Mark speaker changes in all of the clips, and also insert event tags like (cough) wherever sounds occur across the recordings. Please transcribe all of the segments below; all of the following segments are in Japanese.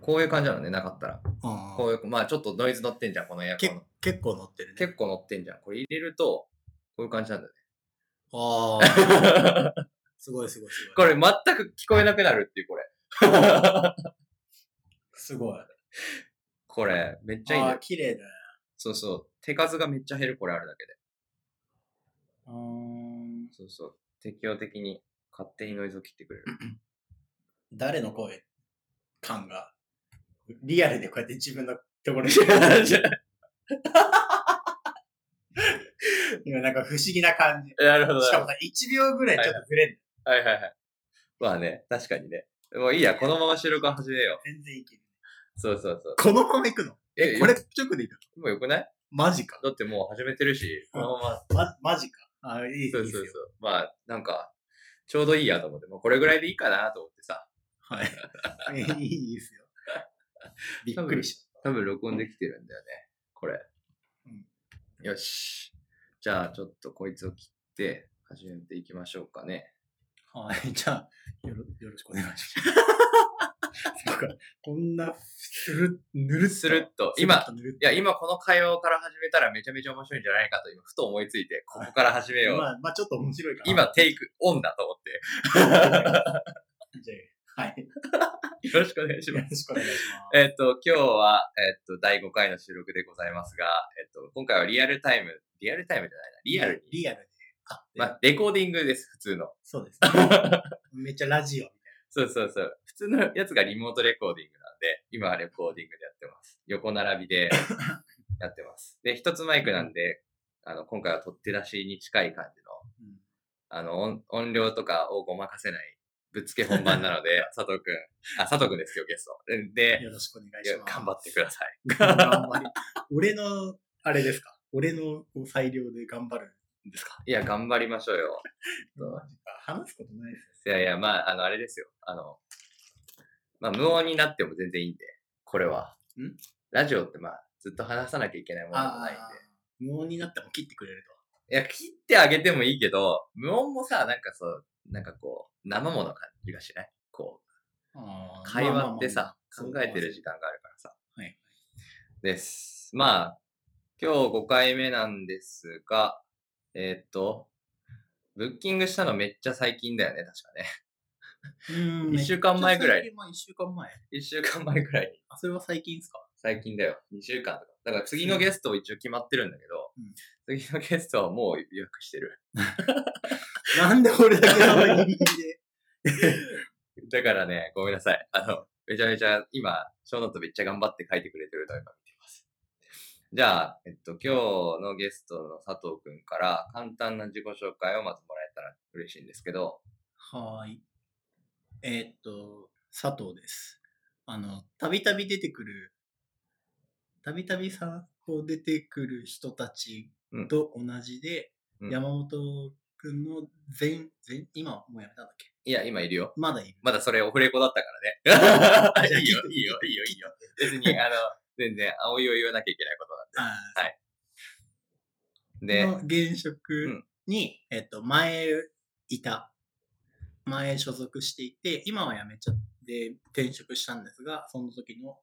Speaker 1: こういう感じなのね、なかったら。
Speaker 2: あ
Speaker 1: こういう、まあちょっとノイズ乗ってんじゃん、このエアコンの。
Speaker 2: 結構乗ってるね。
Speaker 1: 結構乗ってんじゃん。これ入れると、こういう感じなんだよ
Speaker 2: あ
Speaker 1: (laughs) ね。
Speaker 2: あ。すごいすごいすご
Speaker 1: これ
Speaker 2: い。
Speaker 1: 全く聞こえなくなるっていう、これ。
Speaker 2: すごい。あ
Speaker 1: これ、めっちゃいいんだ
Speaker 2: あー、
Speaker 1: よ。
Speaker 2: 綺麗だね。
Speaker 1: そうそう。手数がめっちゃ減る、これあるだけで。
Speaker 2: うーん。
Speaker 1: そうそう。適応的に勝手にノイズを切って (laughs) くれる。
Speaker 2: 誰の声感が、リアルでこうやって自分のと
Speaker 1: (laughs)
Speaker 2: ころに。今なんか不思議な感じ。
Speaker 1: なるほど。な
Speaker 2: しか
Speaker 1: るほ
Speaker 2: もさ、1秒ぐらいちょっとずれる、
Speaker 1: どはいはいはい。まあね、確かにね。もういいや、このまま収録始めよ
Speaker 2: 全然いける。
Speaker 1: う。そうそうそう。
Speaker 2: このまま行くのえ、
Speaker 1: え
Speaker 2: これ直でいくの
Speaker 1: もうよくない
Speaker 2: マジか。
Speaker 1: だってもう始めてるし、このまま。
Speaker 2: ま、マジか。あ、いい
Speaker 1: そう
Speaker 2: で
Speaker 1: そう
Speaker 2: す
Speaker 1: そう
Speaker 2: よ。。
Speaker 1: まあ、なんか、ちょうどいいやと思って、まあこれぐらいでいいかなと思ってさ。
Speaker 2: はい。 (laughs) いいですよ。びっくりし
Speaker 1: 多分録音できてるんだよね。これ。
Speaker 2: うん
Speaker 1: よし。じゃあ、ちょっとこいつを切って、始めていきましょうかね。
Speaker 2: た。はい。 (laughs) じゃあ、よろよろしくお願いし
Speaker 1: (laughs)
Speaker 2: ます。なんか、こんな、する、ぬるっと
Speaker 1: するっと、今、、
Speaker 2: ぬるっ
Speaker 1: いや、今この会話から始めたらめちゃめちゃ面白いんじゃないかと、今、ふと思いついて、ここから始め
Speaker 2: と
Speaker 1: よう。
Speaker 2: まあ、まあ、ちょっと面白いかな。
Speaker 1: 今、テイクオンだと思って。
Speaker 2: じゃあはい。
Speaker 1: (laughs) よろしくお願いしま
Speaker 2: よ
Speaker 1: す。
Speaker 2: ろしくお願いします。
Speaker 1: えっと、今日は、えっと、第5回の収録でございますが、えっと、今回はリアルタイム、リアルタイムじゃないな、リアルに。
Speaker 2: リアルで。あ、
Speaker 1: まあ、レコーディングです、普通の。
Speaker 2: そ
Speaker 1: (laughs)
Speaker 2: うです、ね。めっちゃラジオ。
Speaker 1: そうそうそう。普通のやつがリモートレコーディングなんで、今はレコーディングでやってます。横並び
Speaker 2: (laughs)
Speaker 1: でやってます。で、一つマイクなんで、あの、今回は取って出しに近い感じの、
Speaker 2: うん
Speaker 1: あの、音音量とかをごまかせない、ぶっつけ本番なので、
Speaker 2: (laughs)
Speaker 1: 佐藤くん、あ、佐藤くんですよ、ゲスト。で、
Speaker 2: よろしくお願い
Speaker 1: いや
Speaker 2: します。
Speaker 1: 頑張ってください。
Speaker 2: 頑張り。俺の、あれですか俺のこう裁量で頑張るんですか
Speaker 1: いや、頑張りましょうよ。そう
Speaker 2: マジか話すことないで
Speaker 1: い
Speaker 2: す
Speaker 1: やいや、まあ、あの、あれですよ。あの、まあ、無音になっても全然いいんで、これは。
Speaker 2: ん
Speaker 1: ラジオってまあ、ずっと話さなきゃいけないものじゃ
Speaker 2: あ
Speaker 1: ないんで。
Speaker 2: ー無音になっても切ってくれる
Speaker 1: いや、切ってあげてもいいけど、無音もさ、なんかそう、なんかこう、生もの感じがしないこう、
Speaker 2: と。
Speaker 1: 会話って
Speaker 2: まあ
Speaker 1: さ、
Speaker 2: まあまあ
Speaker 1: 考えてる時間があるからさ。
Speaker 2: はい。
Speaker 1: です。まあ、今日5回目なんですが、えーっと、ブッキングしたのめっちゃ最近だよね、確かね。 (laughs)
Speaker 2: うーん
Speaker 1: 一週間前ぐらい
Speaker 2: めっちゃ最近まあ一週間前。
Speaker 1: 1週間前くらいに
Speaker 2: あ、それは最近ですか
Speaker 1: 最近だよ。2週間とか。だから次のゲストを一応決まってるんだけど、次のゲストはもう予約してる。 (laughs)
Speaker 2: なんで俺だけそのギリギリで。
Speaker 1: だからね、ごめんなさい。あの、めちゃめちゃ今、ショーノートめっちゃ頑張って書いてくれてるのを今見てます。じゃあ、えっと、今日のゲストの佐藤くんから簡単な自己紹介をまずもらえたら嬉しいんですけど、
Speaker 2: はーい。えーっと、佐藤です。あの、たびたび出てくる、たびたび散歩出てくる人たちと同じで、
Speaker 1: うん
Speaker 2: 山本くんの前、前、今もうやめたんだっけ
Speaker 1: いや、今いるよ。
Speaker 2: まだいる。
Speaker 1: まだそれオフレコだったから
Speaker 2: じゃ
Speaker 1: (laughs)
Speaker 2: あ
Speaker 1: ね。いいよ、いいよ、いいよ、いいよ。別に、あの、全然、青いを言わなきゃいけないことなんで。は
Speaker 2: あ
Speaker 1: い
Speaker 2: ー
Speaker 1: で、
Speaker 2: の現
Speaker 1: うん
Speaker 2: 職に、えーっと、前いた、前所属していて、今は辞めちゃって転職したんですが、その時の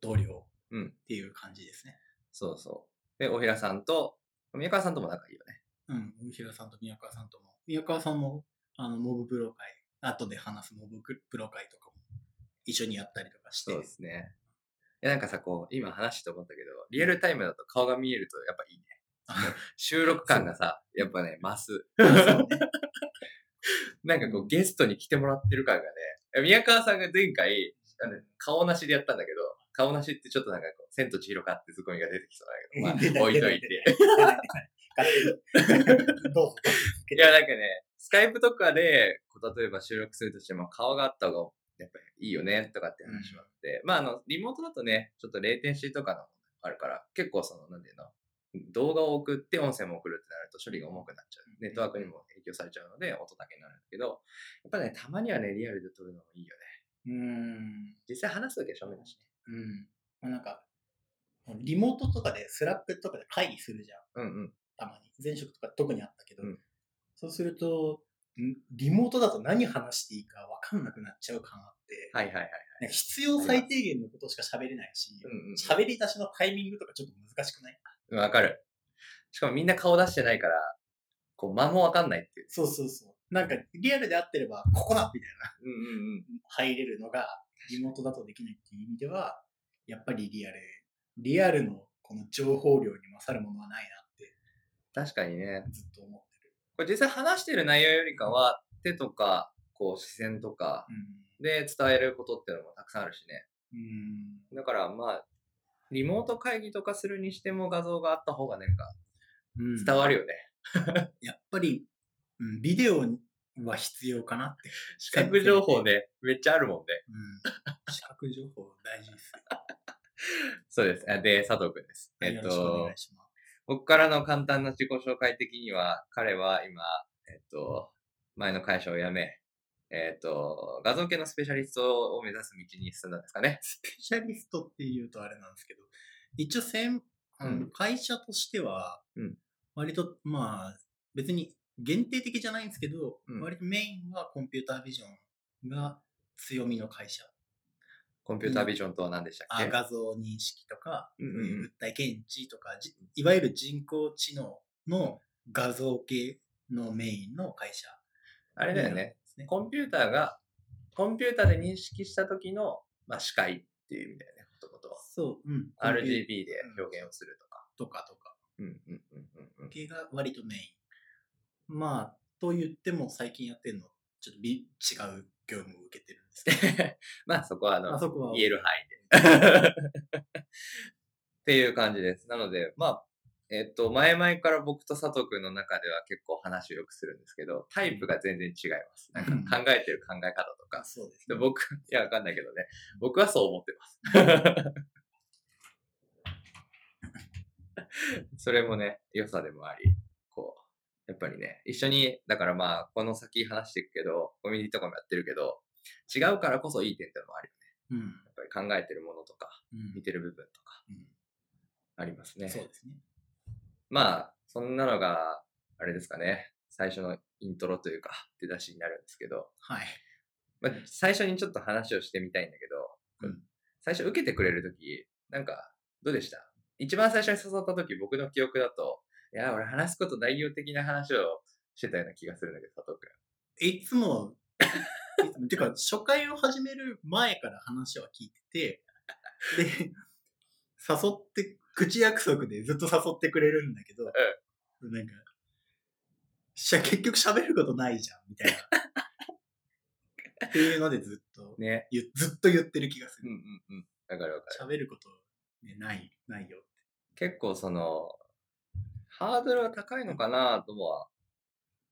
Speaker 2: 同僚
Speaker 1: うん
Speaker 2: っていう感じですね。
Speaker 1: そうそう。で、大平さんと、宮川さんとも仲いいよね。
Speaker 2: うん、大平さんと宮川さんとも。宮川さんも、あの、モブプロ会、後で話すモブプロ会とかも、一緒にやったりとかして。
Speaker 1: そうですね。いや、なんかさ、こう、今話して思ったけど、リアルタイムだと顔が見えるとやっぱいいね。 (laughs) 収録感がさ、やっぱね、増す。
Speaker 2: (laughs) そうね
Speaker 1: なんかこう、ゲストに来てもらってる感がね、宮川さんが前回、あの顔なしでやったんだけど、顔なしってちょっとなんかこう、千と千尋かってツッコミが (laughs) 出てきそうだけど、まあ、置いといて。
Speaker 2: 出ない出ない出ない勝手にどうぞ。
Speaker 1: いや、なんかね、スカイプとかで、こう例えば収録するとしても顔があった方が、やっぱりいいよね、とかって話もあって、まあ、あの、リモートだとね、ちょっとレイテンシーとかのあるから、結構その、なんていうの、動画を送って音声も送るってなると処理が重くなっちゃう。ネットワークにも影響されちゃうので、音だけになるんだけど、やっぱね、たまにはね、リアルで撮るのもいいよね。
Speaker 2: (laughs) うーん。
Speaker 1: 実際話すときは正面だしね。
Speaker 2: うん。まあなんか、リモートとかで、スラップとかで会議するじゃ
Speaker 1: う
Speaker 2: ん。
Speaker 1: んうん。
Speaker 2: たまに。前職とか特にあったけど。
Speaker 1: うん
Speaker 2: そうすると、んリモートだと何話していいか分かんなくなっちゃう感あって。
Speaker 1: はいはいはい。
Speaker 2: なんか必要最低限のことしか喋れないし、
Speaker 1: う
Speaker 2: 喋り出しのタイミングとかちょっと難しくない
Speaker 1: ん。わかる。しかもみんな顔出してないから、こう間もわかんないっていう。
Speaker 2: そうそうそう。なんかリアルであってれば、ここだみたいな
Speaker 1: うんうんうん。
Speaker 2: 入れるのが、リモートだとできないっていう意味では、やっぱりリアル、リアルのこの情報量に勝るものはないなって
Speaker 1: 確かにね。
Speaker 2: ずっと思ってる。
Speaker 1: これ実際話してる内容よりかは、手とか、こう視線とかで伝えることっていうのもたくさんあるしね。
Speaker 2: うん。うん。
Speaker 1: だからまあ、リモート会議とかするにしても画像があった方がなんか
Speaker 2: うん
Speaker 1: 伝わるよね。
Speaker 2: やっぱり、うん、ビデオは必要かなって。
Speaker 1: 視覚情報ね、めっちゃあるもんね。
Speaker 2: うん。視覚情報大事です。
Speaker 1: そうです。あで、佐藤くんです。えっ
Speaker 2: よろしくお
Speaker 1: と
Speaker 2: 願い、します。
Speaker 1: 僕からの簡単な自己紹介的には、彼は今、えっと、前の会社を辞め、えっと、画像系のスペシャリストを目指す道に進んだんですかね。
Speaker 2: スペシャリストっていうとあれなんですけど、一応専、あの
Speaker 1: うん
Speaker 2: 会社としては
Speaker 1: うん、
Speaker 2: 割と、まあ、別に限定的じゃないんですけど、
Speaker 1: うん
Speaker 2: 割とメインはコンピュータービジョンが強みの会社。
Speaker 1: コンピュータービジョンとは何でしたっけ
Speaker 2: あ画像認識とか、
Speaker 1: うんうんうん
Speaker 2: 物体検知とか、じいわゆる人工知能の画像系のメインの会社
Speaker 1: あれだよね。
Speaker 2: ですね。
Speaker 1: コンピューターが、コンピューターで認識した時の、まあ、視界っていう意味だよね。ことことは。
Speaker 2: そう、うん。
Speaker 1: RGB で表現をするとか。
Speaker 2: とかとか
Speaker 1: うんうんうんうんうん。
Speaker 2: 系が割とメイン。まあ、と言っても最近やってるの、ちょっとび違う業務を受けてるんですけど、
Speaker 1: (laughs) まあそこはあ
Speaker 2: あ
Speaker 1: の、
Speaker 2: そこは
Speaker 1: 言える範囲で。 (laughs) っていう感じです。なので、まあ、えっと、前々から僕と佐藤くんの中では結構話をよくするんですけど、タイプが全然違います。なんか考えてる考え方とか。
Speaker 2: そうです
Speaker 1: で
Speaker 2: ね。
Speaker 1: 僕、いや、わかんないけどね。僕はそう思ってます。
Speaker 2: (laughs)
Speaker 1: それもね、良さでもあり、こう、やっぱりね、一緒に、だからまあ、この先話していくけど、コミュニティとかもやってるけど、違うからこそいい点ってのもあるよね。
Speaker 2: うん。
Speaker 1: やっぱり考えてるものとか、
Speaker 2: うん
Speaker 1: 見てる部分とか、あります
Speaker 2: う
Speaker 1: ね。
Speaker 2: んそうですね。
Speaker 1: まあ、そんなのが、あれですかね、最初のイントロというか、出だしになるんですけど、
Speaker 2: はい。
Speaker 1: まあ、最初にちょっと話をしてみたいんだけど、
Speaker 2: うん
Speaker 1: 最初受けてくれるとき、なんか、どうでした一番最初に誘ったとき、僕の記憶だと、いや、俺話すこと内容的な話をしてたような気がするんだけど、佐藤
Speaker 2: いつも、いつもてか、初回を始める前から話は聞いてて、で、誘って、口約束でずっと誘ってくれるんだけど、なんか、しゃ結局喋ることないじゃん、みたいな。っていうのでずっと、
Speaker 1: 君。ね。
Speaker 2: ゆずっと言ってる気がす
Speaker 1: うん
Speaker 2: る。
Speaker 1: うんうん。だからわかる。
Speaker 2: 喋ること、ね、ない、ないよ。
Speaker 1: 結構その、ハードルが高いのかなとは、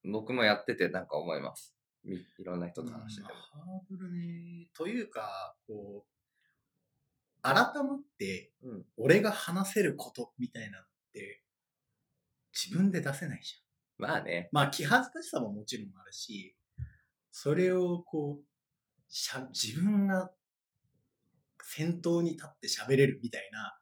Speaker 1: 僕もやっててなんか思います。みいろんな人と話してても。
Speaker 2: うんまあハードルね。というか、こう、改まって、
Speaker 1: うん
Speaker 2: 俺が話せることみたいなのって、自分で出せないじゃん。
Speaker 1: まあね。
Speaker 2: まあ、気恥ずかしさももちろんあるし、それをこう、しゃ自分が先頭に立って喋れるみたいな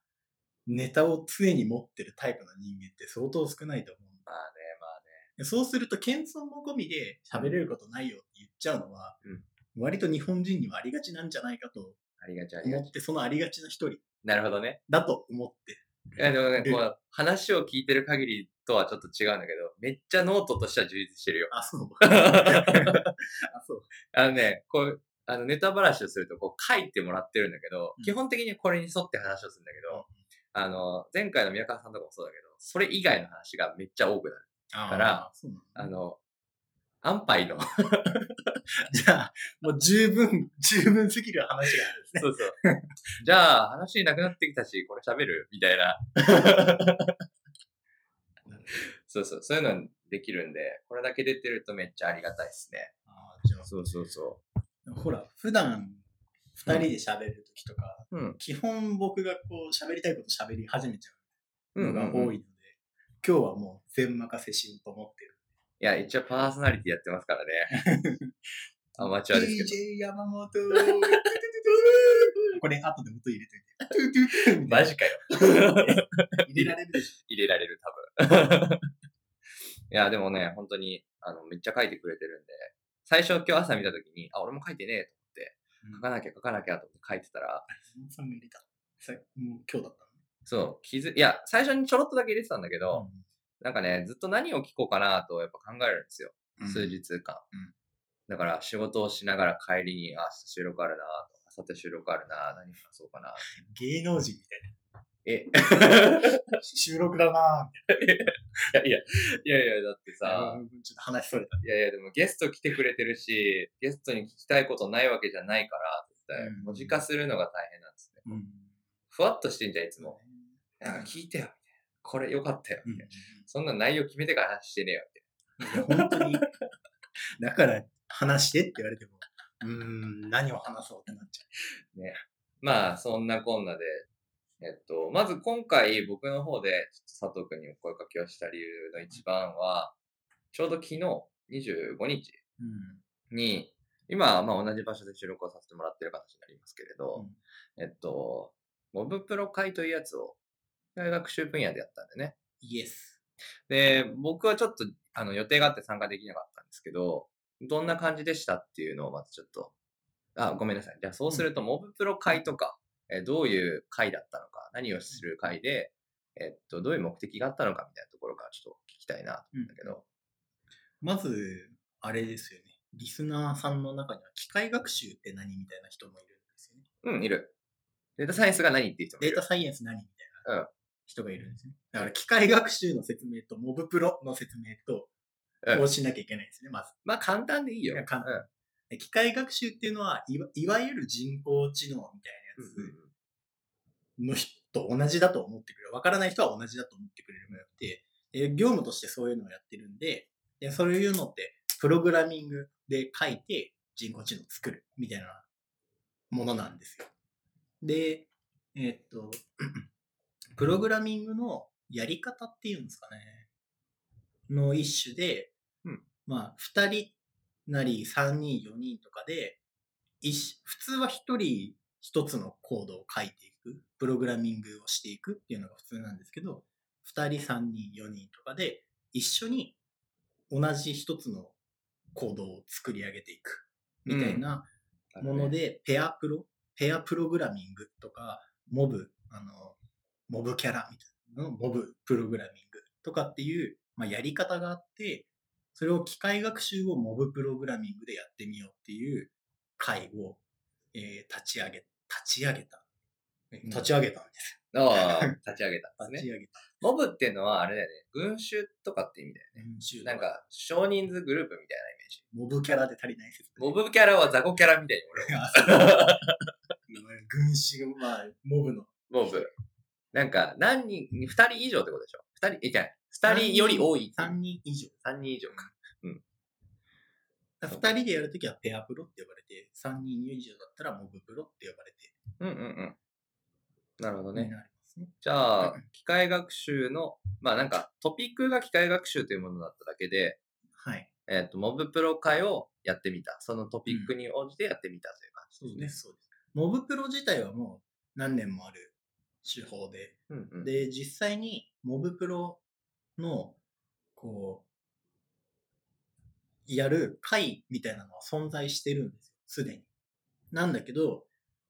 Speaker 2: ネタを常に持ってるタイプの人間って相当少ないと思うん
Speaker 1: まあね、まあね。
Speaker 2: でそうすると、謙遜も込みで喋れることないよって言っちゃうのは、
Speaker 1: うん
Speaker 2: 割と日本人にはありがちなんじゃないかと
Speaker 1: ありがちあり
Speaker 2: 思
Speaker 1: がち。
Speaker 2: って、そのありがちな一人
Speaker 1: なるほどね。
Speaker 2: だと思って。
Speaker 1: いやでもね、
Speaker 2: で
Speaker 1: こう、話を聞いてる限りとはちょっと違うんだけど、めっちゃノートとしては充実してるよ。 (laughs)
Speaker 2: あ、そう。あ、そう。
Speaker 1: あのね、こう、あの、ネタばらしをすると、こう、書いてもらってるんだけど、
Speaker 2: うん
Speaker 1: 基本的にこれに沿って話をするんだけど、あの、前回の宮川さんとかもそうだけど、それ以外の話がめっちゃ多くなる。
Speaker 2: だ
Speaker 1: から、
Speaker 2: そうなんだ
Speaker 1: あの、安牌の、
Speaker 2: (laughs) じゃあ、もう十分、 (laughs) 十分すぎる話があるんですね。
Speaker 1: そうそう。 (laughs) じゃあ、話なくなってきたし、これ喋るみたい (laughs) な。そうそう、そういうのできるんで、これだけ出てるとめっちゃありがたいですね。
Speaker 2: あーじゃ
Speaker 1: そうそうそ
Speaker 2: あほら、普段、二人で喋るときとか、
Speaker 1: う。うん。
Speaker 2: 基本僕がこう喋りたいこと喋り始めちゃう
Speaker 1: う
Speaker 2: の
Speaker 1: ん、
Speaker 2: が多いので、今日はもう全任せしようと思ってる。
Speaker 1: いや、一応パーソナリティやってますからね。 (laughs) アマチュアですけど。
Speaker 2: DJ 山本。これ、後で音入れとい
Speaker 1: (laughs)
Speaker 2: て。
Speaker 1: マジかよ。
Speaker 2: (laughs) 入れられるでし
Speaker 1: 入れられる、多 (laughs) 分。いや、でもね、本当に、あの、めっちゃ書いてくれてるんで、最初今日朝見た時に、あ、俺も書いてねえと思って、書かなきゃ書かなきゃと思って書いてたら、
Speaker 2: そのさんが入れた。さもう今日だった
Speaker 1: そう、気づ、いや、最初にちょろっとだけ入れてたんだけ
Speaker 2: の
Speaker 1: ど、なんかね、ずっと何を聞こうかなとやっぱ考えるんですよ。
Speaker 2: うん
Speaker 1: 数日間。
Speaker 2: うん
Speaker 1: だから仕事をしながら帰りに、あ、明日収録あるなとか、明後日収録あるな何話そうかな
Speaker 2: 芸能人みたい
Speaker 1: え、
Speaker 2: な。収録だなぁ、み
Speaker 1: いやいや、いやいや、だって
Speaker 2: たいな。
Speaker 1: さ
Speaker 2: う、んちょっと話しそれた。
Speaker 1: いやいや、でもゲスト来てくれてるし、ゲストに聞きたいことないわけじゃないから、絶対
Speaker 2: うん、
Speaker 1: 文字化するのが大変なんですね。
Speaker 2: うん。
Speaker 1: ふわっとしてんじゃん、いつも。
Speaker 2: う
Speaker 1: なんか聞いてよ、みたいな。これよかったよ、み
Speaker 2: ん
Speaker 1: たいな。そんな内容決めてから話してねえよ、みたい
Speaker 2: いや本当に。 (laughs) だから、話してって言われても、うーん、何を話そうってなっちゃ
Speaker 1: な。まあ、そんなこんなで、えっと、まず今回僕の方で、ちょっと佐藤くんにお声掛けをした理由の一番は、ちょうど昨日、25日
Speaker 2: う。うん。
Speaker 1: に、今、まあ、同じ場所で収録をさせてもらってる形になりますけれど、えっと、モブプロ会というやつを、大学習分野でやったんでね。
Speaker 2: イエス。
Speaker 1: で、僕はちょっと、あの、予定があって参加できなかったんですけど、どんな感じでしたっていうのをまずちょっと、あ、ごめんなさい。じゃあそうすると、モブプロ会とか、えーどういう会だったのか、何をする会で、えっと、どういう目的があったのかみたいなところからちょっと聞きたいなと思うんだけど、
Speaker 2: まず、あれですよね。リスナーさんの中には、機械学習って何みたいな人もいるんですよね。
Speaker 1: うん、いる。データサイエンスが何っていう人もい
Speaker 2: デ
Speaker 1: る
Speaker 2: ータ。サイエンス何みたいうな人がいるんですね。だから、機械学習の説明と、モブプロの説明と
Speaker 1: うん、
Speaker 2: こうしなきゃいけないですね、まず。
Speaker 1: まあ、簡単でいいよ。
Speaker 2: いや簡単
Speaker 1: うん
Speaker 2: で機械学習っていうのはいわ、いわゆる人工知能みたいなやつ、の人と同じだと思ってくれる。わからない人は同じだと思ってくれるのよって、で業務としてそういうのをやってるんで、でそういうのって、プログラミングで書いて人工知能を作るみたいなものなんですよ。で、えーっと、 (clears throat) プログラミングのやり方っていうんですかね、の一種で、
Speaker 1: うん
Speaker 2: まあ、二人なり三人、四人とかで、一普通は一人一つのコードを書いていく、プログラミングをしていくっていうのが普通なんですけど、2人、3人、4人とかで一緒に同じ一つのコードを作り上げていくみたいな
Speaker 1: うん
Speaker 2: もの、で、ペアプロ、ペアプログラミングとか、モブ、あの、モブキャラみたいなの、モブプログラミングとかっていう、まあ、やり方があって、それを機械学習をモブプログラミングでやってみようっていう会を、えー立ち上げ、立ち上げた。立ち上げたんです
Speaker 1: ああー、立ち上げた
Speaker 2: よ。
Speaker 1: んで
Speaker 2: (laughs) 立
Speaker 1: す
Speaker 2: ち
Speaker 1: ね。
Speaker 2: 上げた。
Speaker 1: モブっていうのは、あれだよね、群衆とかって意味だよね。
Speaker 2: 集
Speaker 1: なん、か、少人数グループみたいなイメージ。
Speaker 2: モブキャラで足りない説。
Speaker 1: モ
Speaker 2: (laughs)
Speaker 1: ブキャラは雑魚キャラみたいに俺は
Speaker 2: 軍師が、まあ、モブの。
Speaker 1: モブ。なんか、何人、二人以上ってことでしょ二人、いけない。二人より多い。
Speaker 2: 3人以上。
Speaker 1: 三人以上か。
Speaker 2: だから二人でやるときはペアプロって呼ばれて、三人以上だったらモブプロって呼ばれて、
Speaker 1: うんうんうん。なるほど
Speaker 2: に
Speaker 1: ね。
Speaker 2: なりますね。
Speaker 1: じゃあ
Speaker 2: う、
Speaker 1: 機械学習の、まあなんか、トピックが機械学習というものだっただけで、
Speaker 2: はい。
Speaker 1: えっ、と、モブプロ会をやってみた。そのトピックに応じてやってみたという感
Speaker 2: そう
Speaker 1: じ
Speaker 2: で、
Speaker 1: です
Speaker 2: そうです。モブプロ自体はもう何年もある手法で、
Speaker 1: すね。うんうん。
Speaker 2: で、実際にモブプロの、こう、やる会みたいなのは存在してるんですよ、すでに。なんだけど、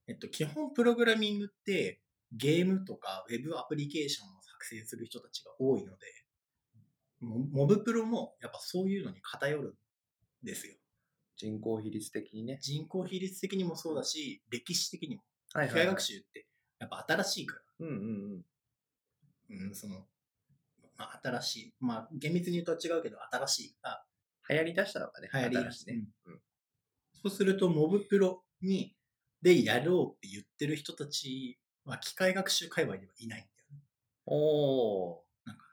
Speaker 2: えっと、基本プログラミングってゲームとかウェブアプリケーションを作成する人たちが多いので、モモブプロもやっぱそういうのに偏るんですよ。
Speaker 1: 人口比率的にね。
Speaker 2: 人口比率的にもそうだし、歴史的にも。
Speaker 1: はい
Speaker 2: 機械学習ってやっぱ新しいから。
Speaker 1: うんうんうん。
Speaker 2: うん、その、まあ、新しい。まあ、厳密に言うとは違うけど、新しいが
Speaker 1: 流行り出したのがね。
Speaker 2: 流行り
Speaker 1: 新
Speaker 2: だ
Speaker 1: し
Speaker 2: し
Speaker 1: い
Speaker 2: ね
Speaker 1: ね。。
Speaker 2: うんそうすると、モブプロに、で、やろうって言ってる人たちは、機械学習界隈ではいないんだよね。
Speaker 1: おー
Speaker 2: なんか。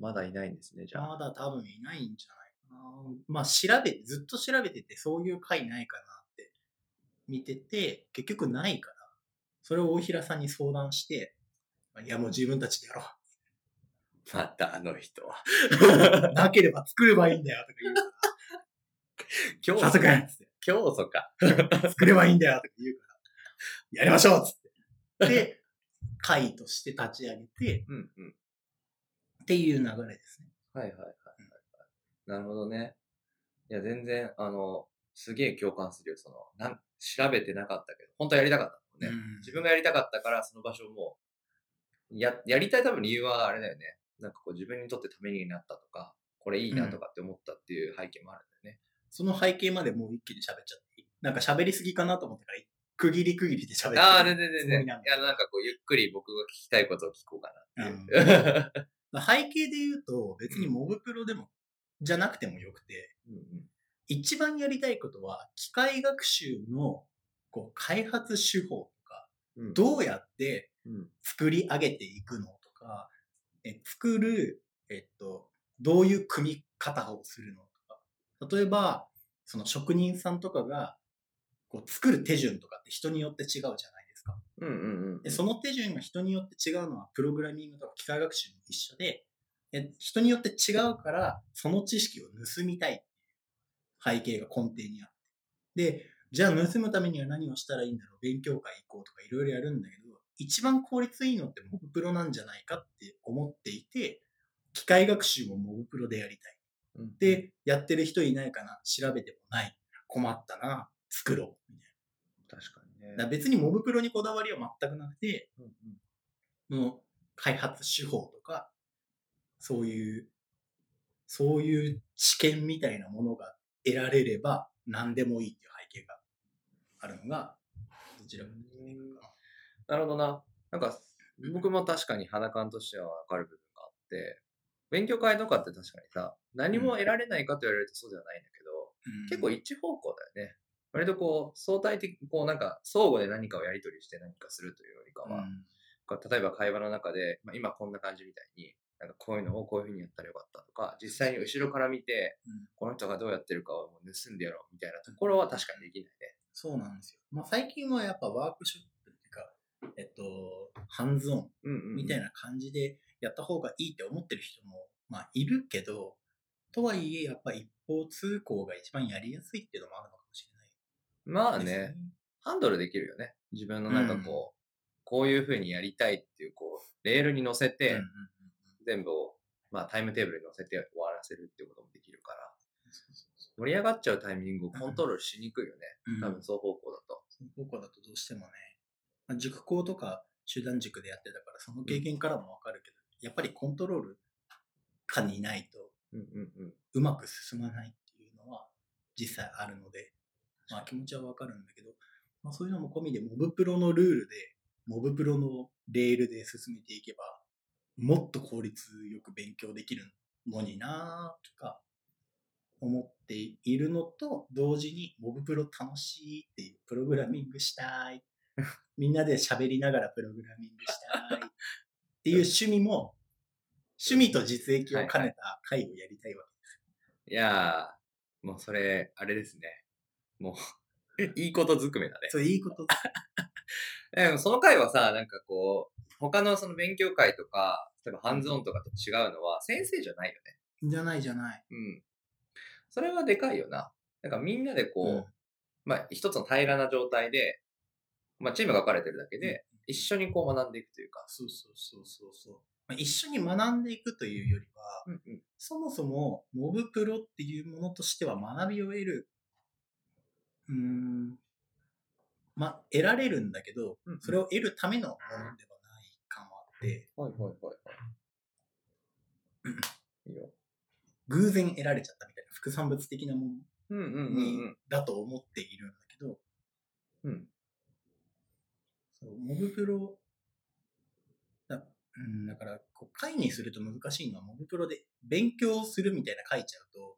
Speaker 1: まだいないんですね、じゃあ。
Speaker 2: まだ多分いないんじゃないかな。まあ、調べて、ずっと調べてて、そういう回ないかなって見てて、結局ないから、それを大平さんに相談して、いや、もう自分たちでやろう。
Speaker 1: またあの人 (laughs) は。
Speaker 2: なければ作ればいいんだよ、とか言うか
Speaker 1: 教
Speaker 2: ら。さすが
Speaker 1: 教祖か。
Speaker 2: (laughs) 作ればいいんだよとか言うから、やりましょうっつって。
Speaker 1: (laughs)
Speaker 2: で、会として立ち上げて、
Speaker 1: うんうん。
Speaker 2: っていう流れですね。
Speaker 1: はいはいはいはい。なるほどね。いや、全然、あの、すげえ共感するよ。その、なん、調べてなかったけど、本当はやりたかったもんね。
Speaker 2: うん
Speaker 1: 自分がやりたかったから、その場所をもう、や、やりたい多分理由はあれだよね。なんかこう自分にとってためになったとか、これいいなとかって思ったっていう背景もあるんだよね。
Speaker 2: その背景までもう一気に喋っちゃっていいなんか喋りすぎかなと思ったから、区切り区切りで喋って。
Speaker 1: ああ、全然全然。
Speaker 2: つもり
Speaker 1: い
Speaker 2: なんだ
Speaker 1: や、なんかこうゆっくり僕が聞きたいことを聞こうかなっていう。
Speaker 2: 背景で言うと、別にモブプロでも、じゃなくてもよくて、
Speaker 1: (laughs) うんうん
Speaker 2: 一番やりたいことは、機械学習のこう開発手法とか、
Speaker 1: うん
Speaker 2: どうやって
Speaker 1: うん
Speaker 2: 作り上げていくのとか、え作る、えっと、どういう組み方をするのとか、例えば、その職人さんとかが、こう作る手順とかって人によって違うじゃないですか。
Speaker 1: うんうん
Speaker 2: で、その手順が人によって違うのは、プログラミングとか機械学習も一緒で、え人によって違うから、その知識を盗みたいっていう背景が根底にあって。で、じゃあ盗むためには何をしたらいいんだろう、勉強会行こうとかいろいろやるんだけど、一番効率いいのってモブプロなんじゃないかって思っていて、機械学習もモブプロでやりたい。
Speaker 1: うん。
Speaker 2: で、やってる人いないかな、調べてもない。困ったな、作ろう。みたい
Speaker 1: 確かに
Speaker 2: な
Speaker 1: ね。
Speaker 2: だから別にモブプロにこだわりは全くなくて、
Speaker 1: うんうん
Speaker 2: の開発手法とか、そういう、そういう知見みたいなものが得られれば何でもいいっていう背景があるのが、どちらかというとね
Speaker 1: なるほどな。なんか、僕も確かに肌感としては分かる部分があって、勉強会とかって確かにさ、何も得られないかと言われるとそうではないんだけど、結構
Speaker 2: うん
Speaker 1: 一方向だよね。割とこう、相対的、こうなんか、相互で何かをやり取りして何かするというよりかは、こう例えば会話の中で、まあ、今こんな感じみたいに、なんかこういうのをこういうふうにやったらよかったとか、実際に後ろから見て、
Speaker 2: うん
Speaker 1: この人がどうやってるかをもう盗んでやろうみたいなところは確かにできないね。
Speaker 2: そうなんですよ。まあ、最近はやっぱワークショップっていうか、えっと、ハンズオン
Speaker 1: うんうんうん
Speaker 2: みたいな感じでやった方がいいって思ってる人も、まあ、いるけど、とはいえ、やっぱ一方通行が一番やりやすいっていうのもあるのかもしれない
Speaker 1: まあ
Speaker 2: です
Speaker 1: ね、。ハンドルできるよね。自分のなんかこう、こういうふうにやりたいっていう、こう、レールに乗せて、
Speaker 2: うんうんうん
Speaker 1: 全部を、まあタイムテーブルに乗せて終わらせるっていうこともできるから、盛り上がっちゃうタイミングをコントロールしにくいよね。
Speaker 2: うん
Speaker 1: 多分双方向だと。
Speaker 2: その効果だとどうしてもね、まあ、塾講とか集団塾でやってたから、その経験からもわかるけど、やっぱりコントロール下にいないと
Speaker 1: うんうんうん。
Speaker 2: うまく進まないっていうのは実際あるので、まあ気持ちはわかるんだけど、まあそういうのも込みでモブプロのルールで、モブプロのレールで進めていけば、もっと効率よく勉強できるのになぁとか思っているのと同時にモブプロ楽しいっていうプログラミングしたい。みんなで喋りながらプログラミングしたいっていう趣味も趣味と実益を兼ねた会をやりたいわ
Speaker 1: い
Speaker 2: け
Speaker 1: やー、もうそれ、あれですね。もう、 (laughs) いいことずくめだね。
Speaker 2: そう、いいこと。
Speaker 1: でもその回はさ、なんかこう、他のその勉強会とか、例えばハンズオンとかと違うのは、先生じゃないよね。
Speaker 2: じゃないじゃない。
Speaker 1: うん。それはでかいよな。なんかみんなでこう、
Speaker 2: うん
Speaker 1: まあ一つの平らな状態で、まあチームが分かれてるだけで、一緒にこう学んでいくというか。
Speaker 2: そうそうそうそうそう。まあ、一緒に学んでいくというよりは、
Speaker 1: うんうん。
Speaker 2: そもそもモブプロっていうものとしては学びを得る、うーん、まあ、得られるんだけど、
Speaker 1: うんうん
Speaker 2: それを得るためのものではない感はあって、
Speaker 1: はいはいはいはい。いいよ。
Speaker 2: 偶然得られちゃったみたいな副産物的なも
Speaker 1: うんうん
Speaker 2: の
Speaker 1: うん
Speaker 2: にだと思っているんだけど、
Speaker 1: うん。うん。
Speaker 2: そうモブプロだ,、うん、だからこう会にすると難しいのはモブプロで勉強するみたいな書いちゃうと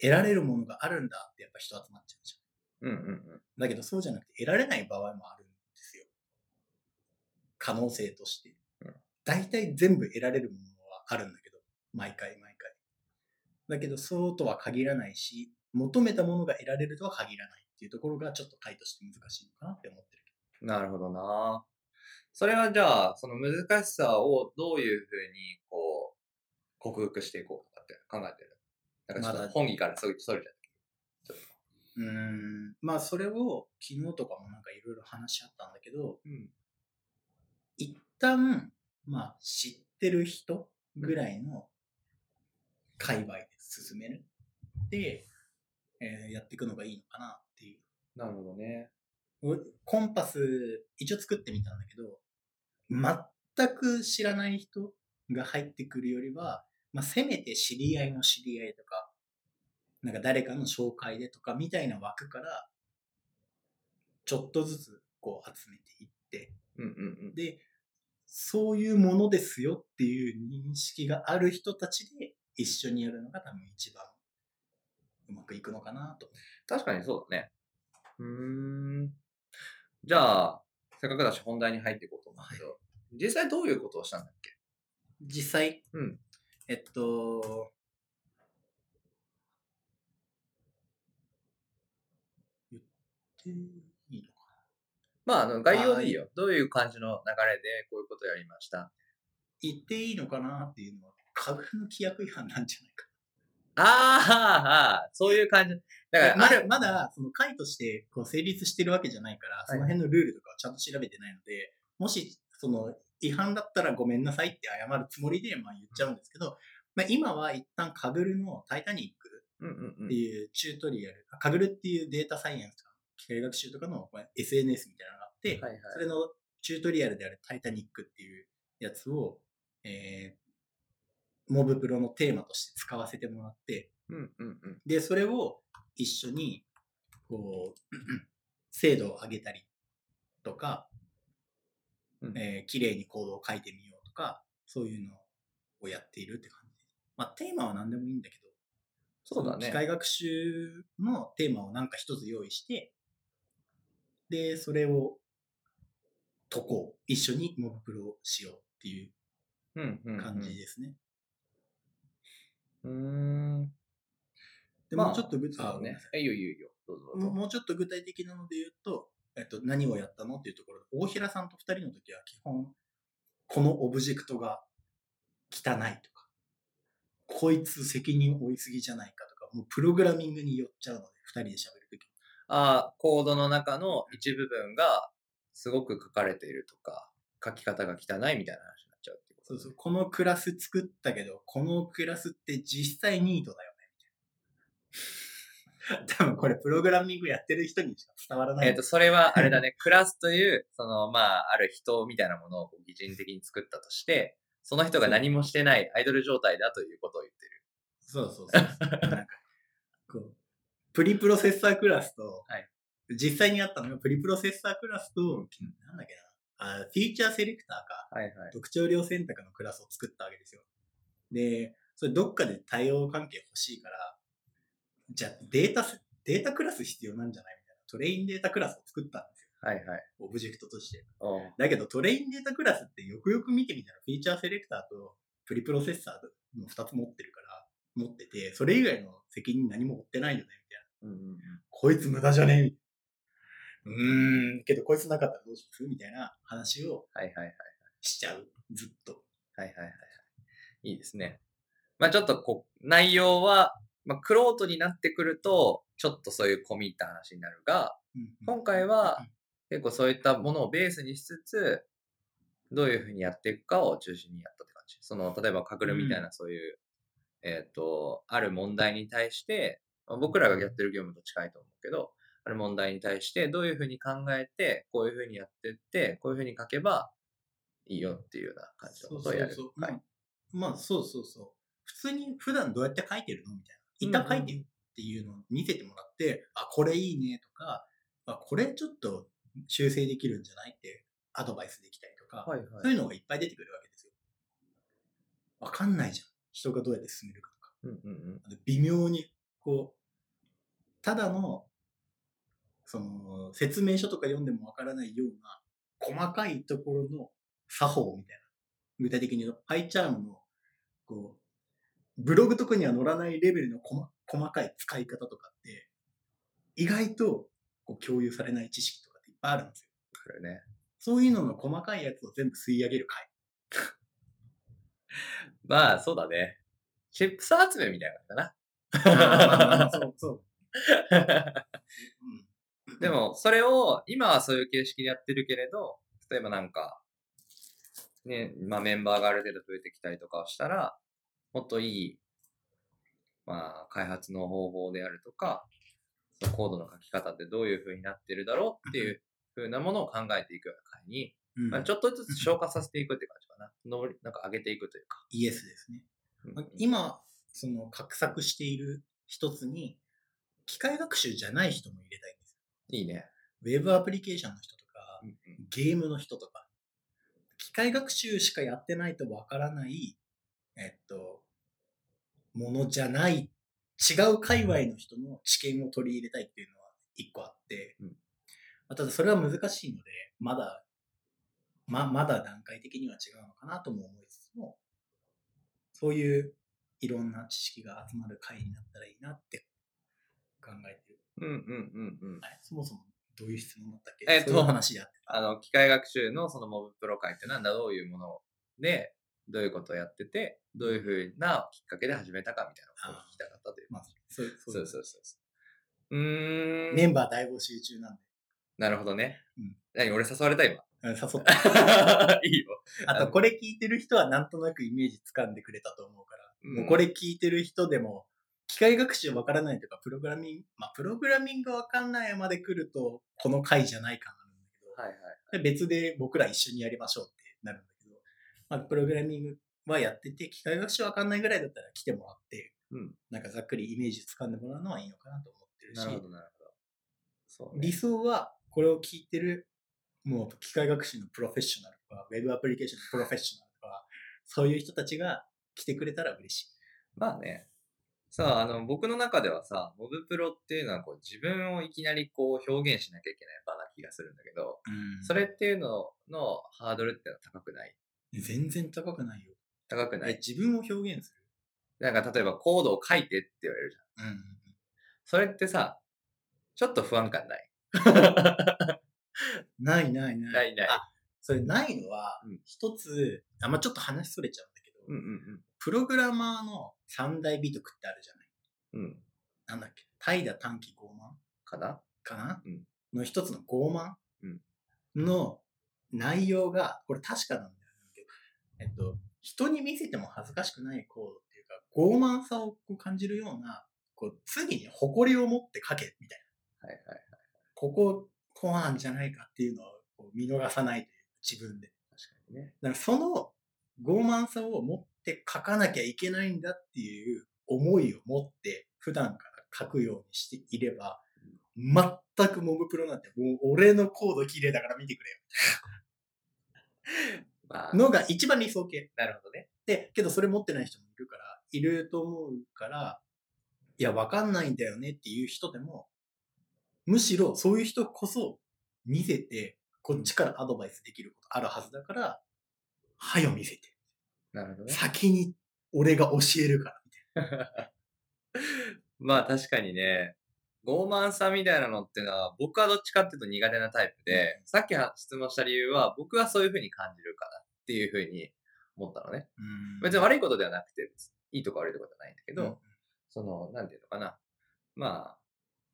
Speaker 2: 得られるものがあるんだってやっぱ人集まっちゃうじ
Speaker 1: うんうんうん。
Speaker 2: ゃんだけどそうじゃなくて得られない場合もあるんですよ可能性として、
Speaker 1: うん
Speaker 2: 大体全部得られるものはあるんだけど毎回毎回だけどそうとは限らないし求めたものが得られるとは限らないっていうところがちょっと会として難しいのかなって思ってる
Speaker 1: なるほどな。それはじゃあ、その難しさをどういうふうに、こう、克服していこうとかって考えてる。なんかちょっ
Speaker 2: ま
Speaker 1: と
Speaker 2: だ
Speaker 1: 本義からすぐそれちゃった。ちょっと
Speaker 2: うーんまあそれを昨日とかもなんかいろいろ話し合ったんだけど、
Speaker 1: うん
Speaker 2: 一旦、まあ知ってる人ぐらいの界隈で進める。で、えーやっていくのがいいのかなっていう。
Speaker 1: なるほどね。
Speaker 2: コンパス一応作ってみたんだけど、全く知らない人が入ってくるよりは、まあ、せめて知り合いの知り合いとか、なんか誰かの紹介でとかみたいな枠から、ちょっとずつこう集めていって、
Speaker 1: うんうんうん。
Speaker 2: で、そういうものですよっていう認識がある人たちで一緒にやるのが多分一番うまくいくのかなと。
Speaker 1: 確かにそうだね。うーん。じゃあ、せっかくだし本題に入っていこうと思うんだけど、実際どういうことをしたんだっけ
Speaker 2: 実際、
Speaker 1: うん
Speaker 2: えっと、言っていいのか
Speaker 1: まあ、あの、概要でいいよ。どういう感じの流れでこういうことをやりました。
Speaker 2: 言っていいのかなっていうのは、株の規約違反なんじゃないか。
Speaker 1: ああ、そういう感じ。だから、
Speaker 2: ま
Speaker 1: ある、
Speaker 2: だ、まだ、その会としてこう成立してるわけじゃないから、その辺のルールとかをちゃんと調べてないので、もし、その、違反だったらごめんなさいって謝るつもりで、まあ言っちゃうんですけど、まあ今は一旦カブルのタイタニック
Speaker 1: うんうんう
Speaker 2: っ
Speaker 1: ん
Speaker 2: て。いうチュートリアル、カグルっていうデータサイエンスとか、機械学習とかのまあ SNS みたいなのがあって、
Speaker 1: はいはい
Speaker 2: それのチュートリアルであるタイタニックっていうやつを、えー、モブプロのテーマとして使わせてもらって、
Speaker 1: うんうんうん。
Speaker 2: で、それを一緒に、こう、 (clears throat) 精度を上げたりとか、
Speaker 1: うん
Speaker 2: えー綺麗にコードを書いてみようとか、そういうのをやっているって感じ。まあ、テーマは何でもいいんだけど、
Speaker 1: そうだ
Speaker 2: の機
Speaker 1: ね。
Speaker 2: 械学習のテーマを何か一つ用意して、で、それを解こう。一緒にモブプロをしようってい
Speaker 1: うんうんう
Speaker 2: うん感じですね。
Speaker 1: うーん。
Speaker 2: で、
Speaker 1: まあ
Speaker 2: もうちょっと具
Speaker 1: そうだね。いいよいいよいいよ。どうぞどう
Speaker 2: もう
Speaker 1: ぞ。
Speaker 2: もうちょっと具体的なので言うと、えっと、何をやったのっていうところで、大平さんと二人の時は基本、このオブジェクトが汚いとか、こいつ責任負いすぎじゃないかとか、もうプログラミングに寄っちゃうので、二人で喋る時
Speaker 1: ああ、コードの中の一部分がすごく書かれているとか、書き方が汚いみたいな話になっちゃうってこと
Speaker 2: そうそう、このクラス作ったけど、このクラスって実際ニートだよね、み
Speaker 1: (laughs)
Speaker 2: たいな。多分これプログラミングやってる人にしか伝わらない。
Speaker 1: えっ、と、それはあれだね、 (laughs) クラスという、その、まあ、ある人みたいなものをこう擬人的に作ったとして、その人が何もしてないアイドル状態だということを言ってる。
Speaker 2: そうそうそうそう。なんか、こう、プリプロセッサークラスと、
Speaker 1: はい
Speaker 2: 実際にあったのがプリプロセッサークラスと、なんだっけな、あフィーチャーセレクターか、
Speaker 1: はいはい。
Speaker 2: 特徴量選択のクラスを作ったわけですよ。で、それどっかで対応関係欲しいから、じゃあデータセ、データクラス必要なんじゃないみたいな。トレインデータクラスを作ったんです
Speaker 1: はいはい。
Speaker 2: よ。オブジェクトとして。
Speaker 1: おう
Speaker 2: だけどトレインデータクラスってよくよく見てみたらフィーチャーセレクターとプリプロセッサーの2つ持ってるから、持ってて、それ以外の責任何も負ってないよね、みたいな。
Speaker 1: うんうんうん
Speaker 2: こいつ無駄じゃねえ、みたいな。うーん、けどこいつなかったらどうしますみたいな話を
Speaker 1: はいはいはい。
Speaker 2: しちゃう。ずっと。
Speaker 1: はいはいはいはい。いいですね。まあちょっとこう、内容は、まあ、クロートになってくると、ちょっとそういう込み入った話になるが、今回は結構そういったものをベースにしつつ、どういうふうにやっていくかを中心にやったって感じ。その、例えば、かぐるみたいなそういう、えっ、と、ある問題に対して、まあ僕らがやってる業務と近いと思うけど、ある問題に対してどういうふうに考えて、こういうふうにやってって、こういうふうに書けばいいよっていうような感じのことをやる。
Speaker 2: そうそうそう
Speaker 1: はい
Speaker 2: まあ、まあそうそうそう。普通に普段どうやって書いてるのみたいな。
Speaker 1: うん
Speaker 2: 一旦書いてよっていうのを見せてもらって、あ、これいいねとか、あ、これちょっと修正できるんじゃないってアドバイスできたりとか、
Speaker 1: はいはい。
Speaker 2: そういうのがいっぱい出てくるわけですよ。わかんないじゃん。人がどうやって進めるかとか。
Speaker 1: うんうんうん。
Speaker 2: あの微妙に、こう、ただの、その、説明書とか読んでもわからないような、細かいところの作法みたいな。具体的に言うと、パイチャームの、こう、ブログとかには載らないレベルの細細かい使い方とかって、意外とこう共有されない知識とかっていっぱいあるんですよ。
Speaker 1: これね。
Speaker 2: そういうのの細かいやつを全部吸い上げる回。
Speaker 1: まあ、そうだね。チップス集めみたいなのか
Speaker 2: あーそうそう。
Speaker 1: な。
Speaker 2: うん
Speaker 1: (laughs) でも、それを、今はそういう形式でやってるけれど、例えばなんか、ね、まあメンバーがある程度増えてきたりとかをしたら、もっといい、まあ、開発の方法であるとか、そのコードの書き方ってどういう風になってるだろうっていう風なものを考えていくような回に、
Speaker 2: うん
Speaker 1: まあ、ちょっとずつ消化させていくって感じかな。上り、なんか上げていくというか。
Speaker 2: イエスですね。
Speaker 1: うん
Speaker 2: 今、その、画策している一つに、機械学習じゃない人も入れたいんです
Speaker 1: いいね。
Speaker 2: よ。ウェブアプリケーションの人とか、
Speaker 1: うんうん
Speaker 2: ゲームの人とか、機械学習しかやってないとわからない、えっと、ものじゃない、違う界隈の人の知見を取り入れたいっていうのは一個あって、
Speaker 1: うん
Speaker 2: まあただそれは難しいので、まだ、ま、まだ段階的には違うのかなとも思いつつも、そういういろんな知識が集まる会になったらいいなって考えてる。
Speaker 1: うんうんうんうん。
Speaker 2: あれそもそもどういう質問だったっけ
Speaker 1: えっと
Speaker 2: そういう話であって。
Speaker 1: あの、機械学習のそのモブプロ会ってなんだ、どういうもので、どういうことをやってて、どういう風なきっかけで始めたかみたいなことを聞きたかったという。
Speaker 2: まあ、そう
Speaker 1: そう
Speaker 2: そう
Speaker 1: そうそうそう。うーん。
Speaker 2: メンバー大募集中なんで、
Speaker 1: なるほどね。
Speaker 2: うん
Speaker 1: 何俺誘われた
Speaker 2: (laughs)
Speaker 1: 今。
Speaker 2: あの誘
Speaker 1: (laughs)
Speaker 2: って。
Speaker 1: いいよ。
Speaker 2: あと、これ聞いてる人はなんとなくイメージ掴んでくれたと思うから、もうこれ聞いてる人でも、機械学習わからないとか、プログラミング、まあ、プログラミングわかんないまで来ると、この回じゃない感あるんだけど、
Speaker 1: はいはい。
Speaker 2: で別で僕ら一緒にやりましょうってなるんだけど、まあ、プログラミングはやってて、機械学習わかんないぐらいだったら来てもらって、
Speaker 1: うん
Speaker 2: なんかざっくりイメージ掴んでもらうのはいいのかなと思ってるし、
Speaker 1: なるほどなるほど。そう、ね。
Speaker 2: 理想はこれを聞いてるもう機械学習のプロフェッショナルとかウェブアプリケーションのプロフェッショナルとかそういう人たちが来てくれたら嬉しい。
Speaker 1: まあね。さあ、あの、僕の中ではさ、モブプロっていうのはこう自分をいきなりこう表現しなきゃいけない場な気がするんだけど、それっていうののハードルってのは高くない
Speaker 2: 全然高くないよ。
Speaker 1: 高くな
Speaker 2: え
Speaker 1: い
Speaker 2: 自分を表現す
Speaker 1: なんか例えばコードを書いてって言われるじゃん。
Speaker 2: る。うん、
Speaker 1: それってさ、ちょっと不安感ない
Speaker 2: ないないない。
Speaker 1: ないない
Speaker 2: あそれないのは
Speaker 1: うん
Speaker 2: 一つ、あんまあちょっと話それちゃうんだけど、
Speaker 1: うんうん
Speaker 2: プログラマーの三大美徳ってあるじゃない。
Speaker 1: うん。うん。
Speaker 2: なんだっけ怠惰短期傲慢
Speaker 1: かな
Speaker 2: かな、
Speaker 1: うん
Speaker 2: の一つの傲慢
Speaker 1: うん
Speaker 2: の内容が、これ確かなんだよね。えっと、人に見せても恥ずかしくない行動っていうか、傲慢さをこう感じるような、こう、次に誇りを持って書け、みたいな。
Speaker 1: はいはい。
Speaker 2: ここ、こうなんじゃないかっていうのをこう見逃さないという、自分で。
Speaker 1: 確かにね。
Speaker 2: だからその傲慢さを持って書かなきゃいけないんだっていう思いを持って普段から書くようにしていれば、全くモブプロなんてもう俺のコード綺麗だから見てくれ
Speaker 1: まあ、
Speaker 2: よ。のが一番理想形。
Speaker 1: なるほどね。
Speaker 2: で、けどそれ持ってない人もいるから、いると思うから、いや、わかんないんだよねっていう人でも、むしろそういう人こそ見せて、こっちからアドバイスできることあるはずだから、はよ見せて。
Speaker 1: なるほどね。
Speaker 2: 先に俺が教えるから。
Speaker 1: まあ確かにね、傲慢さみたいなのってのは、僕はどっちかっていうと苦手なタイプで、
Speaker 2: う
Speaker 1: さっき質問した理由は、僕はそういう風に感じるかなっていう風に思ったのね。別に悪いことではなくて、いいとか悪いとかじゃないんだけ
Speaker 2: け
Speaker 1: ど、その、なんていうのかな。まあ、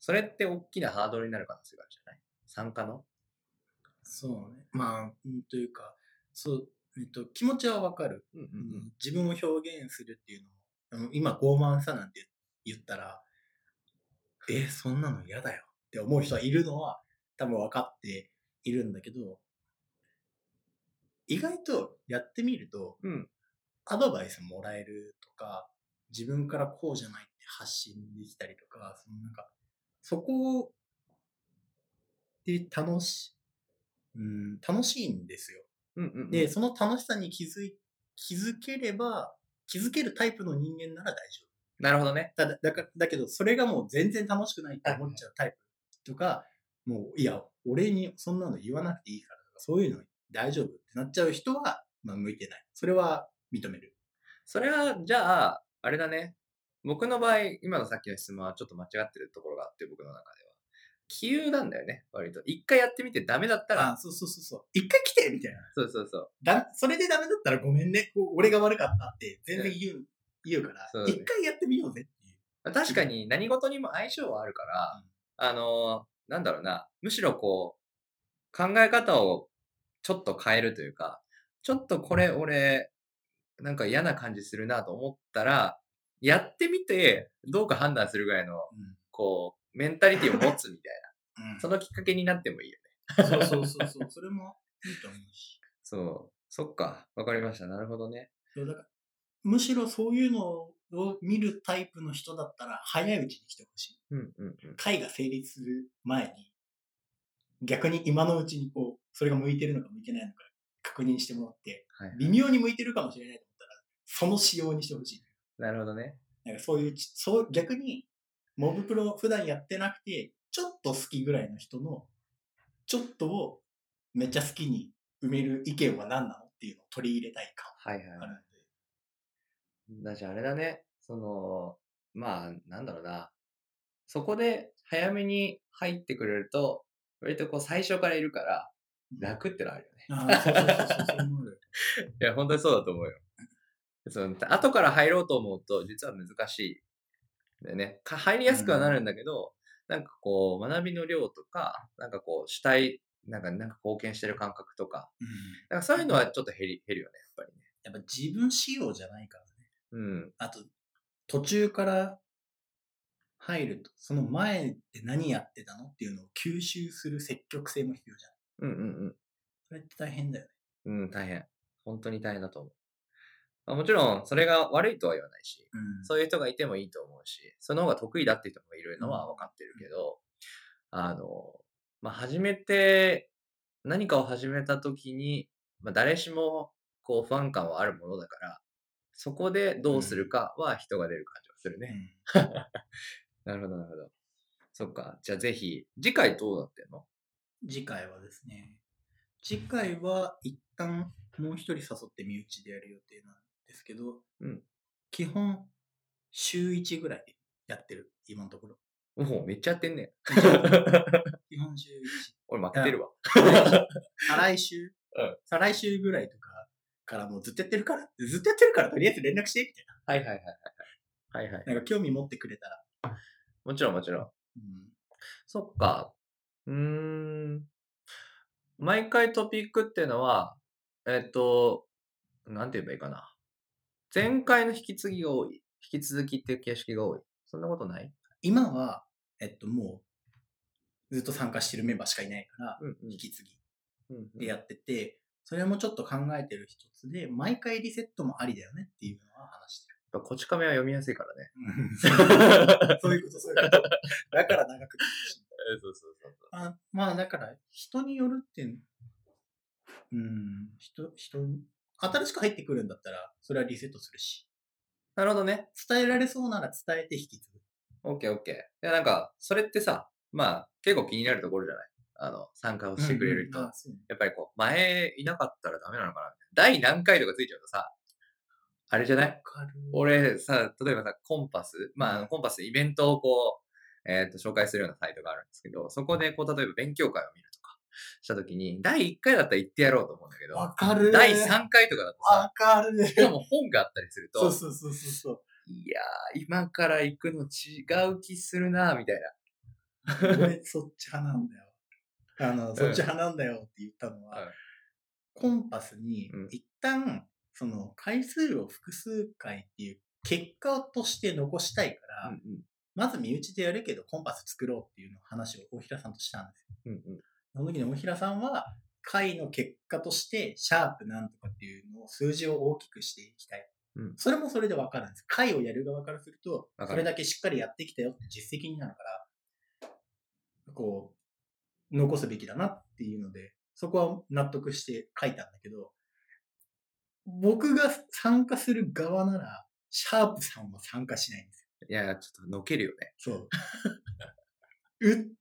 Speaker 1: それって大きなハードルになる可能性があるじゃない参加の
Speaker 2: そうね。まあ、うんというか、そう、えっと、気持ちはわかる、
Speaker 1: うんうん
Speaker 2: 自分を表現するっていうのも、あの今、傲慢さなんて言ったら、え、そんなの嫌だよって思う人はいるのは、多分分かっているんだけど、意外とやってみると、
Speaker 1: うん。うん。
Speaker 2: アドバイスもらえるとか、自分からこうじゃないって発信できたりとか、そのなんか、そこで楽し、うん、楽しいんですよ。
Speaker 1: うんうんうん。
Speaker 2: で、その楽しさに気づい、気づければ、気づけるタイプの人間なら大丈夫。
Speaker 1: なるほどね。
Speaker 2: ただ、だからだけど、それがもう全然楽しくないって思っちゃうタイプとか、もう、いや、俺にそんなの言わなくていいからとか、そういうの大丈夫ってなっちゃう人は、まあ、向いてない。それは認める。
Speaker 1: それは、じゃあ、あれだね。僕の場合、今のさっきの質問はちょっと間違ってるところがあって、僕の中では。気有なんだよね、割と。一回やってみてダメだったら、
Speaker 2: あ、そうそうそうそう。一回来てみたいな。
Speaker 1: そうそうそう。
Speaker 2: だ、それでダメだったらごめんね。こう俺が悪かったって全然言う、言うから
Speaker 1: そう、だね
Speaker 2: 一回やってみようぜっていう。
Speaker 1: まあ確かに何事にも相性はあるから、あのーなんだろうな、むしろこう、考え方をちょっと変えるというか、ちょっとこれ俺、なんか嫌な感じするなと思ったら、やってみて、どうか判断するぐらいの、
Speaker 2: うん
Speaker 1: こう、メンタリティを持つみたいな。そ
Speaker 2: そ
Speaker 1: のきっかけになってもいいよね。
Speaker 2: そうそうそうそう。それもいいと思うし。
Speaker 1: そう。そっか。わかりました。なるほどね。
Speaker 2: そうだからむしろそういうのを見るタイプの人だったら、早いうちに来てほしい。
Speaker 1: うんうんうん。
Speaker 2: 会が成立する前に、逆に今のうちにこう、それが向いてるのか向いてないのか確認してもらって、
Speaker 1: はい。
Speaker 2: 微妙に向いてるかもしれないと思ったら、その仕様にしてほしい。
Speaker 1: なるほどね。
Speaker 2: なんかそういうち、そう、逆に、モブプロ普段やってなくて、ちょっと好きぐらいの人の、ちょっとをめっちゃ好きに埋める意見は何なのっていうのを取り入れたい感
Speaker 1: はいはい。
Speaker 2: があるんで。
Speaker 1: だしあれだね、その、まあ、なんだろうな。そこで早めに入ってくれると、割とこう最初からいるから、楽ってのはあるよね。
Speaker 2: ああ、そうそうそうそう、そう思う。
Speaker 1: いや、本当にそうだと思うよ。 (laughs) その、後から入ろうと思うと、実は難しい。でね、か入りやすくはなるんだけど、なんかこう、学びの量とか、なんかこう、主体、なんか、なんか貢献してる感覚とか、
Speaker 2: (laughs) うん
Speaker 1: なんかそういうのはちょっと減り、減るよね、やっぱりね。
Speaker 2: やっぱ自分仕様じゃないからね。
Speaker 1: うん。
Speaker 2: あと、途中から入ると、その前って何やってたのっていうのを吸収する積極性も必要じゃん。
Speaker 1: うんうんうん。
Speaker 2: それって大変だよね。
Speaker 1: うん、大変。本当に大変だと思う。まあもちろん、それが悪いとは言わないし、
Speaker 2: うん
Speaker 1: そういう人がいてもいいと思うし、その方が得意だっていう人もいるのは分かってるけど、あの、まあ、始めて、何かを始めた時に、まあ、誰しも、こう、不安感はあるものだから、そこでどうするかは人が出る感じがするね。
Speaker 2: ね。
Speaker 1: なるほど、なるほど。そっか。じゃあぜひ、次回どうなってんの
Speaker 2: 次回はですね、次回は一旦もう一人誘って身内でやる予定なんですけど、
Speaker 1: うん
Speaker 2: 基本週1ぐらいでやってる、今のと
Speaker 1: (laughs)
Speaker 2: ころ。
Speaker 1: おお、めっちゃやってんね。 (laughs)
Speaker 2: 基本週1。
Speaker 1: 俺負けてるわ。
Speaker 2: 再来週、
Speaker 1: うん
Speaker 2: 再来週ぐらいとかからもうずっとやってるから、ずっとやってるからとりあえず連絡してみたい
Speaker 1: はいはいはいはい。はいはい。
Speaker 2: な。なんか興味持ってくれたら。
Speaker 1: もちろんもちろん。
Speaker 2: うん
Speaker 1: そっか。うーん。毎回トピックっていうのは、えっと、なんて言えばいいかな。前回の引き継ぎが多い。引き続きっていう形式が多い。そんなことない
Speaker 2: 今は、えっともう、ずっと参加してるメンバーしかいないから、
Speaker 1: うん
Speaker 2: 引き継ぎ
Speaker 1: うん。
Speaker 2: でやってて、それもちょっと考えてる一つで、毎回リセットもありだよねっていうのは話してる。
Speaker 1: やっぱこち亀は読みやすいからね。
Speaker 2: (laughs) そういうこと、そういうこと。だから長くてほしい
Speaker 1: そうそうそう
Speaker 2: あまあ、だから、人によるっていう、うん、人、人に、新しく入ってくるんだったら、それはリセットするし、
Speaker 1: なるほどね。
Speaker 2: 伝えられそうなら伝えて引き継ぐ。
Speaker 1: オッケーオッケー。いやなんか、それってさ、まあ結構気になるところじゃないあの、参加をしてくれる人。
Speaker 2: うんうんあそうね
Speaker 1: やっぱりこう、前いなかったらダメなのかな第何回とかついちゃうとさ、あれじゃない
Speaker 2: わかる。
Speaker 1: 俺さ、例えばさ、コンパス、まああの、コンパスでイベントをこう、えっ、と、紹介するようなサイトがあるんですけど、そこでこう、例えば勉強会を見るとかしたときに、第1回だったら行ってやろうと思うんだけど、
Speaker 2: わかる。
Speaker 1: 第3回とかだとさ、
Speaker 2: わかる。
Speaker 1: しかも本があったりすると、
Speaker 2: そうそうそうそうそう。
Speaker 1: いやー、今から行くの違う気するなーみたいな。
Speaker 2: 俺、そっち派なんだよ。あの、そっち派なんだよって言ったのは、
Speaker 1: うん
Speaker 2: コンパスに
Speaker 1: うん、
Speaker 2: 一旦、その、回数を複数回っていう結果として残したいから、まず身内でやるけど、コンパス作ろうっていうのを話を大平さんとしたんですよ。
Speaker 1: うんうん。
Speaker 2: その時に大平さんは、回の結果として、シャープなんとかっていうのを数字を大きくしていきたい。
Speaker 1: うん
Speaker 2: それもそれでわかるんです。回をやる側からすると
Speaker 1: わ、かる
Speaker 2: それだけしっかりやってきたよって実績になるから、こう、残すべきだなっていうので、そこは納得して書いたんだけど、僕が参加する側なら、シャープさんは参加しないんですよ
Speaker 1: いやー、ちょっとのけるよね。
Speaker 2: そう。 (laughs) う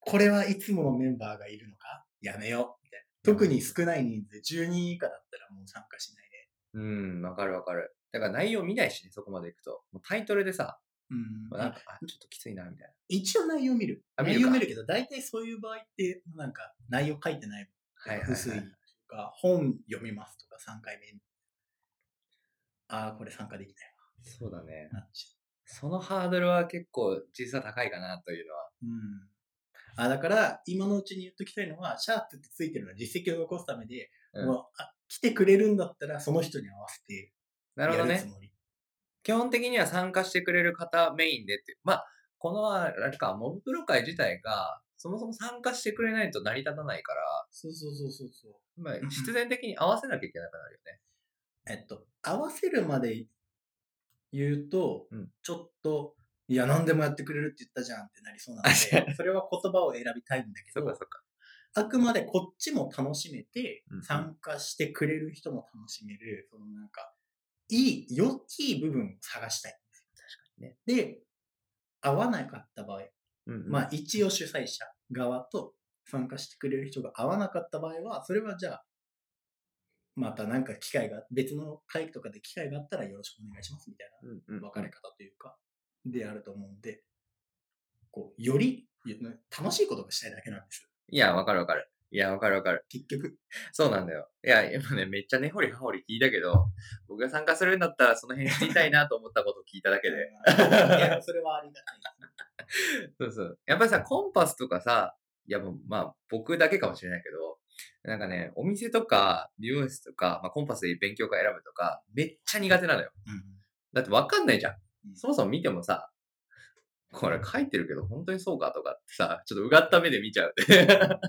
Speaker 2: これはいつものメンバーがいるのかやめよう。みたいな。特に少ない人数、10人以下だったらもう参加しないで。
Speaker 1: うん、わかるわかる。だから内容見ないしね、そこまで行くと。もうタイトルでさ、
Speaker 2: うん
Speaker 1: なんか、あ、ちょっときついな、みたい
Speaker 2: 一応内容見る。
Speaker 1: あ見る
Speaker 2: 内
Speaker 1: か
Speaker 2: 容見るけど、大体そういう場合って、なんか内容書いてない。
Speaker 1: な。はいはい、
Speaker 2: 薄い
Speaker 1: は
Speaker 2: と
Speaker 1: い。
Speaker 2: か、本読みますとか、3回目。ああ、これ参加できない
Speaker 1: そうだね。
Speaker 2: わ。なっちゃ
Speaker 1: そのハードルは結構実は高いかなというのは。
Speaker 2: う。うん。あだから、今のうちに言っときたいのは、シャープってついてるのは実績を残すためで、
Speaker 1: うん
Speaker 2: もうあ来てくれるんだったら、その人に合わせて
Speaker 1: なるほど
Speaker 2: や
Speaker 1: ね
Speaker 2: つ。もり
Speaker 1: 基本的には参加してくれる方メインでっていう。まあ、この、あれか、モブプロ会自体が、そもそも参加してくれないと成り立たないから、
Speaker 2: そうそうそうそうそう。
Speaker 1: まあ、必然的に合わせなきゃいけなくなるよね。
Speaker 2: えっと、合わせるまで言うと、
Speaker 1: うん
Speaker 2: ちょっと、いや、何でもやってくれるって言ったじゃんってなりそうなので、それは言葉を選びたいんだけ
Speaker 1: そっ
Speaker 2: ど
Speaker 1: か、そっか。
Speaker 2: あくまでこっちも楽しめて
Speaker 1: うん、
Speaker 2: 参加してくれる人も楽しめる、そのなんか、いい、良き部分を探したい。
Speaker 1: にね
Speaker 2: で、合わなかった場合、
Speaker 1: うん
Speaker 2: まあ一応主催者側と参加してくれる人が合わなかった場合は、それはじゃあ、またなんか機会が、別の会とかで機会があったらよろしくお願いしますみたい
Speaker 1: うんうん、
Speaker 2: な別れ方というか、であると思うんで、こう、より楽しいことがしたいだけなんです。
Speaker 1: いや、わかるわかる。いや、わかるわかる。
Speaker 2: 結局。
Speaker 1: そうなんだよ。いや、今ね、めっちゃ根掘り葉掘り聞いたけど、僕が参加するんだったらその辺知りたいなと思ったことを聞いただけで。
Speaker 2: いや、それはありがたいですね。
Speaker 1: (laughs) そうそう。やっぱりさ、コンパスとかさ、いや、もうまあ、僕だけかもしれないけど、なんかね、お店とか、美容室とか、まあ、コンパスで勉強会選ぶとか、めっちゃ苦手なのよ。だってわかんないじゃん。
Speaker 2: うん
Speaker 1: そもそも見てもさ、これ書いてるけど本当にそうかとかってさ、ちょっとうがった目で見ちゃう。 (laughs) だか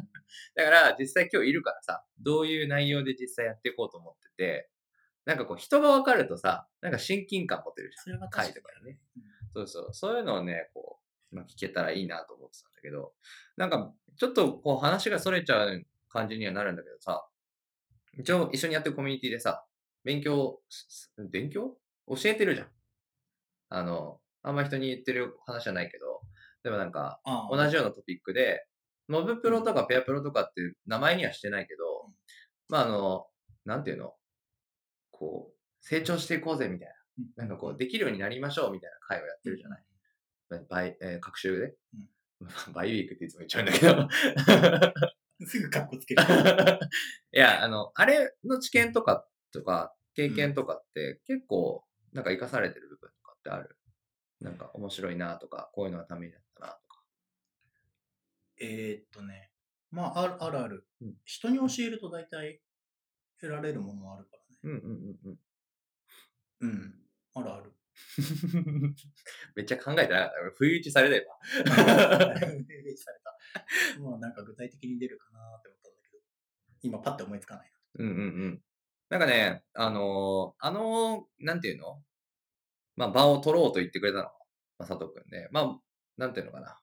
Speaker 1: ら実際今日いるからさ、どういう内容で実際やっていこうと思ってて、なんかこう人がわかるとさ、なんか親近感持てるじゃん。
Speaker 2: それは
Speaker 1: 会
Speaker 2: 確か
Speaker 1: とかでね。
Speaker 2: に。
Speaker 1: そうそう。そういうのをね、こう、まあ、聞けたらいいなと思ってたんだけど、なんかちょっとこう話が逸れちゃう感じにはなるんだけどさ、一応一緒にやってるコミュニティでさ、勉強、す勉強教えてるじゃん。あの、あんま人に言ってる話じゃないけど、でもなんか、
Speaker 2: ああ
Speaker 1: 同じようなトピックで、モブプロとかペアプロとかっていう名前にはしてないけど
Speaker 2: うん、
Speaker 1: まああの、なんていうのこう、成長していこうぜみたいな。なんかこう、できるようになりましょうみたいな会をやってるじゃない。バイ、えー、各週で。 (laughs) バイウィークっていつも言っちゃうんだけど。 (laughs)
Speaker 2: すぐ格好つける。
Speaker 1: いや、あの、あれの知見とか、とか、経験とかって、結構、なんか活かされてる部分とかってあるなんか面白いなとか、こういうのがためになったなとか。
Speaker 2: えーっとね、まあ、あるあるある
Speaker 1: うん。
Speaker 2: 人に教えると大体得られるものはあるからね。
Speaker 1: うんうんうんうん。
Speaker 2: うん。あるあ
Speaker 1: (laughs)
Speaker 2: る。
Speaker 1: めっちゃ考えてなかった。俺不意打ちされたよ
Speaker 2: イメージされた。まあ、なんか具体的に出るかなって思ったんだけど、今パッて思いつかな
Speaker 1: (laughs)
Speaker 2: い
Speaker 1: うんうんうん。なんかね、あのーあのーなんていうのまあ、場を取ろうと言ってくれたのが、まあ、佐藤くんで、まあ、なんていうのかな。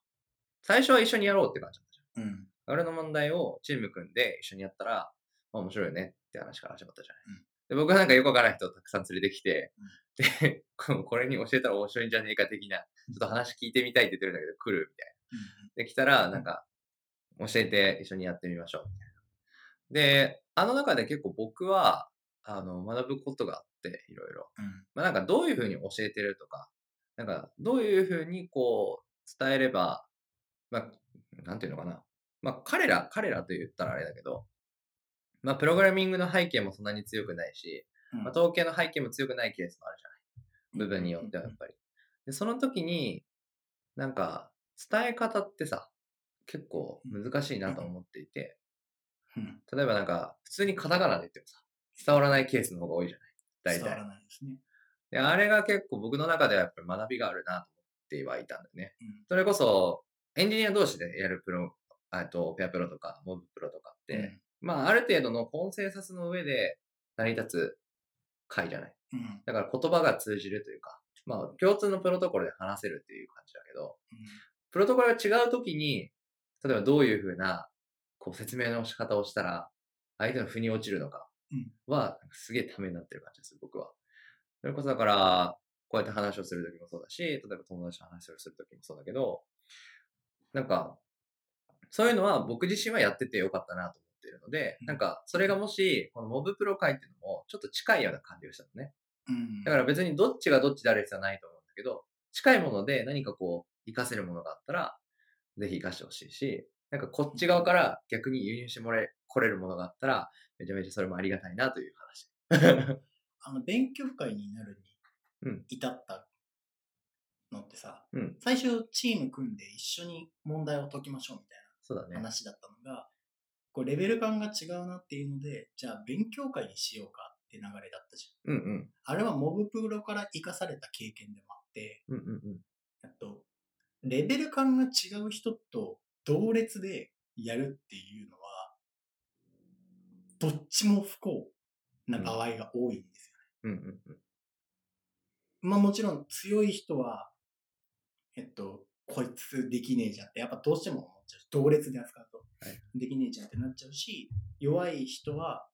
Speaker 1: 最初は一緒にやろうって感じだったじ
Speaker 2: な。うん。
Speaker 1: ゃん。俺の問題をチーム組んで一緒にやったら、まあ、面白いよねって話から始まったじゃない。で僕はなんかよくわからない人をたくさん連れてきて、で、ここれに教えたら面白いんじゃねえか的な、ちょっと話聞いてみたいって言ってるんだけど、来るみたいな。できたら、なんか、教えて一緒にやってみましょう、みたいな。で、あの中で結構僕は、あの、学ぶことがあって、いろいろ。
Speaker 2: うん。
Speaker 1: まあ、なんかどういうふうに教えてるとか、なんかどういうふうにこう、伝えれば、まあ、なんていうのかな。まあ、彼ら、彼らと言ったらあれだけど、まあ、プログラミングの背景もそんなに強くないし、
Speaker 2: うん。
Speaker 1: まあ、統計の背景も強くないケースもあるじゃない。
Speaker 2: うん
Speaker 1: 部分によってはやっぱり。で、その時に、なんか、伝え方ってさ、結構難しいなと思っていて、
Speaker 2: うん。
Speaker 1: 例えばなんか、普通にカタカナで言ってもさ、伝わらないケースの方が多いじゃない大
Speaker 2: 伝わら
Speaker 1: 体。
Speaker 2: ないですね。
Speaker 1: で、あれが結構僕の中ではやっぱり学びがあるなと思ってはいたんだよね。
Speaker 2: うん。
Speaker 1: それこそ、エンジニア同士でやるプロ、あと、ペアプロとか、モブプロとかって、まあ、ある程度のコンセンサスの上で成り立つ会じゃない。
Speaker 2: うん、うん。
Speaker 1: だから言葉が通じるというか、まあ、共通のプロトコルで話せるっていう感じだけど、プロトコルが違うときに、例えばどういうふうな、こう、説明の仕方をしたら、相手の腑に落ちるのか
Speaker 2: うん
Speaker 1: は、すげえためになってる感じです、僕は。それこそだから、こうやって話をするときもそうだし、例えば友達と話をするときもそうだけど、なんか、そういうのは僕自身はやっててよかったなと思っているので、
Speaker 2: うん
Speaker 1: なんか、それがもし、このモブプロ会っていうのも、ちょっと近いような感じをしたのね。
Speaker 2: うん。
Speaker 1: だから別にどっちがどっちである必要はないと思うんだけど、近いもので何かこう、活かせるものがあったら、ぜひ活かしてほしいし、なんかこっち側から逆に輸入してもらえ、来れるものがあったら、めちゃめちゃそれもありがたいなという話。
Speaker 2: あの、勉強会になる
Speaker 1: う
Speaker 2: に
Speaker 1: ん
Speaker 2: 至ったのってさ、
Speaker 1: うん
Speaker 2: 最初チーム組んで一緒に問題を解きましょうみたい
Speaker 1: そう
Speaker 2: な
Speaker 1: だね。
Speaker 2: 話だったのが、こうレベル感が違うなっていうので、じゃあ勉強会にしようかって流れだったじ
Speaker 1: うんうん。
Speaker 2: ゃん。あれはモブプロから生かされた経験でもあって、
Speaker 1: うんうんうん。
Speaker 2: えっと、レベル感が違う人と同列でやるっていうのは、どっちも不幸な場合が多いんですよね。
Speaker 1: うんうんうん。
Speaker 2: まあもちろん強い人は、えっと、こいつできねえじゃんって、やっぱどうしても思っちゃうし、同列で扱うと、
Speaker 1: はい
Speaker 2: できねえじゃんってなっちゃうし、弱い人は、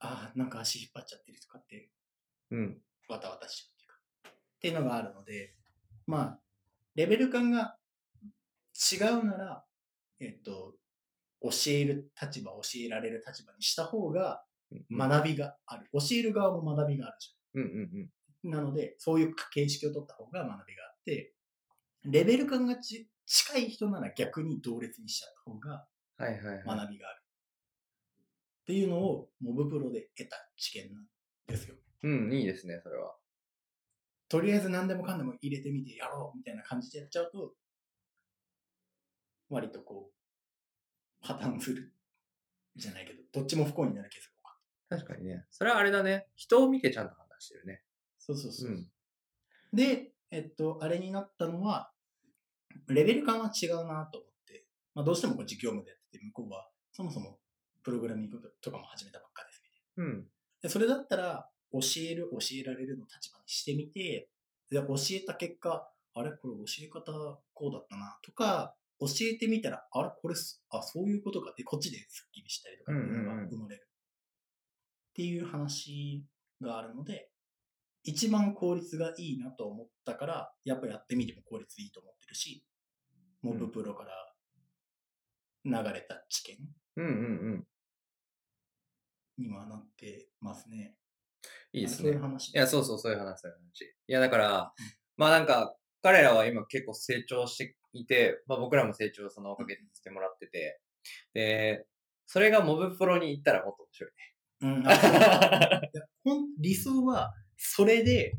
Speaker 2: ああ、なんか足引っ張っちゃってるとかって
Speaker 1: うん。
Speaker 2: わたわたしちゃうっていうか。っていうのがあるので、まあ、レベル感が違うなら、えっと、教える立場、教えられる立場にした方が学びがある。教える側も学びがあるじ
Speaker 1: うんうんうん。
Speaker 2: ゃん。なので、そういう形式を取った方が学びがあって、レベル感がち近い人なら逆に同列にしちゃった方が
Speaker 1: はいはいはい。
Speaker 2: 学びがある。っていうのを、モブプロで得た知見なんですよ。
Speaker 1: うん、いいですね、それは。
Speaker 2: とりあえず何でもかんでも入れてみてやろうみたいな感じでやっちゃうと、割とこう、破綻する。じゃないけど、どっちも不幸になるケースが多かっ
Speaker 1: 確かにね。それはあれだね。人を見てちゃんと判断してるね。
Speaker 2: た。そうそうそう。
Speaker 1: うん
Speaker 2: で、えっと、あれになったのは、レベル感は違うなと思って、まあどうしてもこっち業務でやってて、向こうはそもそもプログラミングとかも始めたばっかです。
Speaker 1: うん。
Speaker 2: でそれだったら、教える、教えられるの立場にしてみて、で教えた結果、あれこれ教え方こうだったな、とか、教えてみたら、あれこれす、あ、そういうことかって、こっちですっきりしたりとかっていうの
Speaker 1: うんうんう
Speaker 2: が
Speaker 1: ん
Speaker 2: 生まれる。っていう話があるので、一番効率がいいなと思ったから、やっぱやってみても効率いいと思ってるし、モブプロから流れた知見
Speaker 1: うんうんうん。
Speaker 2: にはなってますね。
Speaker 1: いいです
Speaker 2: そうい
Speaker 1: ね
Speaker 2: う。話
Speaker 1: いや、そうそう、そういう話、そういう話。いや、だから、まあなんか、彼らは今結構成長していて、まあ僕らも成長そのおかげでしてもらってて、で、それがモブプロに行ったらもっと面白い
Speaker 2: うん、 (laughs)
Speaker 1: (laughs)
Speaker 2: あいやほん理想は、それで、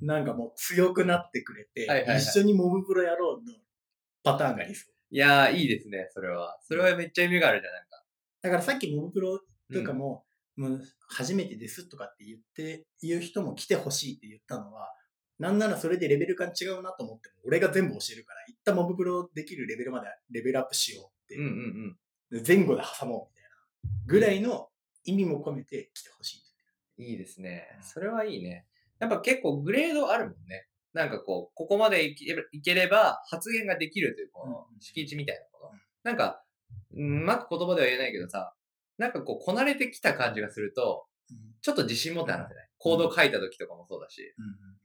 Speaker 2: なんかもう強くなってくれて、
Speaker 1: はいはいはい
Speaker 2: 一緒にモブプロやろうのパターンが理想。
Speaker 1: いやー、いいですね、それは。それはめっちゃ意味があるじゃんないか。
Speaker 2: だからさっきモブプロとか
Speaker 1: うん
Speaker 2: も、もう初めてですとかって言って、言う人も来てほしいって言ったのは、なんならそれでレベル感違うなと思っても、俺が全部教えるから、一旦モブプロできるレベルまでレベルアップしよう
Speaker 1: うん
Speaker 2: っ
Speaker 1: うんうん。
Speaker 2: て、前後で挟もうみたいなぐらいの意味も込めて来てほしい。
Speaker 1: いいですね
Speaker 2: う。ん
Speaker 1: それはいいね。やっぱ結構グレードあるもんね。なんかこう、ここまでいければいければ発言ができるというこの
Speaker 2: うんうん
Speaker 1: 敷地みたいなもの。
Speaker 2: うん
Speaker 1: なんか、うんうまく言葉では言えないけどさ、なんかこう、こなれてきた感じがすると、ちょっと自信持って話せない。コード書いた時とかもそうだし、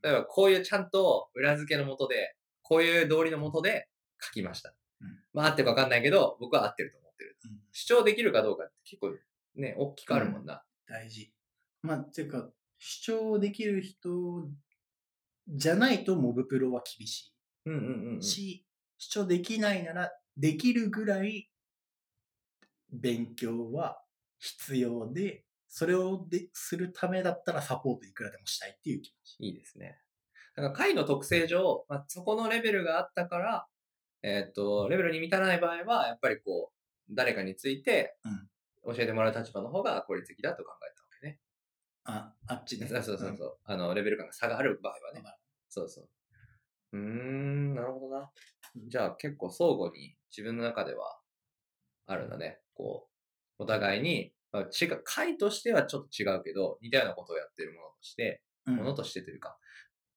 Speaker 1: 例えばこういうちゃんと裏付けのもとで、こういう道理のもとで書きました。
Speaker 2: うん
Speaker 1: まあ合ってるかわかんないけど、僕は合ってると思ってる。
Speaker 2: うん
Speaker 1: 主張できるかどうかって結構ね、大きくあるもんな。
Speaker 2: 大事。まあ、ていうか、主張できる人じゃないとモブプロは厳し
Speaker 1: うんうんうんうん
Speaker 2: いし、主張できないなら、できるぐらい勉強は必要で、それをでするためだったらサポートいくらでもしたいっていう気持ち。
Speaker 1: いいですね。だから会の特性上、まあ、そこのレベルがあったから、えーっと、レベルに満たない場合は、やっぱりこう、誰かについて教えてもらう立場の方が効率的だと考えたわけね。
Speaker 2: あ、あっちね。
Speaker 1: あ (laughs) そうそうそうう。あの、レベル感が差がある場合はね
Speaker 2: まあ。
Speaker 1: そうそう。うーん、なるほどな。じゃあ結構相互に自分の中ではあるんだね。こう、お互いに、まあ、違う、会としてはちょっと違うけど、似たようなことをやってるものとして、
Speaker 2: ん。
Speaker 1: ものとしてというか、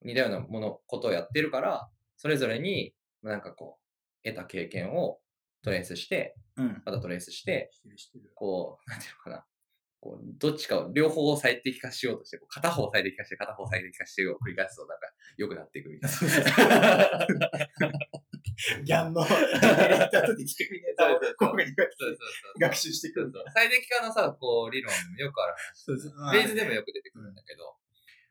Speaker 1: 似たようなもの、ことをやってるから、それぞれに、まあなんかこう、得た経験をトレースして、
Speaker 2: う
Speaker 1: (laughs)
Speaker 2: ん。うん。
Speaker 1: またトレースして、
Speaker 2: してるしてる。
Speaker 1: こう、なんていうのかな。こう、どっちかを、両方を最適化しようとして、こう片方を最適化して、片方を最適化してを繰り返すと、なんか、良くなっていくみたい
Speaker 2: そうそう
Speaker 1: な。
Speaker 2: ギャンの、やった時聞くみたいな。ここに
Speaker 1: そうそうそう。 (laughs)
Speaker 2: 学習していく
Speaker 1: そ
Speaker 2: ん
Speaker 1: う
Speaker 2: だ
Speaker 1: そう。最適化のさ、こう、理論でもよくある
Speaker 2: そうそう
Speaker 1: 話。ベースでもよく出てくるんだけど、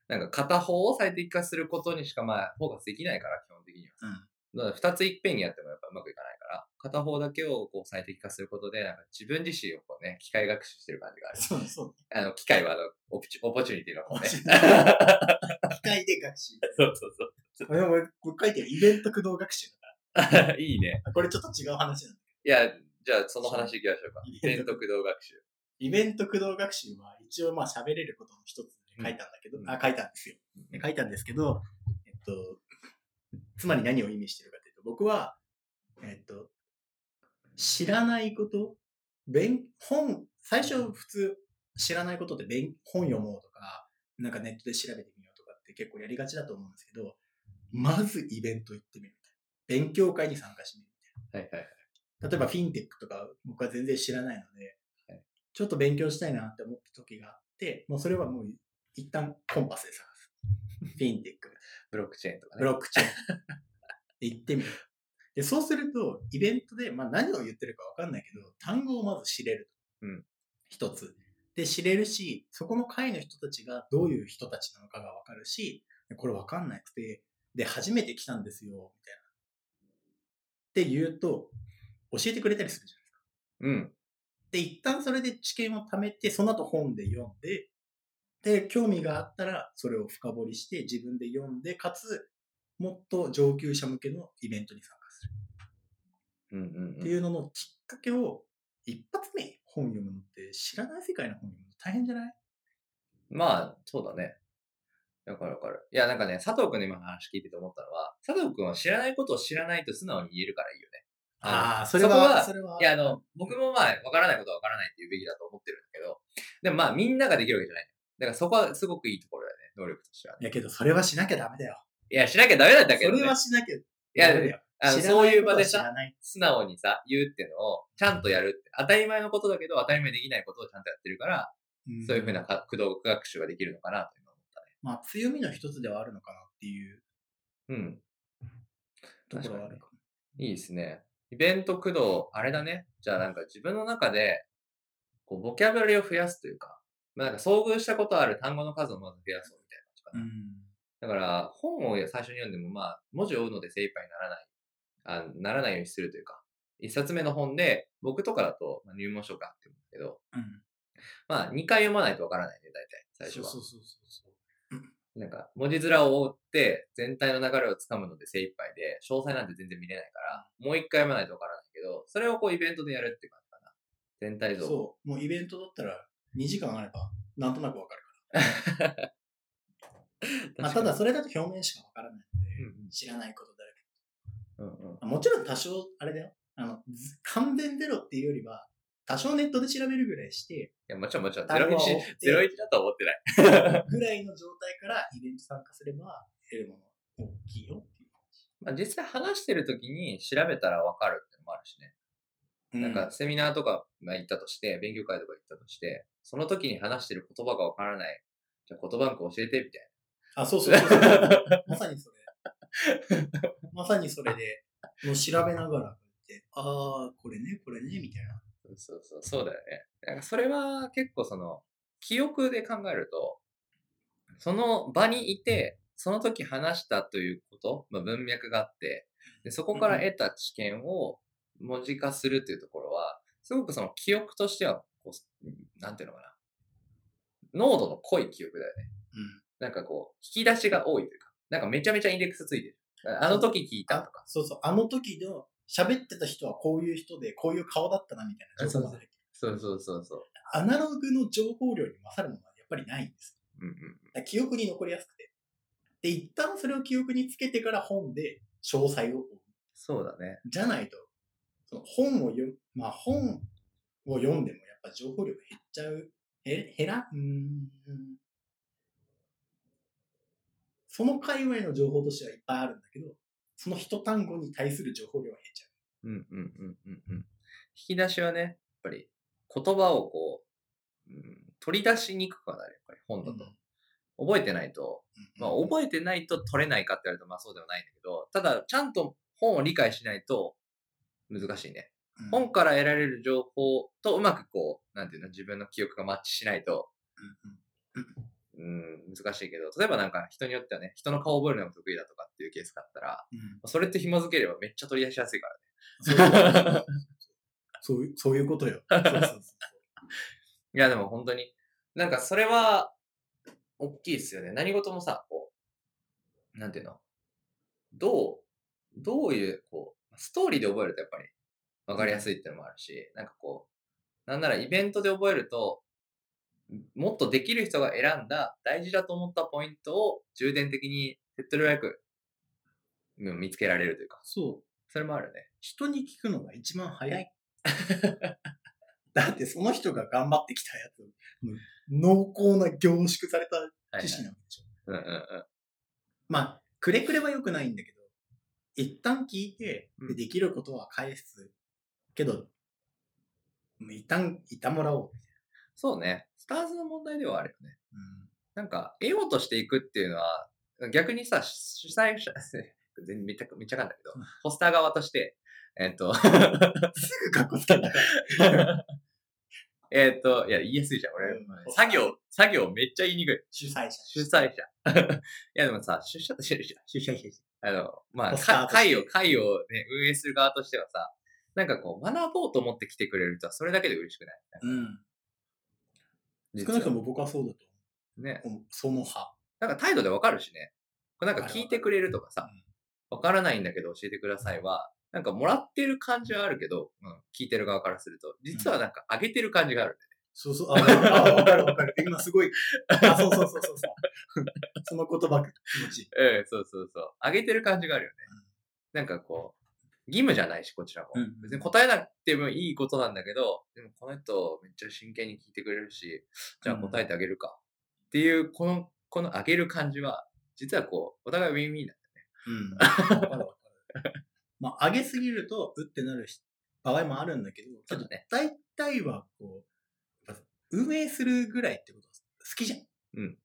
Speaker 1: なんか片方を最適化することにしか、まあ、フォーカスできないから、基本的には。
Speaker 2: うん
Speaker 1: だから二ついっぺんにやってもやっぱうまくいかないから、片方だけをこう最適化することで、なんか自分自身をこうね、機械学習してる感じがある。
Speaker 2: そうそう。
Speaker 1: あの、機械はあの、オプチオポチュニティの方ね。
Speaker 2: オ
Speaker 1: そ
Speaker 2: ポチ (laughs)
Speaker 1: う
Speaker 2: ュニテ機械で学習。
Speaker 1: (laughs) そうそう。
Speaker 2: あでも俺、これ書いてるイベント駆動学習だ
Speaker 1: (laughs)
Speaker 2: か
Speaker 1: いいね。
Speaker 2: ら。これちょっと違う話なんだ
Speaker 1: いや、じゃあその話行きましょうか。
Speaker 2: イベン
Speaker 1: 全
Speaker 2: ト
Speaker 1: 特動学習。
Speaker 2: イベント駆動学習は一応まあ喋れることの一つで書いたんだけど、
Speaker 1: うん
Speaker 2: あ、書いたんですよ。書いたんですけど、えっと、つまり何を意味してるかというと、僕は、えっと、知らないこと、勉、本、最初普通、知らないことって勉本読もうとか、なんかネットで調べてみようとかって結構やりがちだと思うんですけど、まずイベント行ってみるみたいな。勉強会に参加してみるみたいな。
Speaker 1: はいはい。
Speaker 2: 例えばフィンテックとか僕は全然知らないので、
Speaker 1: はい
Speaker 2: ちょっと勉強したいなって思った時があって、もうそれはもう一旦コンパスで探
Speaker 1: (laughs)
Speaker 2: す。フィンテック、
Speaker 1: ブロックチェーンとか
Speaker 2: ブ
Speaker 1: ね。
Speaker 2: ロックチェーン。で行ってみる。で、そうすると、イベントで、まあ何を言ってるかわかんないけど、単語をまず知れる。
Speaker 1: うん
Speaker 2: 一つ。で、知れるし、そこの会の人たちがどういう人たちなのかがわかるし、これわかんなくて、で、初めて来たんですよ、みたいな。って言うと、教えてくれたりするじゃん。
Speaker 1: うん。
Speaker 2: で、一旦それで知見を貯めて、その後本で読んで、で、興味があったら、それを深掘りして、自分で読んで、かつ、もっと上級者向けのイベントに参加する
Speaker 1: うんうんうん。
Speaker 2: っていうののきっかけを、一発目に本読むのって、知らない世界の本読むの大変じゃない
Speaker 1: まあ、そうだね。だからわかる。いや、なんかね、佐藤くんの今の話聞いてて思ったのは、佐藤くんは知らないことを知らないと素直に言えるからいいよね。
Speaker 2: あ、そ
Speaker 1: れは
Speaker 2: それは。
Speaker 1: いや、あの、僕もまあ、わからないことはわからないっていうべきだと思ってるんだけど、でもまあ、みんなができるわけじゃない。だからそこはすごくいいところだよね、能力としてはね、
Speaker 2: いやけど、それはしなきゃダメだよ。
Speaker 1: いや、しなきゃダメなんだけ
Speaker 2: そ
Speaker 1: ど、ね。
Speaker 2: れはしなきゃ
Speaker 1: いや
Speaker 2: ダメだよ。
Speaker 1: あの
Speaker 2: 知らない
Speaker 1: そういう場で
Speaker 2: ことは知
Speaker 1: さ、
Speaker 2: らない。
Speaker 1: 素直にさ、言うっていうのを、ちゃんとやるって。当たり前のことだけど、当たり前できないことをちゃんとやってるから、そういうふうなか駆動学習ができるのかなと今思ったね。
Speaker 2: まあ、強みの一つではあるのかなっていう
Speaker 1: うん。
Speaker 2: ところはあるかも。
Speaker 1: いいですね。イベント駆動、あれだね。じゃあなんか自分の中で、こう、ボキャブラリーを増やすというか、まあなんか遭遇したことある単語の数をまず増やそうみたいな感じかな。
Speaker 2: うん。
Speaker 1: だから、本を最初に読んでも、まあ、文字を追うので精一杯にならない、あならないようにするというか、一冊目の本で、僕とかだと、まあ、入門書かって思うんだけど、
Speaker 2: うん。
Speaker 1: まあ、2回読まないとわからないね、大体、最初は。
Speaker 2: そうそうそうそう
Speaker 1: なんか、文字面を追って、全体の流れをつかむので精一杯で、詳細なんて全然見れないから、もう一回読まないとわからないけど、それをこうイベントでやるって感じかな。全体
Speaker 2: そ
Speaker 1: 像。
Speaker 2: う。そう。もうイベントだったら2時間あればなんとなくわかるから。まあ、ただ
Speaker 1: 確か
Speaker 2: それだと表面しかわからないので、
Speaker 1: に、
Speaker 2: 知らないことだらけ。
Speaker 1: うんうん。うんうん。
Speaker 2: あもちろん多少、あれだよ。あの、ず完全ゼロっていうよりは、多少ネットで調べるぐらいして、
Speaker 1: いや、もちろんもちろん、
Speaker 2: 単語は追
Speaker 1: 01
Speaker 2: っ、て
Speaker 1: 01だとは思ってない。
Speaker 2: ぐらいの状態からイベント参加すれば、得るもの大きいよっていう
Speaker 1: まあ、実際話してる時に調べたらわかるってのもあるしね。
Speaker 2: 感じ。
Speaker 1: なん (laughs) か、セミナーとかまあ行ったとして、勉強会とか行ったとして、その時に話してる言葉がわからない。じゃあ言葉んく教えてみたい
Speaker 2: あ、そうそうそうそう。まさにそれ。まさにそれ
Speaker 1: (laughs)
Speaker 2: で、もう調べながらこうやって、ああ、これね、これね、みたいな。
Speaker 1: な。そうそう、そうだよね。なんかそれは結構その、記憶で考えると、その場にいて、その時話したということ、まあ、文脈があってで、そこから得た知見を文字化するというところは、すごくその記憶としてはこう、なんていうのかな、濃度の濃い記憶だよね。
Speaker 2: うん。
Speaker 1: なんかこう、引き出しが多いというか、なんかめちゃめちゃインデックスついてる。あの時聞いたとか。
Speaker 2: そうそう、あの時の喋ってた人はこういう人で、こういう顔だったなみたいな情報まで入ってる
Speaker 1: そうそうそうそう。
Speaker 2: アナログの情報量に勝るものはやっぱりないんです。
Speaker 1: うんうん。
Speaker 2: だから記憶に残りやすくて。で、一旦それを記憶につけてから本で詳細を追う。
Speaker 1: そうだね。
Speaker 2: じゃないと、その本を読む、まあ本を読んでもやっぱ情報量が減っちゃう。へ減ら、うーん。その界隈の情報としてはいっぱいあるんだけど、その一単語に対する情報量が減っちゃう。
Speaker 1: うんうんうんうんうん。引き出しはね、やっぱり言葉をこう、うん、取り出しにくくはなる。やっぱり本だと。覚えてないと、まあ覚えてないと取れないかって言われるとまあそうではないんだけど、ただちゃんと本を理解しないと難しいね。
Speaker 2: うん
Speaker 1: 本から得られる情報とうまくこう、なんていうの、自分の記憶がマッチしないとうん、難しいけど、例えばなんか人によってはね、人の顔を覚えるのが得意だとかっていうケースがあったら、それって紐づければめっちゃ取り出しやすいからね。
Speaker 2: そういう、そうい
Speaker 1: (laughs)
Speaker 2: うことよ。そうそうそう
Speaker 1: いや、でも本当に、なんかそれは、大きいですよね。何事もさ、こう、なんていうの、どう、どういう、こう、ストーリーで覚えるとやっぱり分かりやすいってのもあるし、なんかこう、なんならイベントで覚えると、もっとできる人が選んだ大事だと思ったポイントを重点的に手っ取り早くうん見つけられるというか、
Speaker 2: そう。
Speaker 1: それもあるね。
Speaker 2: 人に聞くのが一番
Speaker 1: (laughs)
Speaker 2: 早い。だってその人が頑張ってきたやつ、濃厚な凝縮され
Speaker 1: は
Speaker 2: た
Speaker 1: い
Speaker 2: 知
Speaker 1: は
Speaker 2: 識
Speaker 1: い。
Speaker 2: なわけでしょ。
Speaker 1: うんうんうん。
Speaker 2: まあ、くれくれは良くないんだけど、一旦聞いて、
Speaker 1: う
Speaker 2: で
Speaker 1: ん
Speaker 2: できることは返す。けど、もう一旦、いたもらおう。
Speaker 1: そうね。スターズの問題ではあるよね。
Speaker 2: うん
Speaker 1: なんか、得ようとしていくっていうのは、逆にさ、主催者、 (laughs) 全然めっちゃ、めっちゃかんだけど
Speaker 2: うん、
Speaker 1: ホスター側として、えっと、 (laughs)
Speaker 2: すぐ (laughs) 格好つけたから。
Speaker 1: えっと、いや、言いやすいじゃん、俺。作業、作業めっちゃ言いにくい。
Speaker 2: 主催者。
Speaker 1: 主催者。 (laughs) いや、でもさ、主催者、主催者、
Speaker 2: 主催者。
Speaker 1: あの、まあ、
Speaker 2: ホスター
Speaker 1: か
Speaker 2: として
Speaker 1: 会を、会をね、運営する側としてはさ、なんかこう、学ぼうと思って来てくれると、それだけで嬉しくない
Speaker 2: うん。
Speaker 1: 実
Speaker 2: 少なくと
Speaker 1: は
Speaker 2: も僕はそうだと
Speaker 1: ね。
Speaker 2: 思う。その派。
Speaker 1: なんか態度でわかるしね。これなんか聞いてくれるとか
Speaker 2: わ
Speaker 1: さ
Speaker 2: かるわ、
Speaker 1: わからないんだけど教えてくださいは、なんかもらってる感じはあるけど、うん、聞いてる側からすると、実はなんかあげてる感じがある。
Speaker 2: そうそう、あ、あわかるわかる。今すごい。あ、そうそうそうそうそう。その言葉気持ちいい。
Speaker 1: うん、そうそうそう。あげてる感じがあるよね。なんかこう、義務じゃないし、こちらも。
Speaker 2: うん
Speaker 1: 別に答えなくてもいいことなんだけど、でもこの人めっちゃ真剣に聞いてくれるし、じゃあ答えてあげるか。っていう、この、このあげる感じは、実はこう、お互いウィンウィンだ。
Speaker 2: うん。わかるわかる。 (laughs) まあ、上げすぎると、うってなるし場合もあるんだけど、
Speaker 1: そうだね
Speaker 2: 大体は、こう、やっぱ運営するぐらいってことは好きじゃん。
Speaker 1: うん。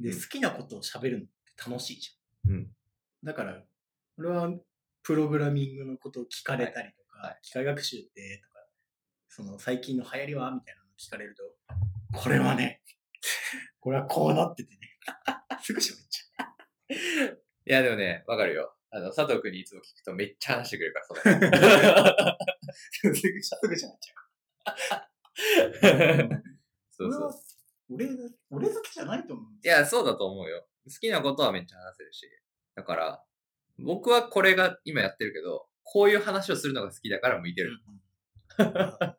Speaker 2: で、
Speaker 1: うん
Speaker 2: 好きなことを喋るのって楽しいじ
Speaker 1: うん。
Speaker 2: ゃん。だから、俺は、プログラミングのことを聞かれたりとか、
Speaker 1: はいは
Speaker 2: 機械学習って、とか、その最近の流行りはみたいなの聞かれると、これはね、 (laughs) これはこうなっててね。 (laughs) すぐ喋っちゃう。
Speaker 1: いや、でもね、わかるよ。あの、佐藤くんにいつも聞くとめっちゃ話してくれるから、
Speaker 2: すぐ喋っちゃう。
Speaker 1: その (laughs) そう
Speaker 2: 俺
Speaker 1: そう
Speaker 2: は。、俺が、俺好きじゃないと思う。
Speaker 1: いや、そうだと思うよ。好きなことはめっちゃ話せるし。だから、僕はこれが今やってるけど、こういう話をするのが好きだから向いてる。
Speaker 2: うん (laughs)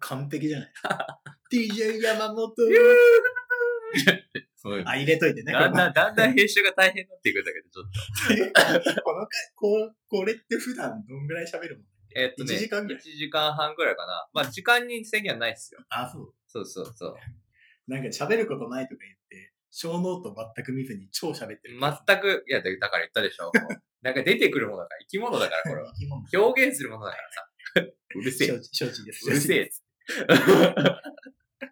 Speaker 2: 完璧じゃない ?DJ 山本
Speaker 1: (laughs) そういう (laughs)
Speaker 2: あ、入れといてね。こ
Speaker 1: だん
Speaker 2: の
Speaker 1: だん、だんだん編集が大変になっていくんだけど、ちょっ
Speaker 2: (laughs) この回、こう、これって普段どんぐらい喋るもん
Speaker 1: と。 (laughs) えっとね、
Speaker 2: 1時間ぐらい
Speaker 1: 1時間半ぐらいかな。まあ、時間に制限はないっすよ。
Speaker 2: あ、そう。
Speaker 1: そうそうそう。
Speaker 2: なんか喋ることないとか言って、小ノート全く見ずに超喋ってる。
Speaker 1: 全く、いや、だから言ったでし (laughs) ょ。もうなんか出てくるものだから、生き物だから、これは。
Speaker 2: 生き物。
Speaker 1: 表現するものだからさ。 (laughs) うるせえ。
Speaker 2: 承知です。
Speaker 1: うるせ
Speaker 2: え。
Speaker 1: (laughs) えっつって。い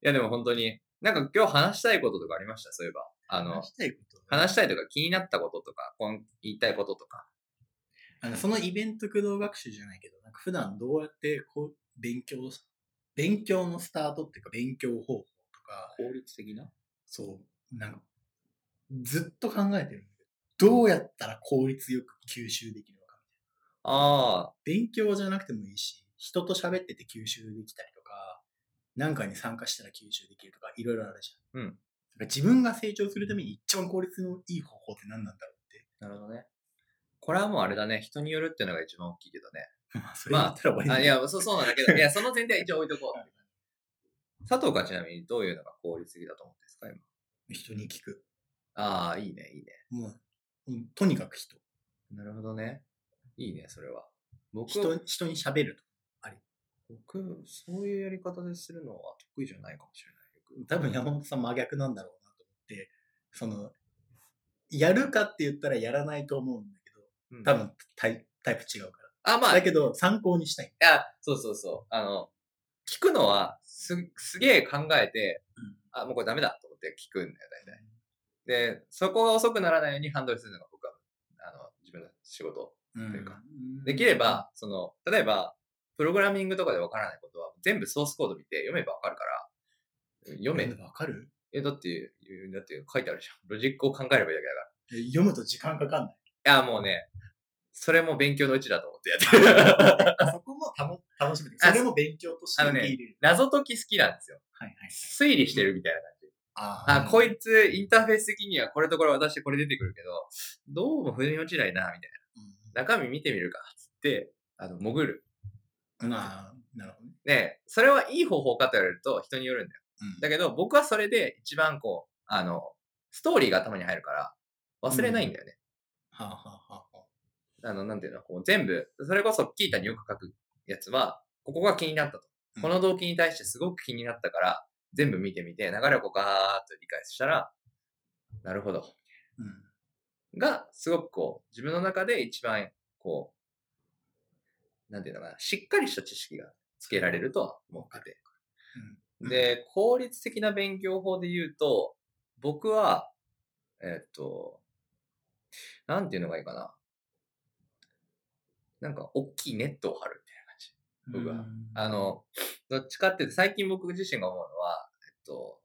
Speaker 1: や、でも本当に、なんか今日話したいこととかありましたそういえば。あの
Speaker 2: 話、したいこと。
Speaker 1: 話したいとか気になったこととか、こん言いたいこととか。
Speaker 2: あの、そのイベント駆動学習じゃないけど、なんか普段どうやってこう、勉強、勉強のスタートっていうか、勉強方法とか、
Speaker 1: 効率的な
Speaker 2: そう、なんか、ずっと考えてるんだけど、どうやったら効率よく吸収できるのか。
Speaker 1: ああ、
Speaker 2: 勉強じゃなくてもいいし、人と喋ってて吸収できたりとか、何かに参加したら吸収できるとか、いろいろあるじゃん。
Speaker 1: うん
Speaker 2: だから自分が成長するために一番効率のいい方法って何なんだろうって。
Speaker 1: なるほどね。これはもうあれだね。人によるっていうのが一番大きいけど
Speaker 2: (laughs) まあ、それ言ったら終わり
Speaker 1: ね。
Speaker 2: だ
Speaker 1: あ
Speaker 2: ね
Speaker 1: いや、そうそうなんだ (laughs) けど、いや、その前提は一応置いとこう。佐藤がちなみにどういうのが効率的だと思うんですか今。
Speaker 2: 人に聞く。
Speaker 1: ああ、いいね、いいね。
Speaker 2: もう、うんとにかく人。
Speaker 1: なるほどね。いいね、それは。僕は
Speaker 2: 人人に喋る
Speaker 1: 僕、そういうやり方でするのは得意じゃないかもしれない。よく
Speaker 2: と。多分山本さん真逆なんだろうなと思って、その、やるかって言ったらやらないと思うんだけど、
Speaker 1: うん
Speaker 2: 多分タイタイプ違うか
Speaker 1: あ、ま
Speaker 2: ら。
Speaker 1: あ、
Speaker 2: だ
Speaker 1: い
Speaker 2: けど参考にしたい。
Speaker 1: や、そうそうそう。あの、聞くのはす、すげえ考えて、
Speaker 2: うん
Speaker 1: あ、もうこれダメだと思って聞くんだよ、大体。で、そこが遅くならないようにハンドルするのが僕は、あの、自分の仕事。
Speaker 2: うん
Speaker 1: というかできれ、ば、その、例えば、プログラミングとかでわからないことは、全部ソースコード見て読めばわかるから、読め。
Speaker 2: わかる
Speaker 1: え、だって、だって書いてあるじゃん。ロジックを考えればいいだけだから。
Speaker 2: え読むと時間かか
Speaker 1: (laughs)
Speaker 2: んない。
Speaker 1: いや、もうね、それも勉強のうちだと思ってや (laughs) ってる。
Speaker 2: そこも楽楽しみで。
Speaker 1: あ
Speaker 2: それも勉強として
Speaker 1: あの
Speaker 2: 受
Speaker 1: ね
Speaker 2: け入れる。
Speaker 1: 謎解き好きなんですよ。
Speaker 2: はいはい。
Speaker 1: 推理してるみたいな感じ。
Speaker 2: あ
Speaker 1: あ、こいつ、インターフェース的にはこれとこれ渡してこれ出てくるけど、どうも腑に落ちないな、みたいな。中身見てみるか、つって、あの、潜る。
Speaker 2: うんまあ、なるほどね。
Speaker 1: ね、それはいい方法かと言われると人によるんだよ。だけど、僕はそれで一番こう、あの、ストーリーが頭に入るから、忘れないんだよね。
Speaker 2: はあ、はあはあはあ、
Speaker 1: あの、なんていうの、こう全部、それこそキータによく書くやつは、ここが気になったと。
Speaker 2: うん
Speaker 1: この動機に対してすごく気になったから、全部見てみて、流れをこうガーッと理解したら、なるほど。
Speaker 2: うん。
Speaker 1: が、すごくこう、自分の中で一番、こう、なんていうのかな、しっかりした知識がつけられるとは思ってて。
Speaker 2: うん
Speaker 1: で、効率的な勉強法で言うと、僕は、えっと、なんていうのがいいかな。なんか、大きいネットを張るみたいな感じ。僕は
Speaker 2: うん
Speaker 1: あ、の、どっちかっていうと、最近僕自身が思うのは、えっと、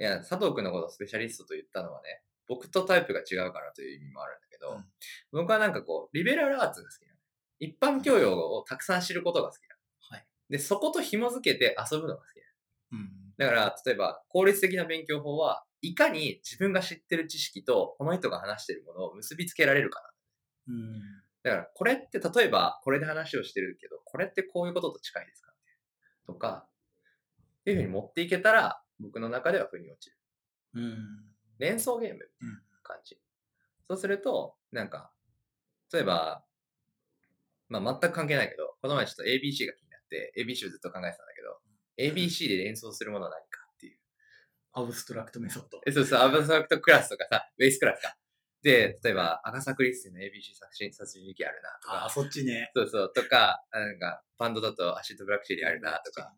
Speaker 1: いや、佐藤くんのことをスペシャリストと言ったのはね、僕とタイプが違うからという意味もあるんだけど、
Speaker 2: うん
Speaker 1: 僕はなんかこう、リベラルアーツが好きなの。一般教養をたくさん知ることが好きなの。
Speaker 2: はい
Speaker 1: で、そこと紐づけて遊ぶのが好き
Speaker 2: うん。
Speaker 1: なの。だから、例えば、効率的な勉強法は、いかに自分が知ってる知識と、この人が話してるものを結びつけられるか
Speaker 2: うん。
Speaker 1: だから、これって、例えば、これで話をしてるけど、これってこういうことと近いですかねとか、っていうふうに持っていけたら、僕の中では腑に落ちる。
Speaker 2: うん。
Speaker 1: 連想ゲームみたいな感じ。そうすると、なんか、例えば、まあ、全く関係ないけど、この前ちょっと ABC が気になって、ABC をずっと考えてたんだけど、ABC で連想するものは何かっていう。
Speaker 2: アブストラクトメソッド。
Speaker 1: えそうそう、アブストラクトクラスとかさ、ベースクラスか。で、例えば、アガサ・クリスティの ABC 作品殺人事件あるなとか
Speaker 2: あ、、そっちね。
Speaker 1: そうそう、とか、なんか、バンドだとアシッドブラックシェリーあるな、とか。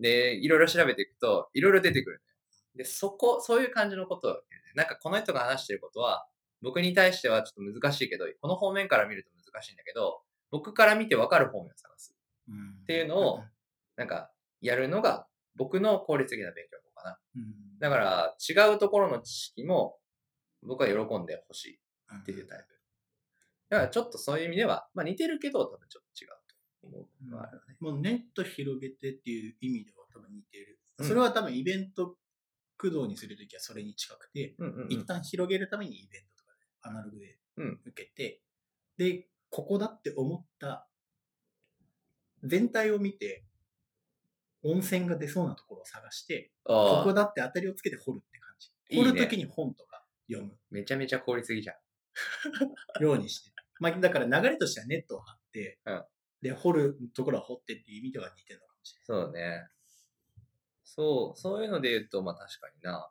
Speaker 1: で、いろいろ調べていくと、いろいろ出てくるのよ。で、そこ、そういう感じのことを言うね、なんかこの人が話してることは、僕に対してはちょっと難しいけど、この方面から見ると難しいんだけど、僕から見てわかる方面を探す。
Speaker 2: うん。って
Speaker 1: いうのをなんか、やるのが、僕の効率的な勉強法かな。
Speaker 2: うん、
Speaker 1: だから、違うところの知識も、僕は喜んでほしい
Speaker 2: ら、っ
Speaker 1: っていうタイプ。だから、ちょっとそういう意味では、まあ似てるけど、多分ちょっと違うと思うのはあるよね。
Speaker 2: もうネット広げてっていう意味では多分似てる。
Speaker 1: うん
Speaker 2: それは多分イベント駆動にするときはそれに近くて、
Speaker 1: うんうんうん
Speaker 2: 一旦広げるためにイベントとかで、アナログで
Speaker 1: うん
Speaker 2: 受けて、で、ここだって思った全体を見て、温泉が出そうなところを探して、こ
Speaker 1: あ
Speaker 2: こ
Speaker 1: あ、
Speaker 2: だって当たりをつけて掘るって感じ。
Speaker 1: いいね
Speaker 2: 掘るときに本とか読む
Speaker 1: めちゃめちゃ効率的じゃん。
Speaker 2: ようにして。まあ、だから流れとしてはネットを張って、
Speaker 1: うん
Speaker 2: で、掘るところは掘ってっていう意味では似てるのかもしれない。
Speaker 1: そうね。そう、そういうので言うと、まあ確かにな。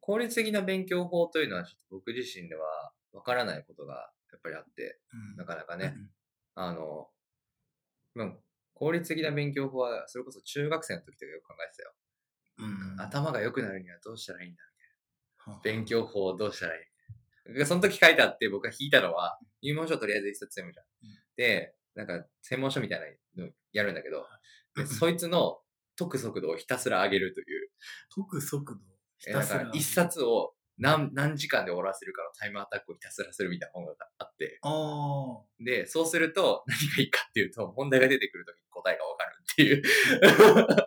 Speaker 1: 効率的な勉強法というのは、ちょっと僕自身ではわからないことがやっぱりあって、なかなかね、あの、まあ、効率的な勉強法は、それこそ中学生の時とかよく考えてたよ。
Speaker 2: うん。うん、
Speaker 1: 頭が良くなるにはどうしたらいいんだ
Speaker 2: はあ
Speaker 1: 勉強法をどうしたらいいその時書いてあって僕が引いたのは、入門書とりあえず一冊読むじゃ
Speaker 2: うんん。
Speaker 1: で、なんか専門書みたいなのやるんだけど、で
Speaker 2: うん
Speaker 1: そいつの解く速度をひたすら上げるという、
Speaker 2: 解く速度をひ
Speaker 1: えな
Speaker 2: た
Speaker 1: ん
Speaker 2: すら
Speaker 1: か一冊を何何時間で終わらせるかのタイムアタックをひたすらするみたいな本があって、
Speaker 2: ああ
Speaker 1: で、そうすると何がいいかっていうと、問題が出てくるときに答えがわかるっていう。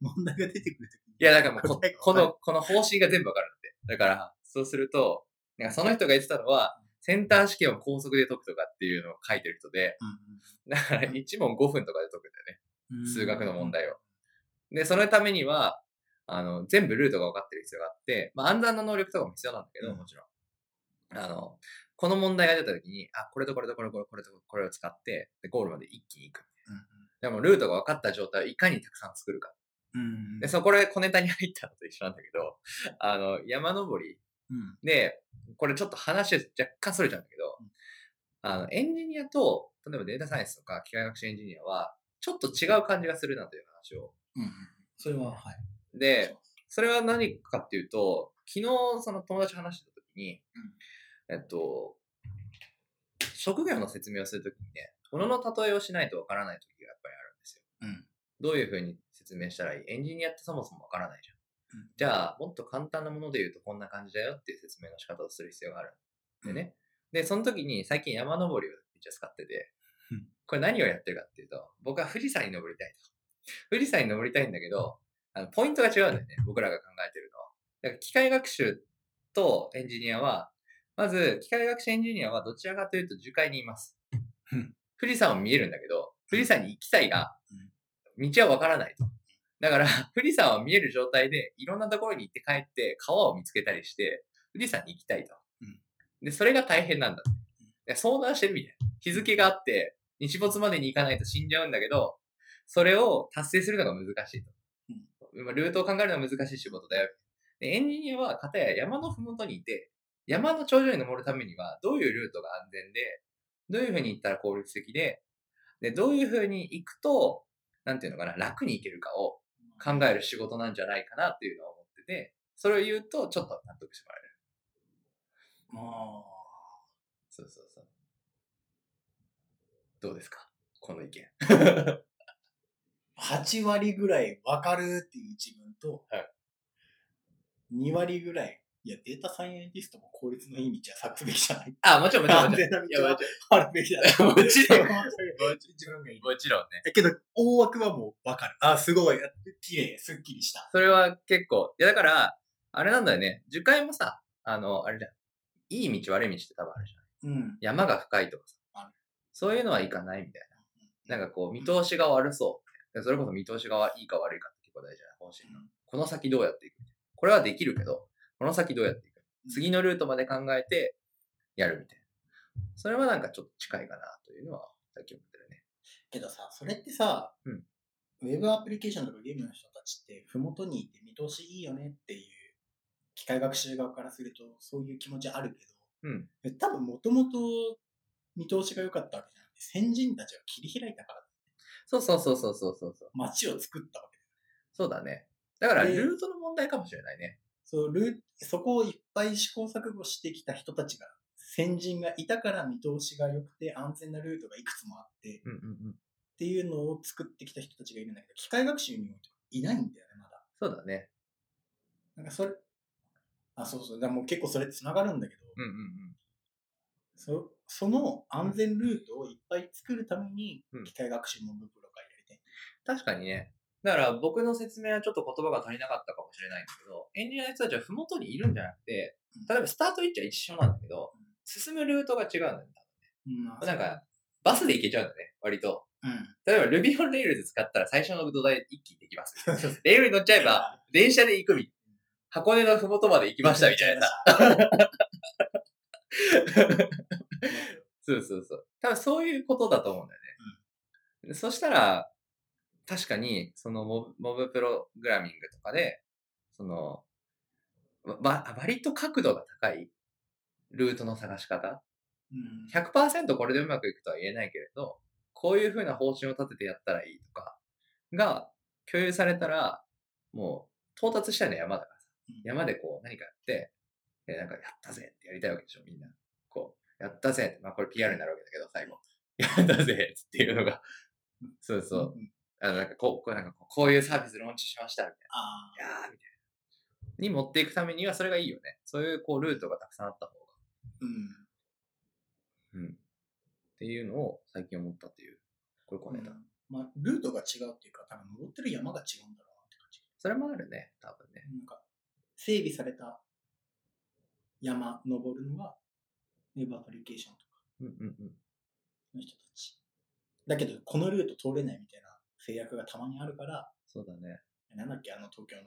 Speaker 2: 問題が出てくるときに
Speaker 1: いや、だからもうこ
Speaker 2: 答えが、
Speaker 1: この、この方針が全部わかるんで。だから、そうすると、なんかその人が言ってたのは、センター試験を高速で解くとかっていうのを書いてる人で、だから1問5分とかで解くんだよ
Speaker 2: うんうん
Speaker 1: ね。数学の問題を。で、そのためには、あの、全部ルートが分かってる必要があって、まあ、暗算の能力とかも必要なんだけど、
Speaker 2: うん
Speaker 1: もちろん。あの、この問題が出た時に、あ、これとこれとこれとこれとこれを使って、でゴールまで一気に行く。でも、ルートが分かった状態をいかにたくさん作るか。
Speaker 2: うんうん
Speaker 1: で、そこで小ネタに入ったのと一緒なんだけど、あの、山登り
Speaker 2: うん
Speaker 1: で、これちょっと話若干それちゃうんだけど
Speaker 2: うん、
Speaker 1: あの、エンジニアと、例えばデータサイエンスとか機械学習エンジニアは、ちょっと違う感じがするなという話を。
Speaker 2: うんうんそれははい
Speaker 1: で、それは何かっていうと、昨日その友達と話してた時に、えっと、職業の説明をするときにね、物の例えをしないとわからない時がやっぱりあるんですよ。
Speaker 2: うん
Speaker 1: どういうふうに説明したらいいエンジニアってそもそもわからないじゃん。
Speaker 2: うん
Speaker 1: じゃあ、もっと簡単なもので言うとこんな感じだよっていう説明の仕方をする必要があるんでね。で、その時に最近山登りをめっちゃ使ってて
Speaker 2: うん、
Speaker 1: これ何をやってるかっていうと、僕は富士山に登りたいと。富士山に登りたいんだけど、あのポイントが違うんだよね、僕らが考えてるのは。だから機械学習とエンジニアは、まず、機械学習エンジニアはどちらかというと樹海にいます
Speaker 2: うん。
Speaker 1: 富士山を見えるんだけど、富士山に行きたいが、道はわからないと。だから、富士山を見える状態で、いろんなところに行って帰って、川を見つけたりして、富士山に行きたいと。
Speaker 2: うん
Speaker 1: で、それが大変なんだって。で相談してるみたいな。日付があって、日没までに行かないと死んじゃうんだけど、それを達成するのが難しいと。まあルートを考えるのは難しい仕事だよ。でエンジニアは片や山のふもとにいて、山の頂上に登るためには、どういうルートが安全で、どういうふうに行ったら効率的で、で、どういうふうに行くと、なんていうのかな、楽に行けるかを考える仕事なんじゃないかなっていうのを思ってて、それを言うと、ちょっと納得してもらえる。
Speaker 2: ま
Speaker 1: そうそうそう。どうですかこの意見。
Speaker 2: あ、8割ぐらい分かるっていう自分と、
Speaker 1: はい
Speaker 2: 2割ぐらい、いや、データサイエンティストも効率のいい道は探すべきじゃない。
Speaker 1: あ、もちろんもちろん
Speaker 2: 安
Speaker 1: もちろん。
Speaker 2: 全な道
Speaker 1: いや
Speaker 2: は
Speaker 1: もち
Speaker 2: あるべきじゃない。 (laughs)
Speaker 1: ろん。もちろん。
Speaker 2: 自分がいい。
Speaker 1: もちろんね。
Speaker 2: だけど、大枠はもう分かる。あ、すごい。綺麗、すっきりした。
Speaker 1: それは結構。いやだから、あれなんだよね。樹海もさ、あの、あれじゃん。いい道悪い道って多分あるじゃん。
Speaker 2: うん。
Speaker 1: 山が深いとか
Speaker 2: あ
Speaker 1: さ。そういうのはいかないみたいな。なんかこう、見通しが悪そう。でそれこそ見通しがいいか悪いかって結構大事じゃない本心の。この先どうやっていくこれはできるけど、この先どうやっていく次のルートまで考えてやるみたいな。それはなんかちょっと近いかなというのは、さっき思ってるね。
Speaker 2: けどさ、それってさ、
Speaker 1: うん
Speaker 2: ウェブアプリケーションとかゲームの人たちって、ふもとにいて見通しいいよねっていう、機械学習側からすると、そういう気持ちあるけ
Speaker 1: うん。
Speaker 2: ど、多分もともと見通しが良かったわけじゃなくて、先人たちが切り開いたから、
Speaker 1: そうそうそうそうそうそうそう。
Speaker 2: 街を作ったわけ。
Speaker 1: そうだね。だから、
Speaker 2: で
Speaker 1: ルートの問題かもしれないね。
Speaker 2: そうルーそこをいっぱい試行錯誤してきた人たちが、先人がいたから見通しが良くて、安全なルートがいくつもあって、
Speaker 1: うんうんうん。
Speaker 2: っていうのを作ってきた人たちがいるんだけど、機械学習においてはいないんだよね、まだ。
Speaker 1: そうだね。
Speaker 2: なんかそれ、あ、そうそう、だからもう結構それつながるんだけど、
Speaker 1: うんうんうん。
Speaker 2: そその安全ルートをいっぱい作るために
Speaker 1: うん、
Speaker 2: 機械学習も文プロが入れて、
Speaker 1: 確かにね。だから僕の説明はちょっと言葉が足りなかったかもしれないんですけど、エンジニアの人たちは麓にいるんじゃなくて、例えばスタート位置は一緒なんだけど
Speaker 2: うん、
Speaker 1: 進むルートが違うんだよね。
Speaker 2: うん、まあ
Speaker 1: なん、か、バスで行けちゃうんだね、割と。
Speaker 2: うん。
Speaker 1: 例えば Ruby on Rails 使ったら最初の土台一気にできます。レールに乗っちゃえば、電車で行くみたいな。箱根のふもとまで行きましたみたいなさ。
Speaker 2: さ。
Speaker 1: そうそうそう。多分そういうことだと思うんだよね。そしたら、確かに、そのモブモブプログラミングとかで、その、わわ割と角度が高いルートの探し方。
Speaker 2: (laughs) うん
Speaker 1: 100%これでうまくいくとは言えないけれど、こういう風な方針を立ててやったらいいとか、が共有されたら、もう到達したいのは山だからさ。山でこう何かやって、でなんかやったぜってやりたいわけでしょ、みんな。こう、やったぜって、まあこれ PR になるわけだけど、最後。 (laughs) やったぜっていうのが、そうそうう。
Speaker 2: ん。
Speaker 1: あの、なんかこう、こうなんかこうこういうサービスローンチしました、みたい
Speaker 2: あ
Speaker 1: な。いやーみたいな。に持っていくためにはそれがいいよね。そういうこうルートがたくさんあった方が。
Speaker 2: ーうん。
Speaker 1: うん。っていうのを最近思ったっていう。これこうネタ。
Speaker 2: まあ、ルートが違うっていうか、多分登ってる山が違うんだろうなって感じ。
Speaker 1: それもあるね、多分ね。
Speaker 2: なんか、整備された山登るのは、ウェブアプリケーションとか
Speaker 1: うんうんうん。
Speaker 2: の人たち。だけど、このルート通れないみたいな制約がたまにあるから、
Speaker 1: そうだね。
Speaker 2: なんだっけ、あの東京の、ちょ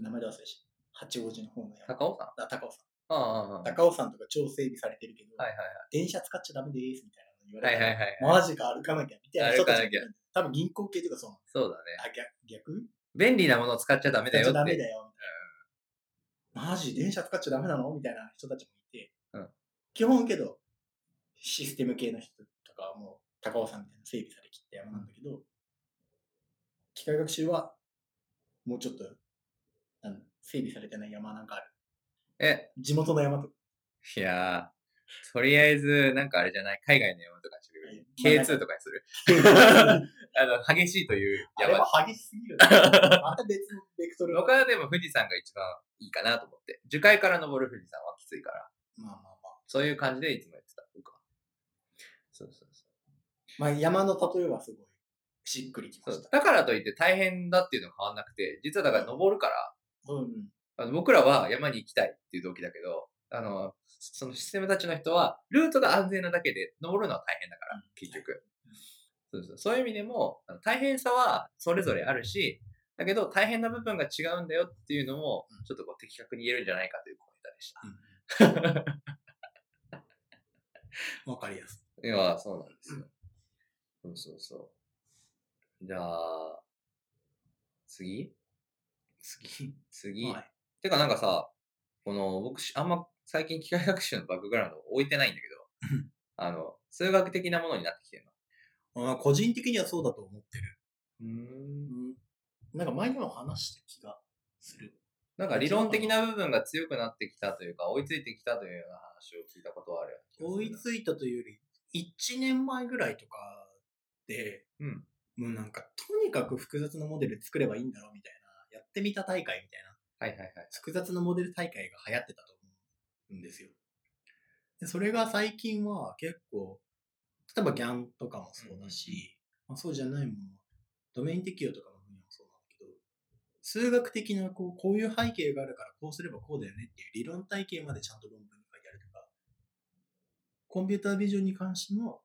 Speaker 2: っと名前で忘れした。八王子の方の山。
Speaker 1: 高尾さんあ
Speaker 2: あ高尾山。
Speaker 1: あ、ああ。はい
Speaker 2: 高尾山とか超整備されてるけど、
Speaker 1: はい
Speaker 2: 電車使っちゃダメですみたいなの言わ
Speaker 1: は
Speaker 2: れ
Speaker 1: い。
Speaker 2: て、
Speaker 1: はいはいはい。
Speaker 2: マジか歩かなきゃみたいな人たちがいるんだよ
Speaker 1: 歩
Speaker 2: 多分銀行系とかそうなの。
Speaker 1: そうだね。
Speaker 2: あ、逆逆
Speaker 1: 便利なものを使っちゃダメだよ
Speaker 2: 使っちゃ
Speaker 1: っ
Speaker 2: ダメ
Speaker 1: て。
Speaker 2: だよ。マジ電車使っちゃダメなのみたいな人たちもいて、
Speaker 1: うん
Speaker 2: 基本けど、システム系の人とかはもう、高尾山みたいな整備されきった山なんだけど、機械学習は、もうちょっと、なんだ整備されてない山なんかある。
Speaker 1: え、
Speaker 2: 地元の山とか。
Speaker 1: いやー、とりあえず、なんかあれじゃない、海外の山とかにする。K2
Speaker 2: (laughs)
Speaker 1: とかにする。あの、激しいという
Speaker 2: あれ
Speaker 1: 山。
Speaker 2: は激しす
Speaker 1: (laughs)
Speaker 2: ぎるな。また別のベクトルが。
Speaker 1: 僕はでも富士山が一番いいかなと思って。樹海から登る富士山はきついから。
Speaker 2: まあまあ
Speaker 1: そういう感じでいつもやってた、僕は。そうそうそ
Speaker 2: まあ。まあ山の例えはすごい、しっくりき
Speaker 1: う。
Speaker 2: まし
Speaker 1: そう
Speaker 2: た。
Speaker 1: だからといって大変だっていうのは変わんなくて、実はだから登るから、
Speaker 2: うん。
Speaker 1: あの僕らは山に行きたいっていう動機だけど、あの、そのシステムたちの人は、ルートが安全なだけで登るのは大変だから、結局。そうそうそういう意味でも、あの大変さはそれぞれあるし、だけど大変な部分が違うんだよっていうのも
Speaker 2: うん、
Speaker 1: ちょっとこう的確に言えるんじゃないかというコメントでした。
Speaker 2: わかりやす
Speaker 1: いや、そうなんですよ。そうそうそう。じゃあ、次
Speaker 2: い。次。
Speaker 1: 次、
Speaker 2: はい。
Speaker 1: てかなんかさ、この、僕し、あんま最近機械学習のバックグラウンド置いてないんだけ
Speaker 2: う
Speaker 1: ど
Speaker 2: ん、
Speaker 1: あの、数学的なものになってきてる
Speaker 2: あ個人的にはそうだと思ってる。
Speaker 1: の。うん。
Speaker 2: なんか前にも話した気がする。
Speaker 1: なんか理論的な部分が強くなってきたというか、追いついてきたというような話を聞いたことはあるよう
Speaker 2: 追
Speaker 1: な気
Speaker 2: い
Speaker 1: がす
Speaker 2: ついたというより、1年前ぐらいとかで、
Speaker 1: るな。うん。
Speaker 2: もうなんか、とにかく複雑なモデル作ればいいんだろうみたいな、やってみた大会みたい
Speaker 1: は
Speaker 2: な、
Speaker 1: いはいはい。
Speaker 2: 複雑なモデル大会が流行ってたと思うんですよ。でそれが最近は結構、例えば GAN とかもそうだし、まあ、そうじゃないもの、ドメイン適用とかの分野もそうなんだけど、数学的なこうこういう背景があるからこうすればこうだよねっていう理論体系までちゃんと論文に書いてあるとか、コンピュータービジョンに関しても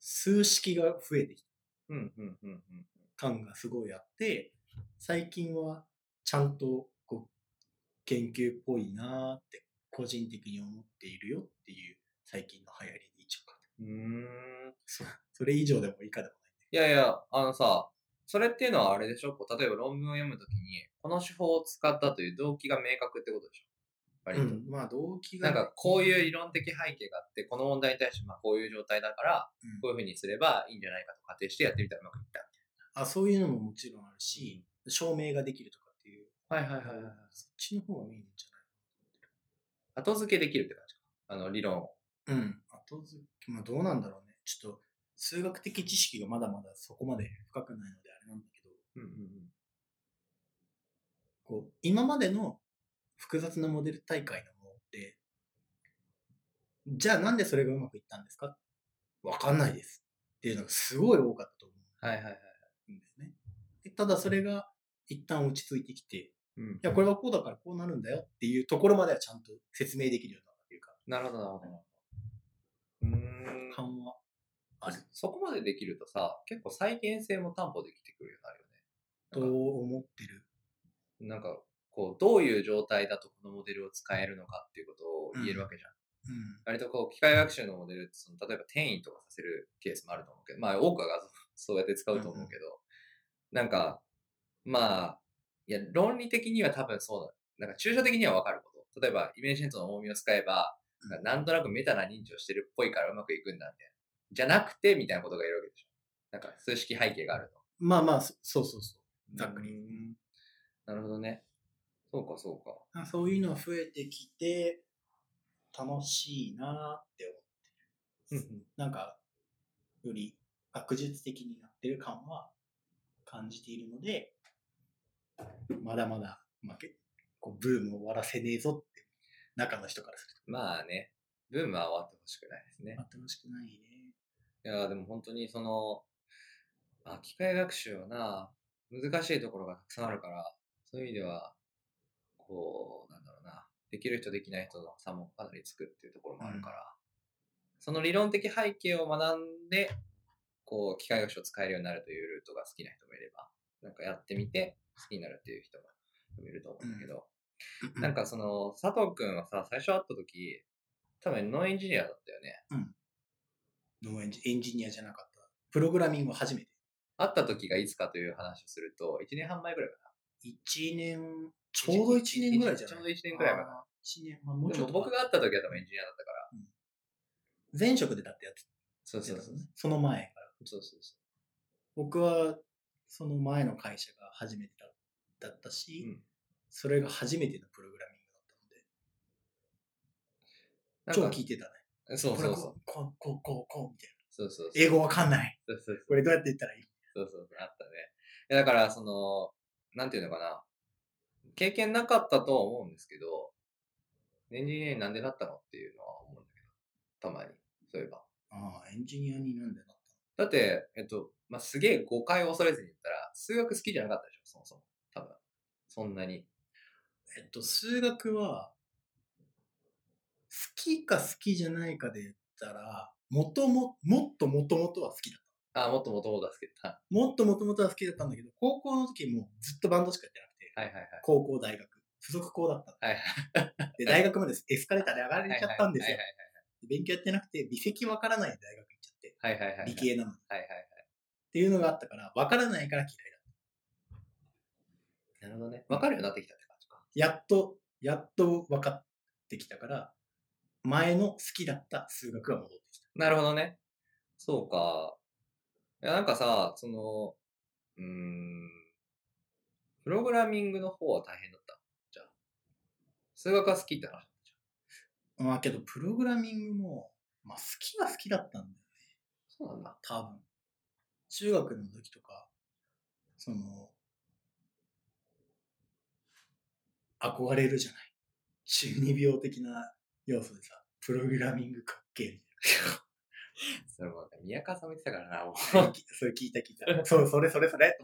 Speaker 2: 数式が増えてきて
Speaker 1: うんうんうんうん。
Speaker 2: 感がすごいあって、最近はちゃんとこう研究っぽいなーって個人的に思っているよっていう最近の流行りで一応買った
Speaker 1: うーん。
Speaker 2: そそれ以上でも以下でも
Speaker 1: いやいや、あのさ、それっていうのはあれでしょこう例えば論文を読むときに、この手法を使ったという動機が明確ってことでしょ
Speaker 2: な
Speaker 1: 割
Speaker 2: い。
Speaker 1: と。
Speaker 2: うん、まあ動機が。
Speaker 1: なんか、こういう理論的背景があって、この問題に対して、まあこういう状態だから、
Speaker 2: うん
Speaker 1: こういうふうにすればいいんじゃないかと仮定してやってみたらうまくいった。
Speaker 2: あ、そういうのももちろんあるし、証明ができるとかっていう、
Speaker 1: はいはい
Speaker 2: はいはいそっちの方がメインじ
Speaker 1: 後付けできるって感じか。あの、理論を。
Speaker 2: ゃないうん。後付け、まあどうなんだろうね。ちょっと数学的知識がまだまだそこまで深くないのであれなんだけど、
Speaker 1: うんうんうん。
Speaker 2: こう、今までの複雑なモデル大会のものって、じゃあなんでそれがうまくいったんですかわかんないです。っていうのがすごい多かったと思
Speaker 1: はいはいはい。
Speaker 2: うんですね。でただそれが一旦落ち着いてきて、い
Speaker 1: うん。
Speaker 2: や、これはこうだからこうなるんだよっていうところまではちゃんと説明できるようになったというか、
Speaker 1: なるほどなるほど。うーん。
Speaker 2: 緩和。ある
Speaker 1: そこまでできるとさ、結構再現性も担保できてくるようになるよね。
Speaker 2: と思ってる。
Speaker 1: なんか、こう、どういう状態だとこのモデルを使えるのかっていうことを言えるわけじゃん。
Speaker 2: うん。
Speaker 1: 割とこう、機械学習のモデルって、その、例えば転移とかさせるケースもあると思うけど、まあ、多くがそうやって使うと思うけど、なんか、まあ、いや、論理的には多分そうだ。なんか、抽象的にはわかること。例えば、イメージネットの重みを使えば、
Speaker 2: うん
Speaker 1: なんとなくメタな認知をしてるっぽいからうまくいくんだみたいな。じゃなくて、みたいなことが言えるわけでしょ。なんか、数式背景があると。
Speaker 2: まあまあ、そそうそうそう。ざっくり
Speaker 1: うん。なるほどね。そうか、そうか。
Speaker 2: あそういうのが増えてきて、楽しいなって思ってる。なんか、より学術的になってる感は感じているので、まだまだ、まあ、けこうブームを終わらせねえぞって、中の人からする
Speaker 1: まあね、ブームは終わってほしくないですね
Speaker 2: と。。楽しくないね。
Speaker 1: いやー、でも本当にその、あ、機械学習はな、難しいところがたくさんあるから、そういう意味では、こう、なんだろうな、できる人できない人の差もかなりつくっていうところもあるから、その理論的背景を学んで、こう、機械学習を使えるようになるというルートが好きな人もいれば、なんかやってみて好きになるっていう人もいると思うんだけど、なんかその、佐藤くんはさ、最初会った時、多分ノンエンジニアだったよね。
Speaker 2: のエンジエンジニアじゃなかった。プログラミングを初めて。
Speaker 1: 会った時がいつかという話をすると、1年半前ぐらいか
Speaker 2: 1年、ちょうど1年ぐらいじゃない
Speaker 1: ちょうど一年ぐらい前かな
Speaker 2: あー一年、まあ、もう
Speaker 1: な。
Speaker 2: ち
Speaker 1: で
Speaker 2: ょっ
Speaker 1: も
Speaker 2: と。
Speaker 1: 僕が会った時は多分エンジニアだったから。
Speaker 2: 前職でだってやって
Speaker 1: そう
Speaker 2: た
Speaker 1: そ
Speaker 2: や
Speaker 1: う
Speaker 2: つ
Speaker 1: そ
Speaker 2: だ
Speaker 1: う
Speaker 2: ね。。その前。
Speaker 1: そうそうそ
Speaker 2: 僕はその前の会社が初めてだだったし、
Speaker 1: うん
Speaker 2: それが初めてのプログラミングだ
Speaker 1: う。
Speaker 2: ったの
Speaker 1: なんか
Speaker 2: で超聞いてたね
Speaker 1: そうそう
Speaker 2: こ
Speaker 1: そう。
Speaker 2: れこうこうこうこうみたい
Speaker 1: そうそうそう。
Speaker 2: な英語わかんない
Speaker 1: そうそうそう
Speaker 2: これどうやって言ったらいい
Speaker 1: そうそうそう、あったね。いやだから、その、なんていうのかな。経験なかったとは思うんですけど、エンジニアになんでなったのっていうのは思うんだけど、たまに。そういえば。
Speaker 2: ああエンジニアになんでなった
Speaker 1: だって、えっと、まあ、すげえ誤解を恐れずに言ったら、数学好きじゃなかったでしょ、そもそも。多分。そんなに。
Speaker 2: えっと数学は好きか好きじゃないかで言ったらもとももっともともとは好きだった
Speaker 1: あ、もっともともとだすけど。は
Speaker 2: もっともともとは好きだったんだけど高校の時もずっとバンドしかやってなくて
Speaker 1: はいはいはい。
Speaker 2: 高校大学付属校だった。
Speaker 1: はいはい。
Speaker 2: で、大学までエスカレーターで上がれちゃったんですよ
Speaker 1: は。
Speaker 2: 勉強やってなくて、微積わからないで大学行っちゃって、
Speaker 1: いはいはいはい。
Speaker 2: 理系なのに。っ
Speaker 1: はいはいは
Speaker 2: ていうのがあったから、わからないから嫌いだっ
Speaker 1: い。なるほどね。わかるようになってきたって感じか。
Speaker 2: た。やっと、やっと分かってきたから、前の好きだった数学が戻ってきた。
Speaker 1: なるほどね。そうか。いや、なんかさ、その、うーん、プログラミングの方は大変だった。じゃあ。数学は好きだな。
Speaker 2: まあけど、プログラミングも、まあ好きは好きだったんだよね。
Speaker 1: そうなんだ。
Speaker 2: 多分。中学の時とか、その、憧れるじゃない。中二病的な要素でさ、プログラミングかっけえみたいな。
Speaker 1: それも、宮川さんも言ってたからな、
Speaker 2: (laughs)
Speaker 1: もう。
Speaker 2: それ聞それ聞いた聞いた。そう、それそれそれ。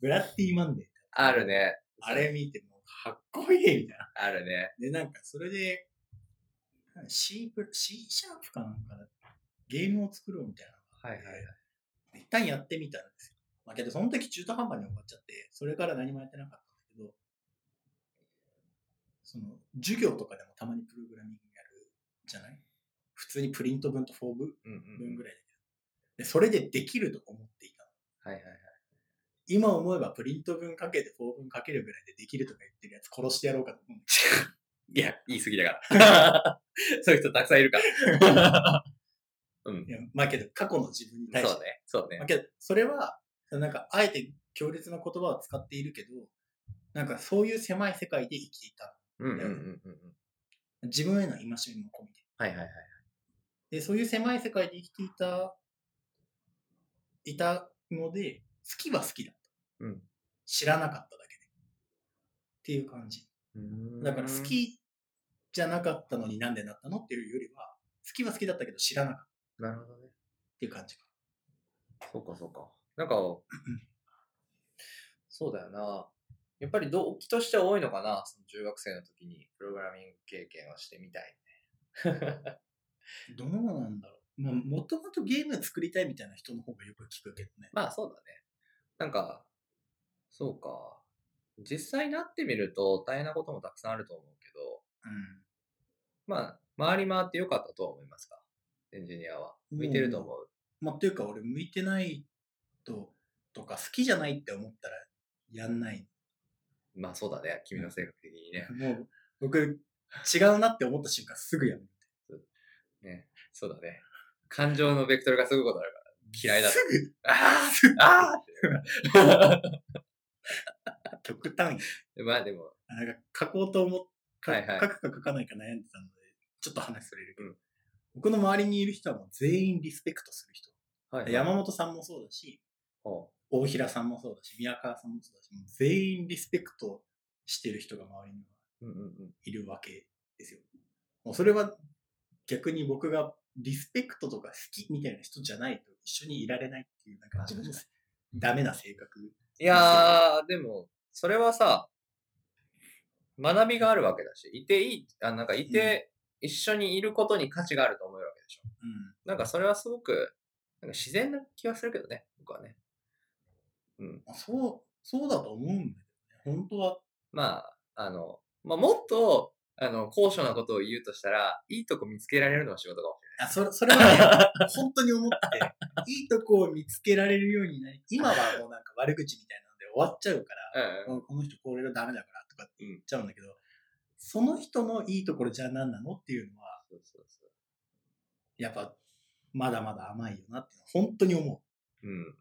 Speaker 2: ブラッディマンデー。
Speaker 1: あるね。
Speaker 2: あれ見てもうかっこいいみたいな。
Speaker 1: あるね。
Speaker 2: で、なんかそれで、C プラ、C シャープかなんか、ゲームを作ろうみたいな。
Speaker 1: はいはい
Speaker 2: 一旦やってみたんですよ。まあけど、その時中途半端に終わっちゃって、それから何もやってなかったんだけど、その、授業とかでもたまにプログラミングやるじゃない普通にプリント文とフォーム
Speaker 1: うんうん
Speaker 2: 分
Speaker 1: うん。
Speaker 2: ぐらいだけど。で、それでできると思っていた。
Speaker 1: はいはいはい。
Speaker 2: 今思えばプリント文かけてフォーム文かけるぐらいでできるとか言ってるやつ殺してやろうかと思うんです
Speaker 1: いや、言い過ぎだから。 (laughs) そういう人たくさんいるから。うん
Speaker 2: け。
Speaker 1: (laughs)
Speaker 2: ど。いやまあけど、過去の自分に対して。
Speaker 1: そうね。そうね
Speaker 2: まあ。けど、それは、なんか、あえて強烈な言葉を使っているけど、なんかそういう狭い世界で生きていた。
Speaker 1: うんうんうんうんうん。
Speaker 2: 自分への戒めも込み
Speaker 1: はいはいはい。
Speaker 2: で。で、そういう狭い世界で生きていた、いたので、好きは好きだった。
Speaker 1: うん。
Speaker 2: 知らなかっただけで。っていう感じ。だから好きじゃなかったのになんでなったのっていうよりは、好きは好きだったけど知らなかったっ
Speaker 1: なるほどね。
Speaker 2: ていう感じか。
Speaker 1: そうかそうか。なんか、 (clears throat) そうだよな。やっぱり動機としては多いのかな。その中学生の時にプログラミング経験をしてみたい。
Speaker 2: どうなんだろう。まあ、もともとゲーム作りたいみたいな人の方がよく聞くけどね。
Speaker 1: まあそうだね。なんか、そうか。実際になってみると大変なこともたくさんあると思うけど、まあ、回り回ってよかったとは思いますか。エンジニアは。
Speaker 2: うん
Speaker 1: 向いてると思う。
Speaker 2: うん。まあ、っていうか俺向いてないと、とか好きじゃないって思ったらやんない。 (laughs)
Speaker 1: まあそうだね。君の性格的にね。
Speaker 2: もう、僕、違うなって思った瞬間すぐやめる。
Speaker 1: ね。そうだね。感情のベクトルがすごいことあるから。嫌いだと
Speaker 2: すぐ
Speaker 1: ああああ (laughs)
Speaker 2: 極端に。
Speaker 1: まあでも、
Speaker 2: なんか書こうと思っか
Speaker 1: はいはい
Speaker 2: 書くか書かないか悩んでたので、ちょっと話それるけど、
Speaker 1: うん
Speaker 2: 僕の周りにいる人はもう全員リスペクトする人。
Speaker 1: はいはい、
Speaker 2: 山本さんもそうだし、
Speaker 1: ほ
Speaker 2: 大平さんもそうだし、宮川さんもそうだし、もう全員リスペクトしてる人が周りには
Speaker 1: ううんうんうん。
Speaker 2: いるわけですよ。もうそれは逆に僕がリスペクトとか好きみたいな人じゃないと一緒にいられないっていう、なんか自分のダメな性格。
Speaker 1: いやー、でも、それはさ、学びがあるわけだし、いていい、あなんかいて、一緒にいることに価値があると思えるわけでしょ。
Speaker 2: うん。
Speaker 1: なんかそれはすごく、なんか自然な気がするけどね、僕はね。うん。
Speaker 2: まあそう、そうだと思うんだけどね。本当は。
Speaker 1: まあ、あの、まあ、もっと、あの、高尚なことを言うとしたら、いいとこ見つけられるのが仕事かもし
Speaker 2: あ、それ、それはね、 (laughs) 本当に思って、いいとこを見つけられるようになり、今はもうなんか悪口みたいなので終わっちゃうから、
Speaker 1: れない。うん、うん。
Speaker 2: うんこの人これがダメだからとかって言っちゃうんだけど、その人のいいところじゃあ何なのっていうのは、
Speaker 1: そうそうそ
Speaker 2: やっぱ、まだまだ甘いよなっていうのは本当に思う。
Speaker 1: う。うん。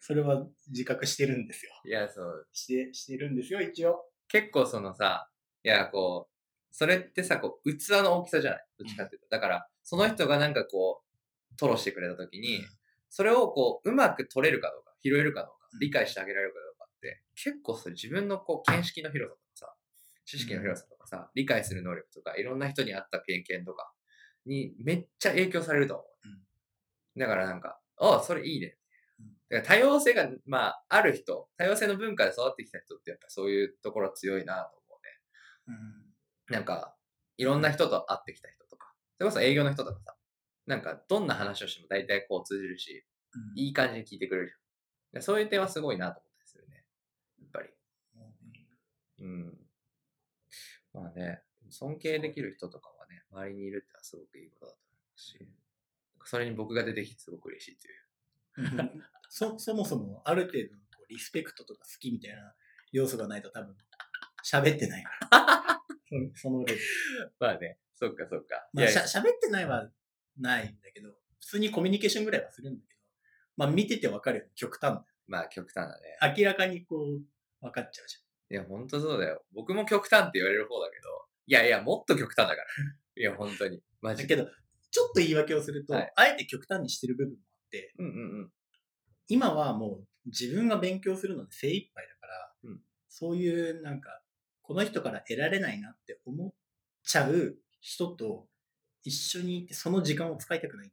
Speaker 2: それは自覚してるんですよ。
Speaker 1: いや、そう、
Speaker 2: して、してるんですよ、一応。
Speaker 1: 結構そのさ、いや、こう、それってさ、こう、器の大きさじゃないどっちかっていうと。だから、その人がなんかこう、吐露してくれたときに、
Speaker 2: うん
Speaker 1: それをこう、うまく取れるかどうか、拾えるかどうか
Speaker 2: う、ん
Speaker 1: 理解してあげられるかどうかって、結構それ自分のこう、見識の広さとかさ、知識の広さとかさ、理解する能力とか、いろんな人に合った経験とかにめっちゃ影響されると思う。
Speaker 2: うん
Speaker 1: だからなんか、ああ、それいいね
Speaker 2: うん。
Speaker 1: だから多様性が、まあ、ある人、多様性の文化で育ってきた人ってやっぱそういうところ強いなと思うね。
Speaker 2: うん。
Speaker 1: なんか、いろんな人と会ってきた人とか、それこそ営業の人とかさ、なんか、どんな話をしても大体こう通じるし、
Speaker 2: うん
Speaker 1: いい感じに聞いてくれるじゃん。でそういう点はすごいなと思ったりするね。やっぱり。
Speaker 2: もうね
Speaker 1: ううん。まあね、尊敬できる人とかはね、周りにいるってのはすごくいいことだと思うし、それに僕が出てきてすごく嬉しいという。
Speaker 2: (laughs) そ、そもそもある程度のこうリスペクトとか好きみたいな要素がないと多分喋ってないから。
Speaker 1: (laughs)
Speaker 2: そそのレベル。
Speaker 1: まあね、そっかそっか。
Speaker 2: まあ、
Speaker 1: いや
Speaker 2: しゃ喋ってないはないんだけど、普通にコミュニケーションぐらいはするんだけど、まあ見ててわかるよね。極端だ
Speaker 1: まあ極端だね。
Speaker 2: よ。明らかにこう、わかっちゃうじ
Speaker 1: いや、ほんとそうだよ。僕も極端って言われる方だけど、いやいや、もっと極端だから。 (laughs) いや、ほんとに。マ
Speaker 2: ゃん。だ
Speaker 1: ジ
Speaker 2: け
Speaker 1: で。
Speaker 2: ど、ちょっと言い訳をすると、
Speaker 1: はい
Speaker 2: あえて極端にしてる部分もあって、
Speaker 1: うんうんうん。
Speaker 2: 今はもう自分が勉強するので精一杯だから、
Speaker 1: うん
Speaker 2: そういうなんか、この人から得られないなって思っちゃう人と一緒にいて、その時間を使いたくない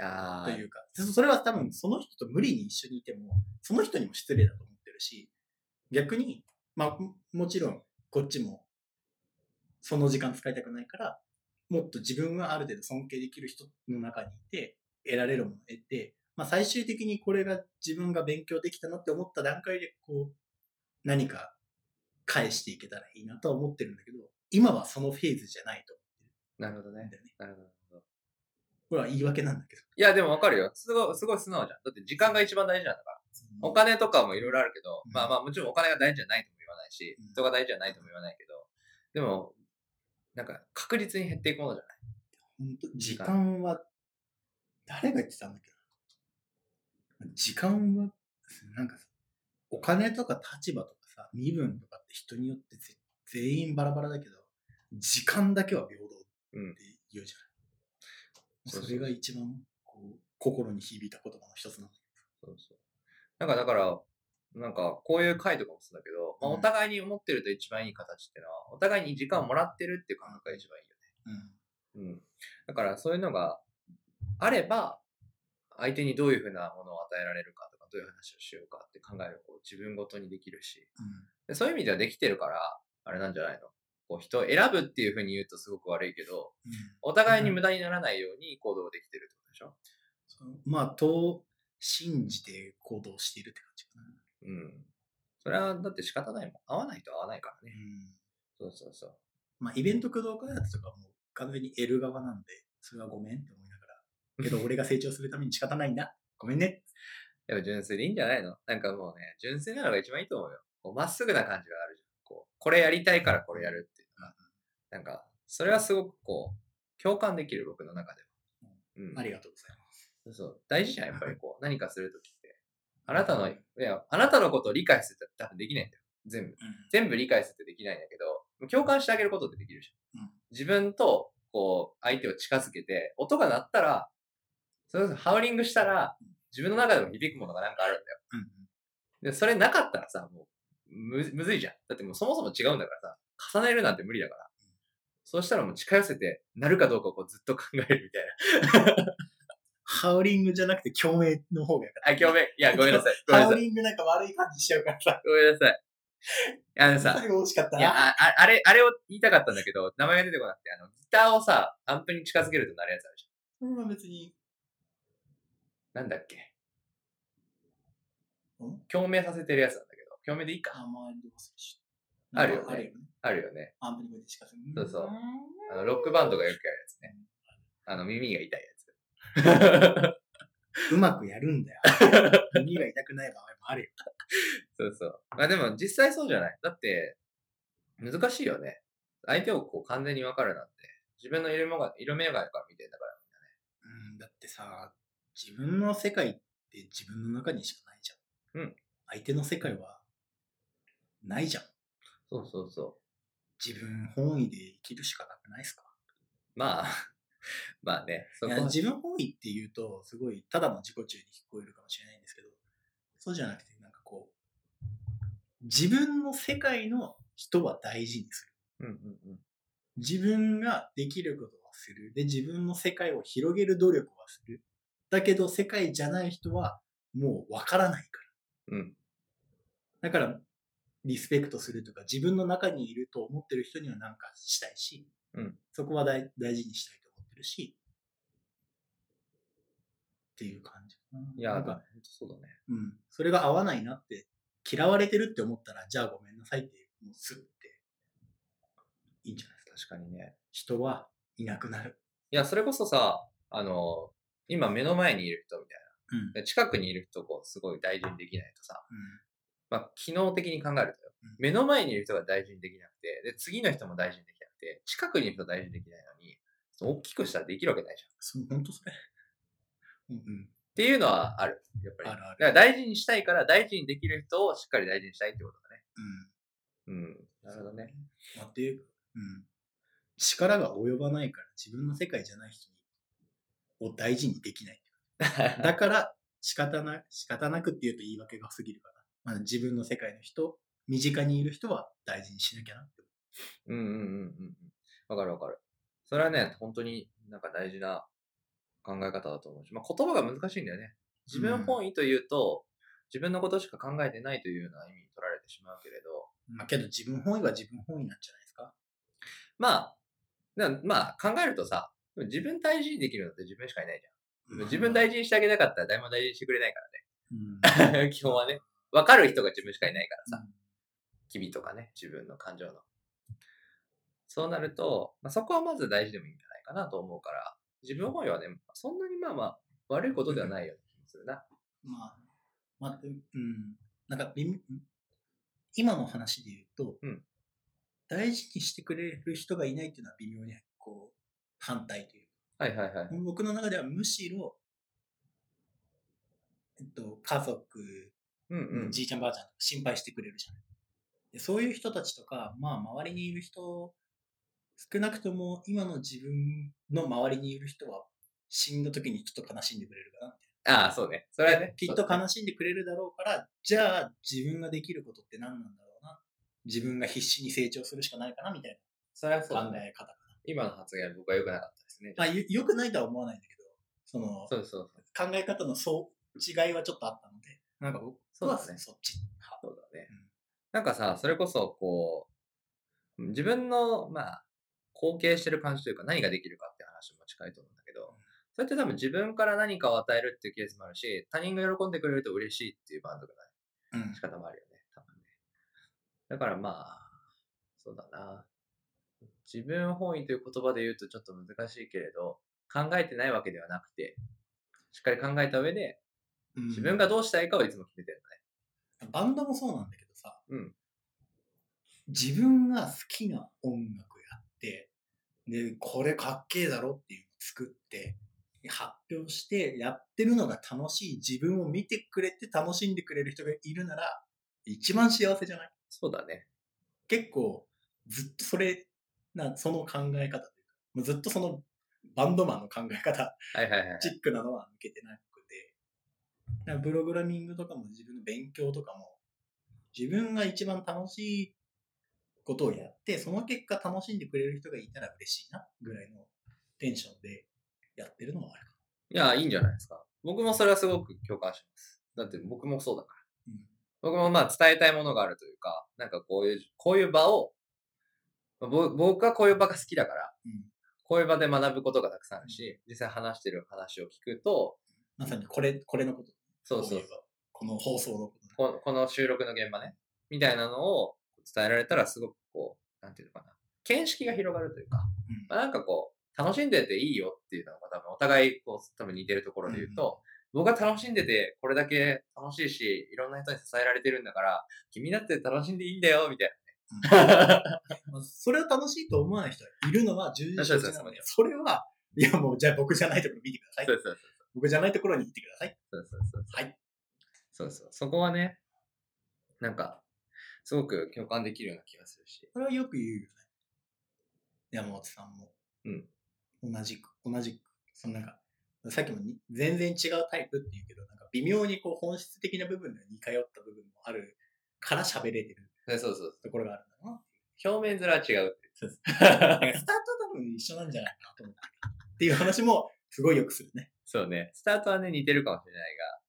Speaker 1: あ
Speaker 2: と
Speaker 1: あ
Speaker 2: い、うか、そそれは多分その人と無理に一緒にいても、その人にも失礼だと思ってるし、逆に、まあ、ももちろんこっちもその時間使いたくないから、もっと自分はある程度尊敬できる人の中にいて、得られるものを得て、まあ最終的にこれが自分が勉強できたなって思った段階で、こう、何か返していけたらいいなとは思ってるんだけど、今はそのフェーズじゃないと
Speaker 1: なるほど
Speaker 2: 思うん
Speaker 1: ね。
Speaker 2: だよね。
Speaker 1: なるほど。
Speaker 2: これは言い訳なんだけど。
Speaker 1: いや、でもわかるよ。すごい、すごい素直じゃん。だって時間が一番大事なんだから。お金とかもいろいろあるけど、
Speaker 2: うん
Speaker 1: まあまあもちろんお金が大事じゃないとも言わないし
Speaker 2: う、ん
Speaker 1: 人が大事じゃないとも言わないけど、でも、なんか確実に減っていくものじゃない。
Speaker 2: 本当時間は、誰が言ってたんだっけな。時間は、なんかさ、お金とか立場とかさ、身分とかって人によってぜ全員バラバラだけど、時間だけは平等って
Speaker 1: うん。
Speaker 2: 言うじゃ
Speaker 1: そう
Speaker 2: ない。
Speaker 1: そう
Speaker 2: それが一番、こう、心に響いた言葉の一つなんだ
Speaker 1: そうそう。なんかだから、なんかこういう回とかもそうだけど、まあ
Speaker 2: う
Speaker 1: お
Speaker 2: ん
Speaker 1: 互いに思ってると一番いい形っていうのは、お互いに時間をもらってるっていう感覚が一番いいよね。うん。だからそういうのがあれば、相手にどういうふうなものを与えられるかとか、どういう話をしようかって考えるこう自分ごとにできるし、でそういう意味ではできてるから、あれなんじゃないのこう人を選ぶっていうふうに言うとすごく悪いけど、
Speaker 2: うん。うん。
Speaker 1: お互いに無駄にならないように行動できてるってことでしょ
Speaker 2: そのまあ、と、信じて行動しているって感じかな。
Speaker 1: うん。それはだって仕方ないもん。合わないと合わないからね。そうそうそう。
Speaker 2: まあ、イベント駆動開発とかも完全に L 側なんで、それはごめんって思いながら。
Speaker 1: (laughs)
Speaker 2: けど、俺が成長するために仕方ないんだ。ごめんね。
Speaker 1: でも純粋でいいんじゃないのなんかもうね、純粋なのが一番いいと思うよ。こうまっすぐな感じがあるじゃん。こう、これやりたいからこれやるっていうのが。なんか、それはすごくこう、共感できる僕の中では。うん
Speaker 2: ありがとうございます。
Speaker 1: そうそう。大事じゃん、やっぱり (laughs) こう、何かするときって。あなたの、いや、あなたのことを理解するって多分できないんだよ。全部。全部理解するってできないんだけど、共感してあげることってできるじゃん。
Speaker 2: うん
Speaker 1: 自分と、こう、相手を近づけて、音が鳴ったら、それこそハウリングしたら、自分の中でも響くものがなんかあるんだよ。
Speaker 2: うん。
Speaker 1: で、それなかったらさ、もう、む、むずいじゃん。だってもうそもそも違うんだからさ、重ねるなんて無理だから。そうしたらもう近寄せて、なるかどうかをこうずっと考えるみたい (laughs)
Speaker 2: ハウリングじゃなくて共鳴の方がよかっ
Speaker 1: な。あ、ごめん。いや、ごめんな (laughs) さい。ごめんな
Speaker 2: た。ハ
Speaker 1: さ
Speaker 2: ウ
Speaker 1: い。
Speaker 2: リングなんか悪い感じしちゃうからさ。
Speaker 1: ごめんなさい。あのさ
Speaker 2: (laughs) そ、れが惜しかった
Speaker 1: いや、あ
Speaker 2: な。
Speaker 1: ああれ、あれを言いたかったんだけど、名前が出てこなくて、あの、ギターをさ、アンプに近づけるとなるやつあるじ
Speaker 2: それは別に、
Speaker 1: ゃん。なんだっけ
Speaker 2: ん
Speaker 1: 共鳴させてるやつなんだけど、共鳴でいい
Speaker 2: あ
Speaker 1: か。
Speaker 2: んまりどうするし。
Speaker 1: あるよね
Speaker 2: あるよね。
Speaker 1: あるよね。
Speaker 2: アンプニングでしかする。
Speaker 1: そうそう (laughs)
Speaker 2: ーん
Speaker 1: あの、ロックバンドがよくやるやつね。あの、耳が痛いやつ。 (laughs)
Speaker 2: うまくやるんだよ。 (laughs) 耳が痛くない場合もあるよ。
Speaker 1: そうそう。まあでも実際そうじゃない。だって、難しいよね。相手をこう完全に分かるなんて。自分の色目が、色目がから見てんだから。
Speaker 2: うん、だってさ、自分の世界って自分の中にしかないじゃん。
Speaker 1: うん。
Speaker 2: 相手の世界は、ないじゃん。
Speaker 1: そうそうそ
Speaker 2: 自分本位で生きるしかなくないですか
Speaker 1: う。まあ、 (laughs) まあね。そ
Speaker 2: い
Speaker 1: こ
Speaker 2: や
Speaker 1: は
Speaker 2: 自分本位って言うと、すごい、ただの自己中に聞こえるかもしれないんですけど、そうじゃなくて、なんかこう、自分の世界の人は大事にする。
Speaker 1: うんうんうん。
Speaker 2: 自分ができることはする。で、自分の世界を広げる努力はする。だけど、世界じゃない人は、もうわからないから。
Speaker 1: うん。
Speaker 2: だから、リスペクトするとか、自分の中にいると思ってる人には何かしたいし、
Speaker 1: うん
Speaker 2: そこは大大事にしたいと思ってるし、っていう感じかな。
Speaker 1: いや、
Speaker 2: な
Speaker 1: なんん
Speaker 2: か
Speaker 1: か、、ほんとそうだね。
Speaker 2: うん。それが合わないなって、嫌われてるって思ったら、じゃあごめんなさいって、もうすっていいんじゃないですか。
Speaker 1: 確かにね。
Speaker 2: 人はいなくなる。
Speaker 1: いや、それこそさ、あの、今目の前にいる人みたい
Speaker 2: うん。
Speaker 1: な。で近くにいる人をこうすごい大事にできないとさ、まあ、機能的に考えるとよ
Speaker 2: うん。
Speaker 1: 目の前にいる人が大事にできなくて、で、次の人も大事にできなくて、近くにいる人大事にできないのに、その大きくしたらできるわけないじゃん。っ
Speaker 2: そう、本当それ。うん。
Speaker 1: ていうのはある。やっぱり。
Speaker 2: あるある
Speaker 1: だから大事にしたいから、大事にできる人をしっかり大事にしたいってことだね。
Speaker 2: うん。
Speaker 1: うん。なるほど (laughs) ね。。
Speaker 2: まあ、っていうか、うん。力が及ばないから自分の世界じゃない人を大事にできない。だから、仕方な、仕方なくって言うと言い訳が過ぎるから。まあ、自分の世界の人、身近にいる人は大事にしなきゃなって。
Speaker 1: うんうんうんうんうん。わかるわかる。それはね、本当になんか大事な考え方だと思うし、まあ、言葉が難しいんだよね。自分本位というと、自分のことしか考えてないというような意味に取られてしまうけれど、
Speaker 2: まあ、けど自分本位は自分本位なんじゃないですか。
Speaker 1: まあ、なまあ考えるとさ、自分大事にできるのって自分しかいないじゃん。自分大
Speaker 2: 事。
Speaker 1: 事にしてあげなかったら誰も大事にしてくれないか
Speaker 2: うん。
Speaker 1: ら (laughs) ね。基本はね。わかる人が自分しかいないからさ。君とかね、自分の感情の。そうなると、まあ、そこはまず大事でもいいんじゃないかなと思うから、自分本位はね、そんなにまあまあ悪いことではないような気もするな。
Speaker 2: まあ、まあ、うん。なんか微妙、今の話で言うと、
Speaker 1: うん
Speaker 2: 大事にしてくれる人がいないっていうのは微妙に、こう、反対という
Speaker 1: はいはいはい。
Speaker 2: 僕の中ではむしろ、えっと、家族、
Speaker 1: うんうん。
Speaker 2: じいちゃんばあちゃんとか心配してくれるじゃない。でそういう人たちとか、まあ周りにいる人、少なくとも今の自分の周りにいる人は死んだ時にちょっと悲しんでくれるかな。
Speaker 1: ああ、そうね。それはね。
Speaker 2: きっと
Speaker 1: かな
Speaker 2: 悲しんでくれるだろうから、じゃあ自分ができることって何なんだろうな。自分が必死に成長するしかないかなみたい
Speaker 1: それは
Speaker 2: な
Speaker 1: そ
Speaker 2: 考
Speaker 1: うだね。
Speaker 2: え方か
Speaker 1: 今の発言は僕は良くなかったですね。
Speaker 2: な。まあよ良くないとは思わないんだけど、その、
Speaker 1: そうそうそう。
Speaker 2: 考え方のそう違いはちょっとあったので、なんか僕
Speaker 1: そう
Speaker 2: は
Speaker 1: だね
Speaker 2: そっち派。
Speaker 1: そうだね
Speaker 2: うん。
Speaker 1: なんかさ、それこそ、こう、自分の、まあ、貢献してる感じというか、何ができるかって話も近いと思うんだけど、それって多分自分から何かを与えるっていうケースもあるし、他人が喜んでくれると嬉しいっていう満足な
Speaker 2: うん
Speaker 1: 仕方もあるよね、多分ね。だからまあ、そうだな。自分本位という言葉で言うとちょっと難しいけれど、考えてないわけではなくて、しっかり考えた上で、
Speaker 2: うん
Speaker 1: 自分がどうしたいかをいつも決めてる
Speaker 2: バンドもそうなんだけどさ、
Speaker 1: うん
Speaker 2: 自分が好きな音楽やって、で、これかっけえだろっていうのを作って、発表してやってるのが楽しい自分を見てくれて楽しんでくれる人がいるなら、一番幸せじゃない
Speaker 1: そうだね。
Speaker 2: 結構ずっとそれな、その考え方というか、もうずっとそのバンドマンの考え方
Speaker 1: はいはいはい。
Speaker 2: チックなのは抜けてなくて、だからプログラミングとかも自分の勉強とかも、自分が一番楽しいことをやって、その結果楽しんでくれる人がいたら嬉しいな、ぐらいのテンションでやってるのもあるか
Speaker 1: いや、いいんじゃないですか。僕もそれはすごく共感します。だって僕もそうだから。
Speaker 2: うん
Speaker 1: 僕もまあ伝えたいものがあるというか、なんかこういう、こういう場を、まあぼ僕はこういう場が好きだから、
Speaker 2: うん
Speaker 1: こういう場で学ぶことがたくさんあるし、実際話してる話を聞くと、
Speaker 2: まさにこれ、これのこと。
Speaker 1: そうそう
Speaker 2: こいえばこの放送のこと。
Speaker 1: ここの収録の現場ね、みたいなのを伝えられたらすごくこう、なんていうのかな、見識が広がるというか、
Speaker 2: うん
Speaker 1: まあ、なんかこう、楽しんでていいよっていうのが多分お互いこう、多分似てるところで言うと、僕が楽しんでて、これだけ楽しいし、いろんな人に支えられてるんだから、君だって楽しんでいいんだよ、みたいな。
Speaker 2: まあそれを楽しいと思わない人がいるのは重々承知なので、それは、いやもう、じゃあ僕じゃないところ見てください
Speaker 1: そ。うそう
Speaker 2: 僕じゃないところに行ってください。
Speaker 1: そうそうそうそう。
Speaker 2: はい。
Speaker 1: そうそう。そこはね、なんか、すごく共感できるような気がするし。
Speaker 2: それはよく言うよね。山本さんも。
Speaker 1: うん
Speaker 2: 同じく、同じく。そのなんか、さっきもに全然違うタイプって言うけど、なんか微妙にこう本質的な部分で似通った部分もあるから喋れてる
Speaker 1: そうそうそう。
Speaker 2: ところがあるんだろうな。
Speaker 1: 表面面は違う。 (laughs)
Speaker 2: なんかスタート多分一緒なんじゃないかなと思って。っていう話もすごいよくするね。
Speaker 1: そうね。スタートはね、似てるかもしれないが、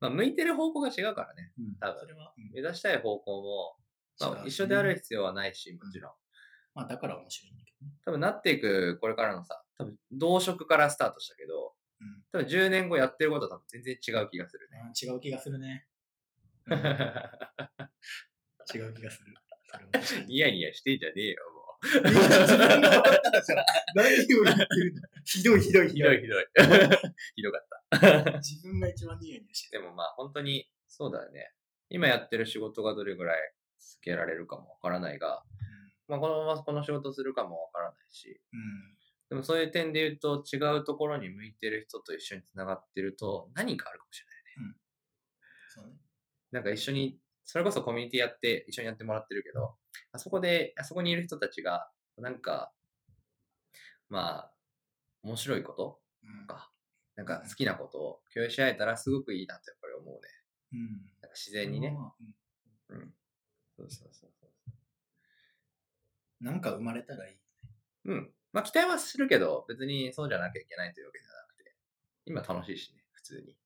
Speaker 1: まあ、向いてる方向が違うからね。
Speaker 2: うん
Speaker 1: 多分
Speaker 2: それは、うん
Speaker 1: 目指したい方向も、ま
Speaker 2: 違
Speaker 1: あ、
Speaker 2: う
Speaker 1: 一緒である必要はないし、もちろん。
Speaker 2: まあだから面白いんだけどね。
Speaker 1: 多分なっていく、これからのさ、多分、同職からスタートしたけど、
Speaker 2: うん
Speaker 1: 多分10年後やってることは多分全然違う気がする
Speaker 2: (laughs)
Speaker 1: ね。
Speaker 2: うん違う気がするね。
Speaker 1: (laughs)
Speaker 2: うん違う気がする。それは確かに
Speaker 1: ニヤニヤしてんじゃねえよ、もう。
Speaker 2: いや自分の話じゃない何を言ってるんだひどいひどいひ
Speaker 1: ひ
Speaker 2: ど
Speaker 1: ど
Speaker 2: い。
Speaker 1: いひどい。 (laughs) ひどかった。
Speaker 2: 自分が一番ニヤニヤして
Speaker 1: でもまあ本当にそうだよね。今やってる仕事がどれぐらいつけられるかもわからないが、まあこのままこの仕事するかもわからないし、
Speaker 2: うん。
Speaker 1: でもそういう点で言うと違うところに向いてる人と一緒につながってると何かあるかもしれない。
Speaker 2: そうね。
Speaker 1: なんか一緒に、それこそコミュニティやって一緒にやってもらってるけど、あそこで、あそこにいる人たちが、なんか、まあ、面白いこと
Speaker 2: うん
Speaker 1: とか、なんか好きなことを共有し合えたらすごくいいなとやっぱり思うね。
Speaker 2: うん。
Speaker 1: なんか自然にね。
Speaker 2: うん
Speaker 1: うん。そうそうそうそう。
Speaker 2: なんか生まれたらいい。 (laughs)
Speaker 1: うん。まあ期待はするけど、別にそうじゃなきゃいけないというわけじゃなくて、今楽しいしね、普通に。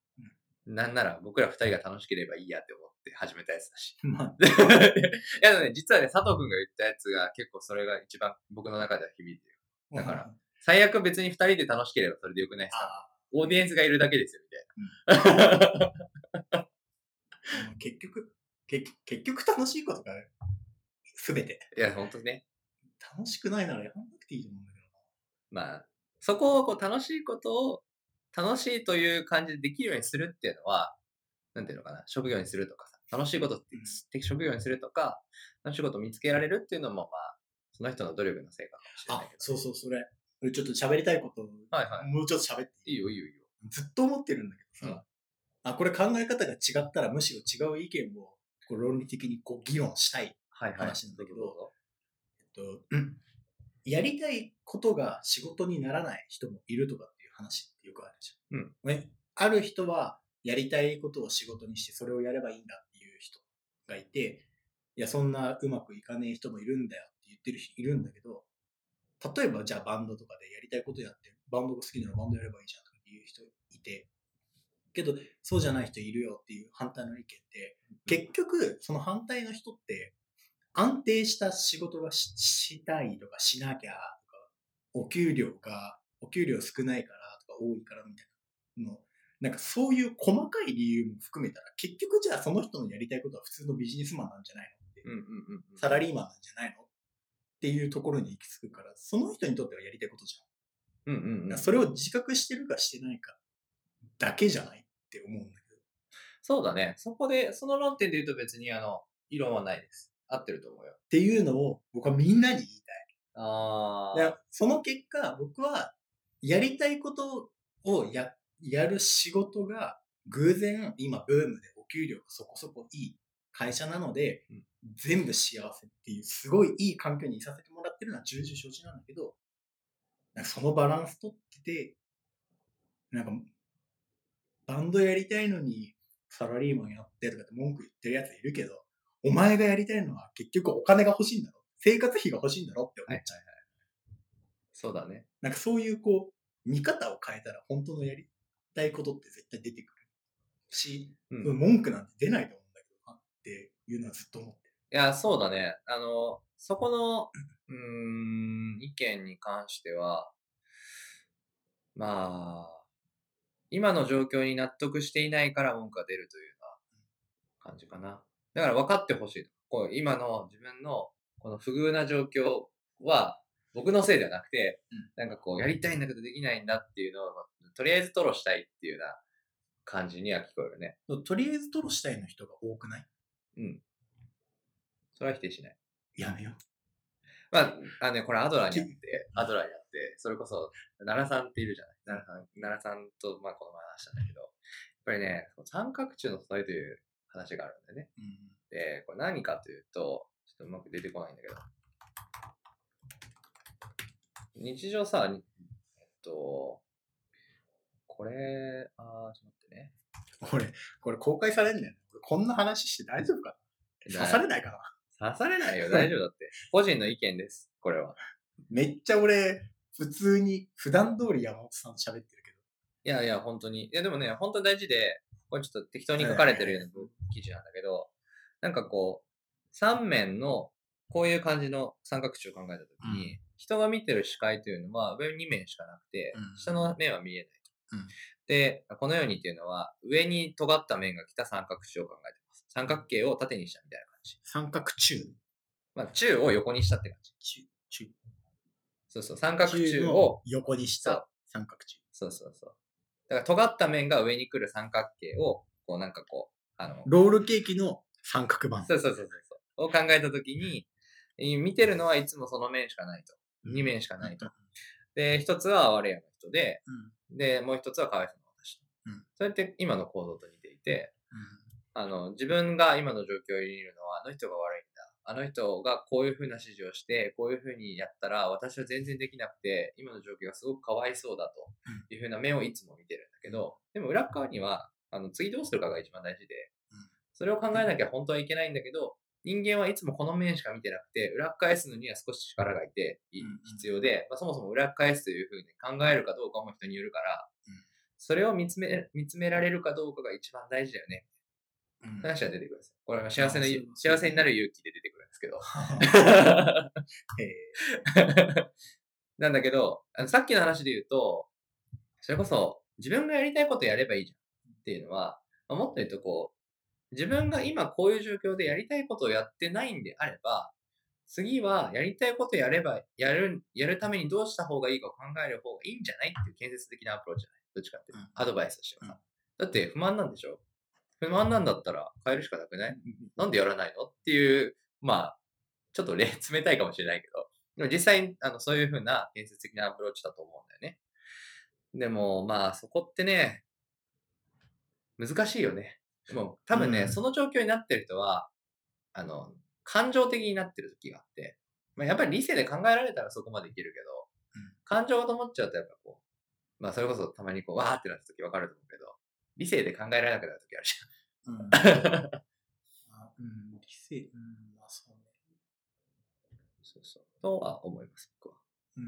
Speaker 1: なんなら僕ら二人が楽しければいいやって思って始めたやつだし。
Speaker 2: ま
Speaker 1: (laughs)
Speaker 2: あ、
Speaker 1: いやでもね、実はね、佐藤くんが言ったやつが結構それが一番僕の中では響いてる。だから
Speaker 2: うん。
Speaker 1: 最悪別に二人で楽しければそれでよくないですか
Speaker 2: あ
Speaker 1: オーディエンスがいるだけですよ、みたいな。
Speaker 2: あ、結局、結結局楽しいことがすべて。
Speaker 1: いや、ほんとね。
Speaker 2: 楽しくないならやらなくていいと思うんだけど。
Speaker 1: まあ、そこをこう楽しいことを楽しいという感じでできるようにするっていうのは、なんていうのかな、職業にするとかさ、楽しいことってって職業にするとか、楽しいことを見つけられるっていうのも、まあ、その人の努力の成果かもしれな
Speaker 2: あ
Speaker 1: いけ、ど。
Speaker 2: そうそう、それ。俺ちょっと喋りたいことを、
Speaker 1: はいは
Speaker 2: もうちょっと喋って。
Speaker 1: い。いいよ、いいよ、いいよ。
Speaker 2: ずっと思ってるんだけどさ、あ、これ考え方が違ったらむしろ違う意見をこう論理的にこう議論したい。
Speaker 1: はいはい。
Speaker 2: 話なんだけど
Speaker 1: うぞ
Speaker 2: えっと、やりたいことが仕事にならない人もいるとかっていう話ってよくあるじゃん。ね、ある人はやりたいことを仕事にしてそれをやればいいんだっていう人がいて、いや、そんなうまくいかねえ人もいるんだよって言ってる人いるんだけど、例えばじゃあバンドとかでやりたいことやってる、バンドが好きならバンドやればいいじゃんとかっていう人いて、けど、そうじゃない人いるよっていう反対の意見って、結局、その反対の人って、安定した仕事がししたいとかしなきゃとか、お給料が、お給料少ないからとか多いからみたいなの、なんかそういう細かい理由も含めたら、結局じゃあその人のやりたいことは普通のビジネスマンなんじゃないのって
Speaker 1: うんうんうんうん。
Speaker 2: サラリーマンなんじゃないのっていうところに行き着くから、その人にとってはやりたいことじ
Speaker 1: うんうんう
Speaker 2: ゃん。
Speaker 1: ん
Speaker 2: それを自覚してるかしてないかだけじゃないって思うんだけど。
Speaker 1: そうだね。そこで、その論点で言うと別に、あの、異論はないです。合ってると思うよ。
Speaker 2: っていうのを僕はみんなに言い
Speaker 1: あ
Speaker 2: たい。でその結果、僕はやりたいことをや、やる仕事が偶然今ブームでお給料がそこそこいい会社なので、
Speaker 1: うん
Speaker 2: 全部幸せっていうすごいいい環境にいさせてもらってるのは重々承知なんだけど、なんかそのバランス取ってて、なんか、バンドやりたいのにサラリーマンやってとかって文句言ってるやついるけど、お前がやりたいのは結局お金が欲しいんだろ生活費が欲しいんだろって思っちゃう。
Speaker 1: そうだね。
Speaker 2: なんかそういうこう、見方を変えたら本当のやりたいことって絶対出てくるし、
Speaker 1: うん。い
Speaker 2: 文句なんて出ないと思うんだけどなっていうのはずっと思って
Speaker 1: や、そうだね。あの、そこの、うーん、意見に関しては、まあ、今の状況に納得していないから文句が出るというような感じかな。だから分かってほしい。こう今の自分のこの不遇な状況は僕のせいではなくて、なんかこうやりたいんだけどできないんだっていうのを、とりあえず吐露したいっていうような感じには聞こえるね。
Speaker 2: る。とりあえずトロしたいの人が多くない
Speaker 1: それは否定しない。
Speaker 2: やめよう。
Speaker 1: まあ、あのね、これアドラーにあって、アドラーにあって、それこそ、奈良さんっているじゃない奈良さん、奈良さんと、まあ、この前話したんだけど、やっぱりね、三角柱の素材という話があるんだよね。
Speaker 2: うん。
Speaker 1: で、これ何かというと、ちょっとうまく出てこないんだけど、日常さ、にえっと、これ、あー、ちょっと待ってね。
Speaker 2: 俺、これ公開されんねん。俺こんな話して大丈夫かな刺されないかな
Speaker 1: 刺されないよ、大丈夫だって。個人の意見です、これは。
Speaker 2: めっちゃ俺、普通に普段通り山本さんと喋ってるけど。
Speaker 1: いやいや、本当に。いや、でもね、本当に大事で、これちょっと適当に書かれてるような文記事なんだけど、なんかこう、三面の、こういう感じの三角柱を考えたときに、人が見てる視界というのは上2面しかなくて、
Speaker 2: うん
Speaker 1: 下の面は見えないと、
Speaker 2: うん
Speaker 1: で、このようにっていうのは、上に尖った面が来た三角柱を考えてます。三角形を縦にしたみたいな感じ。
Speaker 2: 三角柱。
Speaker 1: まあ、中を横にしたって感じ。
Speaker 2: 中
Speaker 1: そうそう、三角柱を、
Speaker 2: 横にし
Speaker 1: そう
Speaker 2: た三角柱。
Speaker 1: そうそうそう。だから尖った面が上に来る三角形を、こうなんかこう、あの、
Speaker 2: ロールケーキの三角板。
Speaker 1: そうそうそうそうそう。を考えたときに、えー見てるのはいつもその面しかないと。二面しかないと。で、一つは我屋の人で、
Speaker 2: うん。
Speaker 1: で、もう一つはかわいそうな私と。
Speaker 2: うん
Speaker 1: それって今の構造と似ていて、
Speaker 2: うん
Speaker 1: あの、自分が今の状況にいるのは、あの人が悪いんだ。あの人がこういう風な指示をして、こういう風にやったら、私は全然できなくて、今の状況がすごくかわいそうだという風な面をいつも見てるんだけど、でも裏側には、あの、次どうするかが一番大事で
Speaker 2: うん、
Speaker 1: それを考えなきゃ本当はいけないんだけど、人間はいつもこの面しか見てなくて、裏返すのには少し力がいて、い
Speaker 2: うんうん
Speaker 1: 必要で、まあ、そもそも裏返すという風に考えるかどうかも人によるから
Speaker 2: うん、
Speaker 1: それを見つめ、見つめられるかどうかが一番大事だよね。
Speaker 2: うん
Speaker 1: 話は出てくるんですよ。これは幸せの
Speaker 2: あそう
Speaker 1: ゆ、幸せになる勇気で出てくるんですけど。
Speaker 2: え
Speaker 1: (laughs) なんだけど、あのさっきの話で言うと、それこそ自分がやりたいことやればいいじゃんっていうのは、まあもっと言うとこう、自分が今こういう状況でやりたいことをやってないんであれば、次はやりたいことやれば、やる、やるためにどうした方がいいかを考える方がいいんじゃないっていう建設的なアプローチじゃないどっちかっていうと
Speaker 2: うん
Speaker 1: アドバイスとしては
Speaker 2: うん
Speaker 1: さ。だって不満なんでしょ不満なんだったら変えるしかなくないなんでやらないのっていう、まあ、ちょっとね、 (laughs) 冷たいかもしれないけど、でも実際にあのそういうふうな建設的なアプローチだと思うんだよね。でも、まあ、そこってね、難しいよね。もう、多分ね、
Speaker 2: うん
Speaker 1: その状況になってる人は、あの、感情的になってる時があって、まあ、やっぱり理性で考えられたらそこまでいけるけど、
Speaker 2: うん
Speaker 1: 感情がともっちゃうと、やっぱこう、まあ、それこそたまにこう、わーってなった時わかると思うけど、理性で考えられなくなる時あるじゃん。
Speaker 2: うんあうん、理性、うん、まあそうね。
Speaker 1: そうそう。とは思います、僕は。
Speaker 2: うん。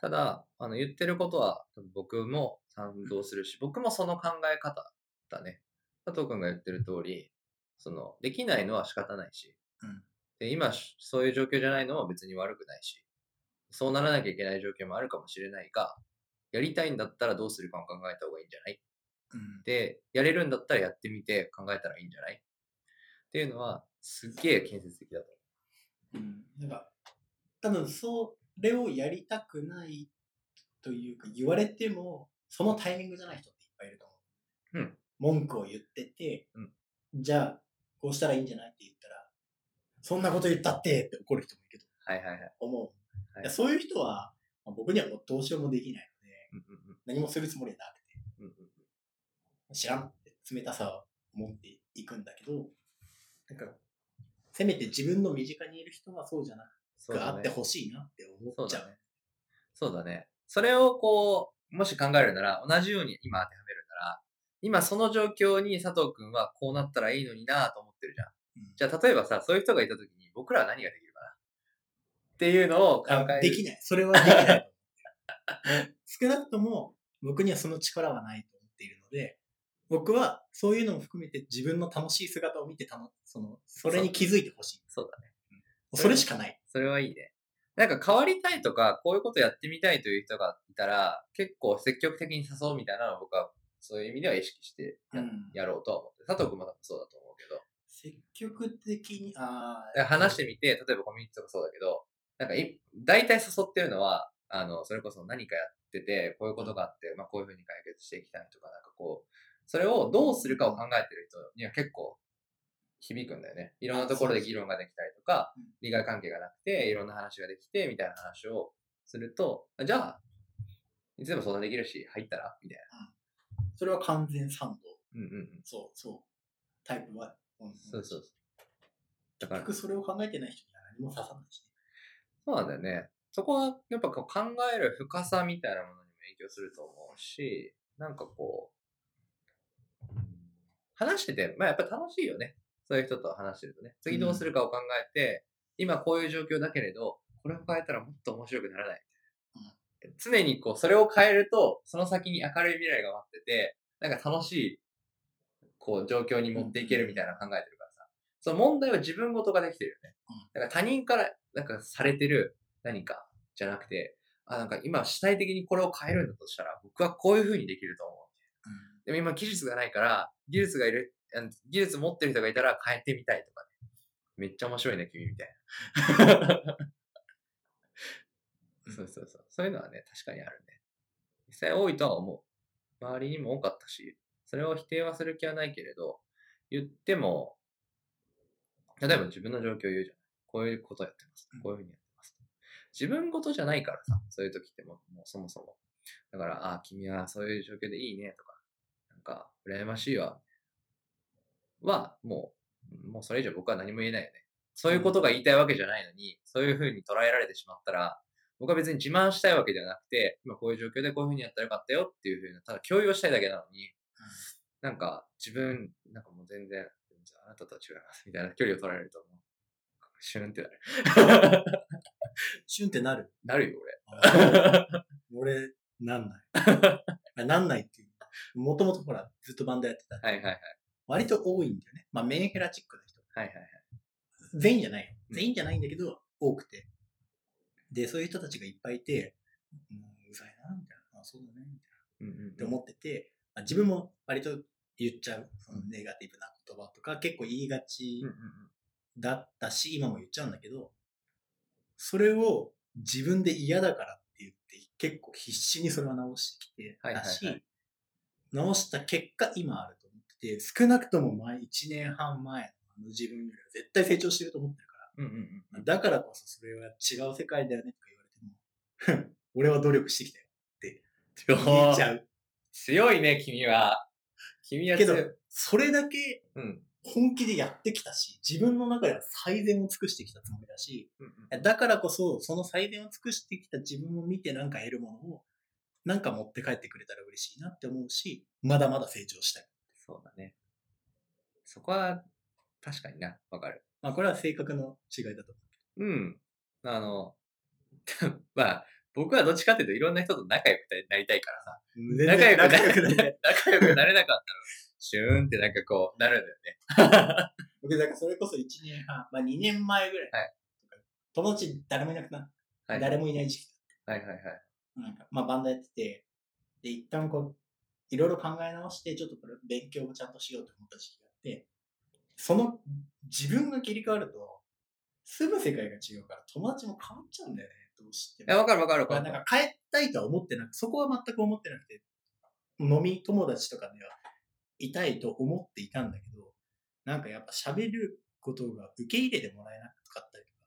Speaker 1: ただ、あの、言ってることは、多分僕も賛同するし、僕もその考え方だね。佐藤くんが言ってる通り、その、できないのは仕方ないし、
Speaker 2: うん
Speaker 1: で今、しそういう状況じゃないのは別に悪くないし、そうならなきゃいけない状況もあるかもしれないが、やりたいんだったらどうするかも考えた方がいいんじゃない
Speaker 2: うん。
Speaker 1: で、やれるんだったらやってみて考えたらいいんじゃないっていうのは、すっげえ建設的だと
Speaker 2: うんなんか、多分それをやりたくないというか、言われても、そのタイミングじゃない人っていっぱいいると思う。
Speaker 1: うん
Speaker 2: 文句を言ってて、
Speaker 1: うん
Speaker 2: じゃあ、こうしたらいいんじゃないって言ったら、そんなこと言ったってって怒る人もいると
Speaker 1: 思う。はいはいはい。
Speaker 2: 思う。
Speaker 1: はい
Speaker 2: いやそういう人は、まあ僕にはもうどうしようもできないので、
Speaker 1: うんうん
Speaker 2: 何もするつもりはなく
Speaker 1: うんうんうん
Speaker 2: て、知らんって冷たさを持っていくんだけど、なんか、せめて自分の身近にいる人はそうじゃなくて
Speaker 1: そう
Speaker 2: が
Speaker 1: だ
Speaker 2: あ
Speaker 1: ね
Speaker 2: ってほしいなって思
Speaker 1: そ
Speaker 2: っ
Speaker 1: う
Speaker 2: ちゃ
Speaker 1: だ
Speaker 2: う。
Speaker 1: ね。そうだね。それをこう、もし考えるなら、同じように今当てはめるなら、今その状況に佐藤くんはこうなったらいいのになぁと思ってるじゃん。
Speaker 2: うん
Speaker 1: じゃあ例えばさ、そういう人がいた時に僕らは何ができるかなっていうのを考え
Speaker 2: あ
Speaker 1: る。
Speaker 2: できない。それはできない。少なくとも僕にはその力はないと思っているので、僕はそういうのも含めて自分の楽しい姿を見てたの、その、それに気づいてほしい。
Speaker 1: そうだね。
Speaker 2: それしかない。
Speaker 1: それはいいね。なんか変わりたいとか、こういうことやってみたいという人がいたら、結構積極的に誘うみたいなのを僕は、そういう意味では意識してや,、
Speaker 2: うん
Speaker 1: やろうとは思って。佐藤くんも多分そうだと思うけど。
Speaker 2: 積極的に、あ
Speaker 1: で話してみて、例えばコミュニティとかそうだけど、なんかい、大体誘ってるのは、あの、それこそ何かやってて、こういうことがあって、まあこういうふうに解決していきたいとか、なんかこう、それをどうするかを考えてる人には結構響くんだよね。いろんなところで議論ができたりとか
Speaker 2: うん、
Speaker 1: 利害関係がなくて、いろんな話ができて、みたいな話をすると、あじゃあ、いつでも相談できるし、入ったらみたい
Speaker 2: それは完全賛同。
Speaker 1: な。うんうんうん。
Speaker 2: そう、そう。タイプは。うん
Speaker 1: そうそうそう。だか
Speaker 2: 結
Speaker 1: ら
Speaker 2: 局、それを考えてない人には何も刺さないし、
Speaker 1: そうなんだよね。そこは、やっぱこう考える深さみたいなものにも影響すると思うし、なんかこう、話してて、まあやっぱ楽しいよね。そういう人と話してるとね。次どうするかを考えて、今こういう状況だけれど、これを変えたらもっと面白くならない。常にこう、それを変えると、その先に明るい未来が待ってて、なんか楽しい、こう、状況に持っていけるみたいなの考えてるからさ。その問題は自分ごとができてるよね。だから他人から、なんかされてる何かじゃなくて、あ、なんか今主体的にこれを変えるんだとしたら、僕はこういう風にできると思う。でも今技術がないから、技術がいる、あの技術持ってる人がいたら変えてみたいとかね。めっちゃ面白いね、君みたいな。そうそうそう。そういうのはね、確かにあるね。実際多いとは思う。周りにも多かったし、それを否定はする気はないけれど、言っても、例えば自分の状況を言うじゃない。こういうことやってます。こういうふうにやってます。自分事じゃないからさ、そういう時ってもうもうそもそも。だから、ああ、君はそういう状況でいいねとか、なんか、羨ましいわ。は、もう、もうそれ以上僕は何も言えないよね。そういうことが言いたいわけじゃないのに、そういうふうに捉えられてしまったら、僕は別に自慢したいわけではなくて、今こういう状況でこういうふうにやったらよかったよっていうふうな、ただ共有をしたいだけなのに、なんか自分、なんかもう全然、じゃああなたとは違いますみたいな距離を取られると思う。シュンってなる。
Speaker 2: シュンってな
Speaker 1: (laughs)
Speaker 2: る。
Speaker 1: なるよ、俺。
Speaker 2: 俺、な
Speaker 1: (laughs)
Speaker 2: んない。あなんないっていう。もともとほら、ずっとバンドやってた。
Speaker 1: はいはいはい。
Speaker 2: 割と多いんだよね。まあ、メンヘラチックな人。
Speaker 1: はいはい
Speaker 2: 全員じゃないよ。
Speaker 1: うん
Speaker 2: 全員じゃないんだけど、多くて。で、そういう人たちがいっぱいいて、うん、うざいな、みたいな。あそうだね、みたいな。
Speaker 1: うんうんうん。
Speaker 2: って思ってて、まあ、自分も割と言っちゃう。そのネガティブな言葉とか結構言いがち
Speaker 1: うんうん
Speaker 2: だったし、今も言っちゃうんだけど、それを自分で嫌だからって言って、結構必死にそれは直してきて
Speaker 1: はいはい
Speaker 2: だ
Speaker 1: はい
Speaker 2: し、直した結果今あると思ってて、少なくとも前1年半前のあの自分よりは絶対成長してると思ってるか
Speaker 1: うん。うんうんう
Speaker 2: ら、
Speaker 1: ん。
Speaker 2: だからこそそれは違う世界だよねとか言われても、俺は努力してきたよって言っちゃう。
Speaker 1: 強いね、君は。君は
Speaker 2: け
Speaker 1: 強
Speaker 2: ど
Speaker 1: い。、
Speaker 2: それだけ
Speaker 1: うん。
Speaker 2: 本気でやってきたし、自分の中では最善を尽くしてきたつもりだし、
Speaker 1: うんうん
Speaker 2: だからこそ、その最善を尽くしてきた自分を見てなんか得るものを、なんか持って帰ってくれたら嬉しいなって思うし、まだまだ成長したい。
Speaker 1: そうだね。そこは、確かにな、わかる。
Speaker 2: まあこれは性格の違いだと思
Speaker 1: うん。あの、 (laughs) まあ、僕はどっちかっていうといろんな人と仲良くなりたいからさ。
Speaker 2: う。
Speaker 1: 仲良くな
Speaker 2: 仲良くなりたい。
Speaker 1: 仲良くなれなかったら、シューンってなんかこう、なるんだよね。
Speaker 2: (laughs) 僕、だからそれこそ1年半、まあ2年前ぐらい。
Speaker 1: は
Speaker 2: 友達誰もいなくなっ
Speaker 1: はい、
Speaker 2: 誰もいない時期
Speaker 1: はいはいはい。
Speaker 2: なんか、まあ、バンドやってて、で、一旦こう、いろいろ考え直して、ちょっとこれ勉強もちゃんとしようと思った時期があって、その、自分が切り替わると、住む世界が違うから友達も変わっちゃうんだよね、どうして
Speaker 1: いや、
Speaker 2: も。
Speaker 1: わかるわかるわ
Speaker 2: ま
Speaker 1: か
Speaker 2: あ
Speaker 1: る。
Speaker 2: なんか変えたいとは思ってなく、そこは全く思ってなくて、飲み友達とかでは、いたいと思っていたんだけど、なんかやっぱ喋ることが受け入れてもらえなかったりとか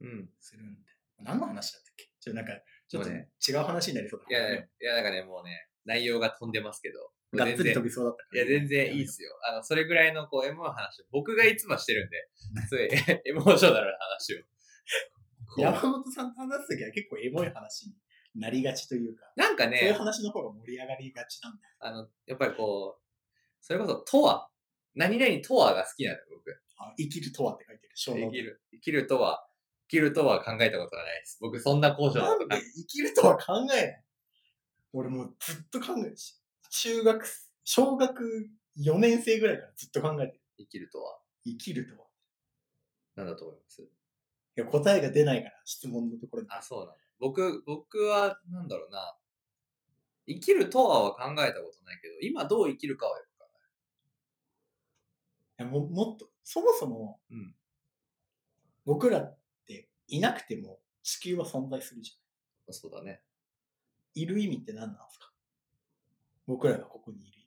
Speaker 1: うん。
Speaker 2: するんで。何の話だったっけちょ、なんか、ちょっと
Speaker 1: そう
Speaker 2: 違
Speaker 1: ね
Speaker 2: う話になりそうだ
Speaker 1: いや、いや、なんかね、もうね、内容が飛んでますけど。
Speaker 2: がっつり
Speaker 1: 全然
Speaker 2: 飛びそうだったか
Speaker 1: い
Speaker 2: ら
Speaker 1: や、
Speaker 2: ね、
Speaker 1: 全然いいっすよ。あの、それぐらいの、こう、エモい話、僕がいつもしてるんで、そういう (laughs) エモーショナルな話を。こう
Speaker 2: 山本さんと話すときは結構エモい話になりがちというか、
Speaker 1: なんか
Speaker 2: そういう
Speaker 1: ね、
Speaker 2: 話の方が盛り上がりがちなんだよ。
Speaker 1: あの、やっぱりこう、それこそ、とは、何々とはが好きなんだよ、僕。
Speaker 2: あ生きるとはって書いてる、小
Speaker 1: 生きる、生きるとは、生きるとは考えたことがないです。僕、そんな交渉
Speaker 2: な
Speaker 1: だと
Speaker 2: んで生きるとは考えない俺もうずっと考えるし、中学、小学4年生ぐらいからずっと考えてる。
Speaker 1: 生きるとは、
Speaker 2: 生きるとは。
Speaker 1: なんだと思います
Speaker 2: いや答えが出ないから、質問のところに。
Speaker 1: あ、そうなんだ。僕、僕は、なんだろうな。生きるとはは考えたことないけど、今どう生きるかはよく考
Speaker 2: いやももっと、そもそも、
Speaker 1: うん
Speaker 2: 僕らっていなくても地球は存在するじゃ
Speaker 1: え
Speaker 2: ん。
Speaker 1: そうだね。
Speaker 2: いる意味って何なんですか僕らがここにいる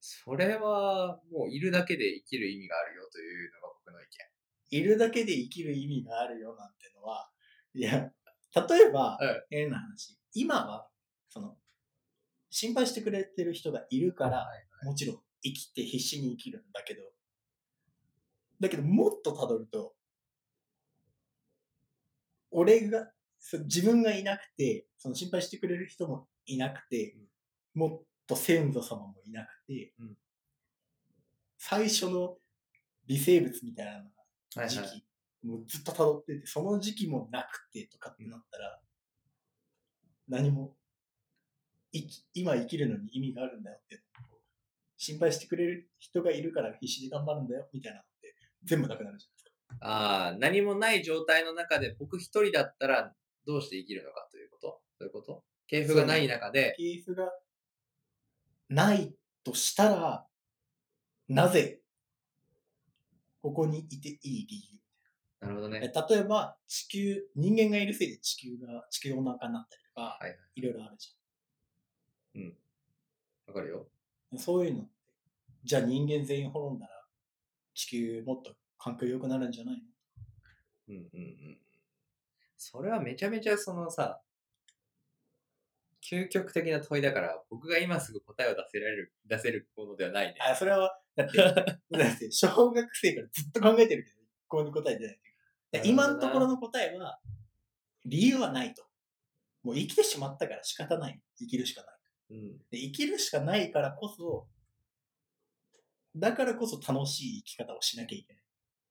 Speaker 1: それは、もういるだけで生きる意味があるよというのが僕の意見。
Speaker 2: 意味。いるだけで生きる意味があるよなんてのは、いや、例えば、
Speaker 1: うん
Speaker 2: 変な話。今は、その、心配してくれてる人がいるから、
Speaker 1: はい
Speaker 2: もちろん生きて必死に生きるんだけど、だけどもっと辿ると、俺が、そ自分がいなくて、その心配してくれる人もいなくて、もっと先祖様もいなくて、
Speaker 1: うん
Speaker 2: 最初の微生物みたい
Speaker 1: は
Speaker 2: な時期、もうずっと辿ってて、その時期もなくてとかってなったら、何も、生き今生きるのに意味があるんだよって、心配してくれる人がいるから必死で頑張るんだよみたいなのって、全部なくなるじゃん。
Speaker 1: ああ、何もない状態の中で僕一人だったらどうして生きるのかということそういうこと系譜がない中で、
Speaker 2: ケースがないとしたら、なぜ、ここにいていい理由
Speaker 1: なるほどね。はい。
Speaker 2: 例えば、地球、人間がいるせいで地球が、地球温暖化になったりとか、
Speaker 1: はいはい
Speaker 2: ろいろあるじ
Speaker 1: わかるよ。
Speaker 2: ゃん。そういうのって、じゃあ人間全員滅んだら、地球もっと環境良くなるんじゃないの
Speaker 1: うんうんうん。それはめちゃめちゃそのさ、究極的な問いだから、僕が今すぐ答えを出せられる、出せるものではないね。
Speaker 2: あ、それは、だって、だって、小学生からずっと考えてるけど、一向に答えてない。だから今のところの答えは、理由はないと。もう生きてしまったから仕方ない。生きるしかない。
Speaker 1: うん。
Speaker 2: で生きるしかないからこそ、だからこそ楽しい生き方をしなきゃいけない。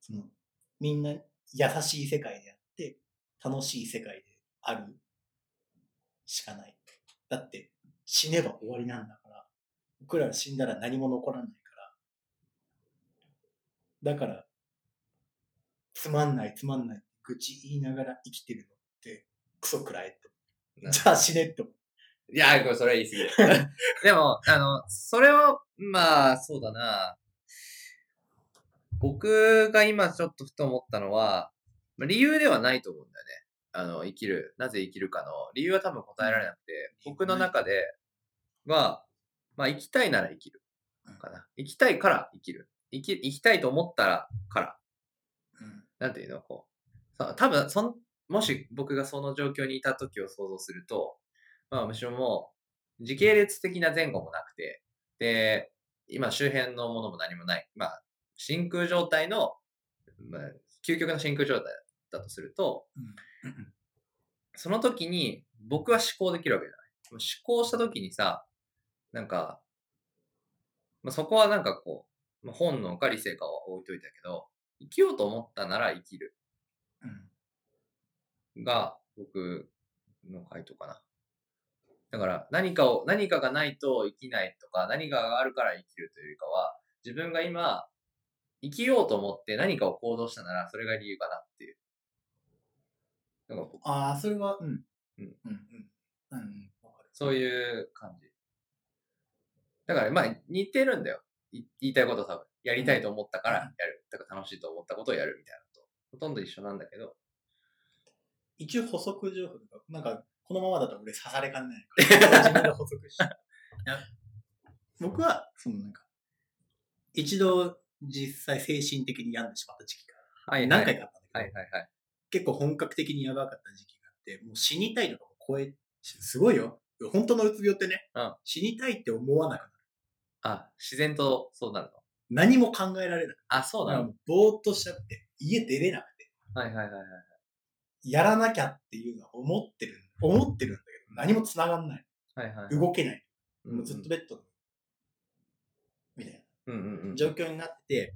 Speaker 2: そのみんな優しい世界であって、楽しい世界であるしかない。だって死ねば終わりなんだから、僕らは死んだら何も残らないから。だから、つまんないつまんない愚痴言いながら生きてるのって、クソくらいと。
Speaker 1: な
Speaker 2: じゃあ死ねって思う。
Speaker 1: いや、これそれは言い過ぎだ。 (laughs) でも、あの、それを、まあ、そうだな。僕が今ちょっとふと思ったのは、まあ理由ではないと思うんだよね。あの、生きる、なぜ生きるかの理由は多分答えられなくて、僕の中では、まあ、生きたいなら生きる。かな。生きたいから生きる。生き、生きたいと思ったら、から。なんていうのこう。さ多分そん、もし僕がその状況にいた時を想像すると、まあ、むしろもう、時系列的な前後もなくて、で、今周辺のものも何もない。まあ、真空状態の、まあ、究極の真空状態だとすると、その時に僕は思考できるわけじゃない。思考した時にさ、なんか、まあ、そこはなんかこう、まあ、本能か理性かは置いといたけど、生きようと思ったなら生きる
Speaker 2: うん
Speaker 1: が僕の回答かな。だから何かを、何かがないと生きないとか、何かがあるから生きるというよりかは、自分が今、生きようと思って何かを行動したなら、それが理由かなっていう。なんか僕
Speaker 2: ああ、それは、うん。
Speaker 1: うん。
Speaker 2: うん。うん。うん。わかる。
Speaker 1: そういう感じ。だから、まあ、似てるんだよ。い言いたいこと多分。やりたいと思ったからやる。だから楽しいと思ったことをやるみたいなこと。ほとんど一緒なんだけど。
Speaker 2: 一応補足情報とか、なんか、このままだと俺刺されかねないから、自分で補足 (laughs) して。いや僕は、そのなんか、一度実際精神的に病んでしまった時期が、
Speaker 1: はい、はい。
Speaker 2: 何回かあったんだけど、
Speaker 1: はいはいはい。
Speaker 2: 結構本格的にやばかった時期があって、もう死にたいとかも超え、すごいよ。本当のうつ病ってね、
Speaker 1: うん
Speaker 2: 死にたいって思わなくなる。
Speaker 1: あ、自然とそうなるの。
Speaker 2: 何も考えられなく
Speaker 1: あ、そう
Speaker 2: な
Speaker 1: な
Speaker 2: る。
Speaker 1: の、
Speaker 2: もうぼーっとしちゃって、家出れなくて。
Speaker 1: はいはいはいはい。
Speaker 2: やらなきゃっていうのは思ってる、思ってるんだけど、何も繋がんない。
Speaker 1: はいはい。
Speaker 2: 動けない。
Speaker 1: うん
Speaker 2: もうずっとベッド、みたい
Speaker 1: うんうんうん
Speaker 2: な。状況になって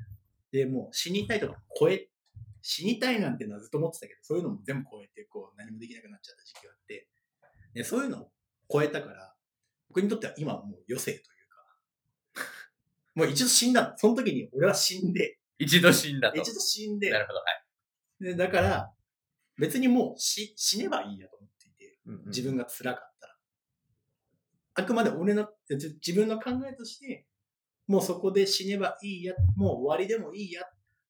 Speaker 2: て、で、もう死にたいとか超え、死にたいなんてのはずっと思ってたけど、そういうのも全部超えて、こう、何もできなくなっちゃった時期があって、でそういうのを超えたから、僕にとっては今はもう余生というか、 (laughs) もう一度死んだの。その時に俺は死んで、
Speaker 1: 一度死んだと。
Speaker 2: 一度死んで、
Speaker 1: なるほど、はい。
Speaker 2: でだから、別にもう死死ねばいいやと思っていて、
Speaker 1: うんうん
Speaker 2: 自分が辛かったら。あくまで俺の、じ自分の考えとして、もうそこで死ねばいいや、もう終わりでもいいや。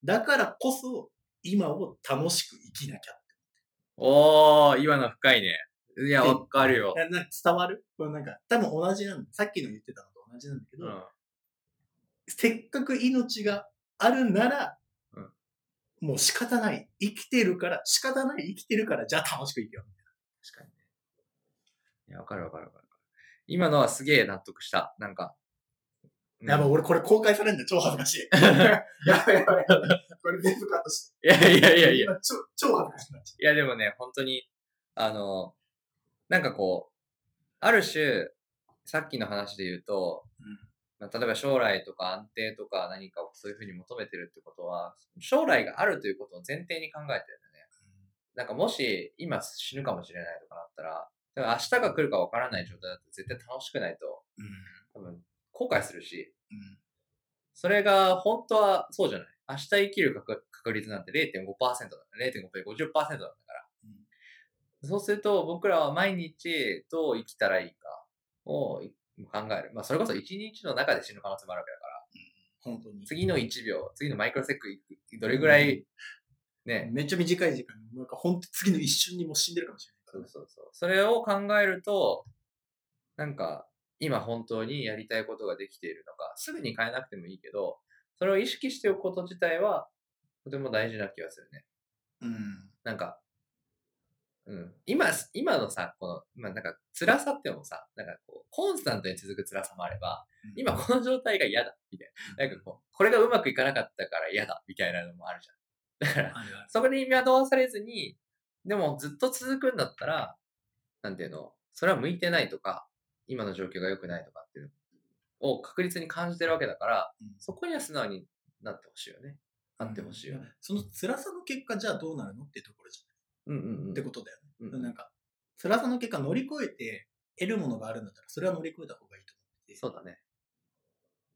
Speaker 2: だからこそ、今を楽しく生きなきゃ。
Speaker 1: おー、今の深いね。いや、わかるよ。
Speaker 2: なな伝わるこれなんか、多分同じなんだ。さっきの言ってたのと同じなんだけ
Speaker 1: う
Speaker 2: ど、
Speaker 1: ん。
Speaker 2: せっかく命があるなら、
Speaker 1: うん
Speaker 2: もう仕方ない。生きてるから、仕方ない。生きてるから、じゃあ楽しく生きよう。
Speaker 1: 確かにね。いや、わかるわかるわかる。今のはすげえ納得した。なんか。うん
Speaker 2: やばい、俺これ公開されるんだ。超恥ずかし
Speaker 1: (laughs)
Speaker 2: い。やばいやばいやばい。これ全部カットし
Speaker 1: い
Speaker 2: て。
Speaker 1: やいやいやいや。い
Speaker 2: 今超、超恥ずかしくなっち
Speaker 1: や、でもね、本当に、あの、なんかこう、ある種、さっきの話で言うと、
Speaker 2: うん
Speaker 1: まあ、例えば将来とか安定とか何かをそういうふうに求めてるってことは、将来があるということを前提に考えてるんだよね。なんかもし今死ぬかもしれないとかなったら、だから明日が来るかわからない状態だと絶対楽しくないと、
Speaker 2: ゃう。
Speaker 1: 多分後悔するし、
Speaker 2: うん。
Speaker 1: それが本当はそうじゃない。明日生きる確確率なんて0.5%だ。0.5倍50%なんだから。そうすると僕らは毎日どう生きたらいいかをい考える。まあそれこそ1日の中で死ぬ可能性もあるわけだから。
Speaker 2: 本当に。
Speaker 1: 次の1秒、次のマイクロセックどれぐらいね。
Speaker 2: めっちゃ短い時間に、なんか本当次の一瞬にもう死んでるかもしれないか
Speaker 1: そ
Speaker 2: ら
Speaker 1: うそう
Speaker 2: ね。
Speaker 1: そう。それを考えると、なんか、今本当にやりたいことができているのか、すぐに変えなくてもいいけど、それを意識しておくこと自体は、とても大事な気がするね。
Speaker 2: うん。
Speaker 1: なんか、うん。今、今のさ、この、まあなんか、辛さってのもさ、なんかこう、コンスタントに続く辛さもあれば、今この状態が嫌だ、みたいな。なんかこう、これがうまくいかなかったから嫌だ、みたいなのもあるじゃん。だから、
Speaker 2: あるある
Speaker 1: そこに惑わされずに、でもずっと続くんだったら、なんていうの、それは向いてないとか、今の状況が良くないとかっていうのを確実に感じてるわけだから、
Speaker 2: うん
Speaker 1: そこには素直になってほしいよね。あってほしいよね。
Speaker 2: その辛さの結果、じゃあどうなるのってところじゃ
Speaker 1: うんうんうん。
Speaker 2: ん。ってことだよね。
Speaker 1: うん
Speaker 2: なんか、辛さの結果乗り越えて得るものがあるんだったら、それは乗り越えた方がいいと思ってて。
Speaker 1: そうだね。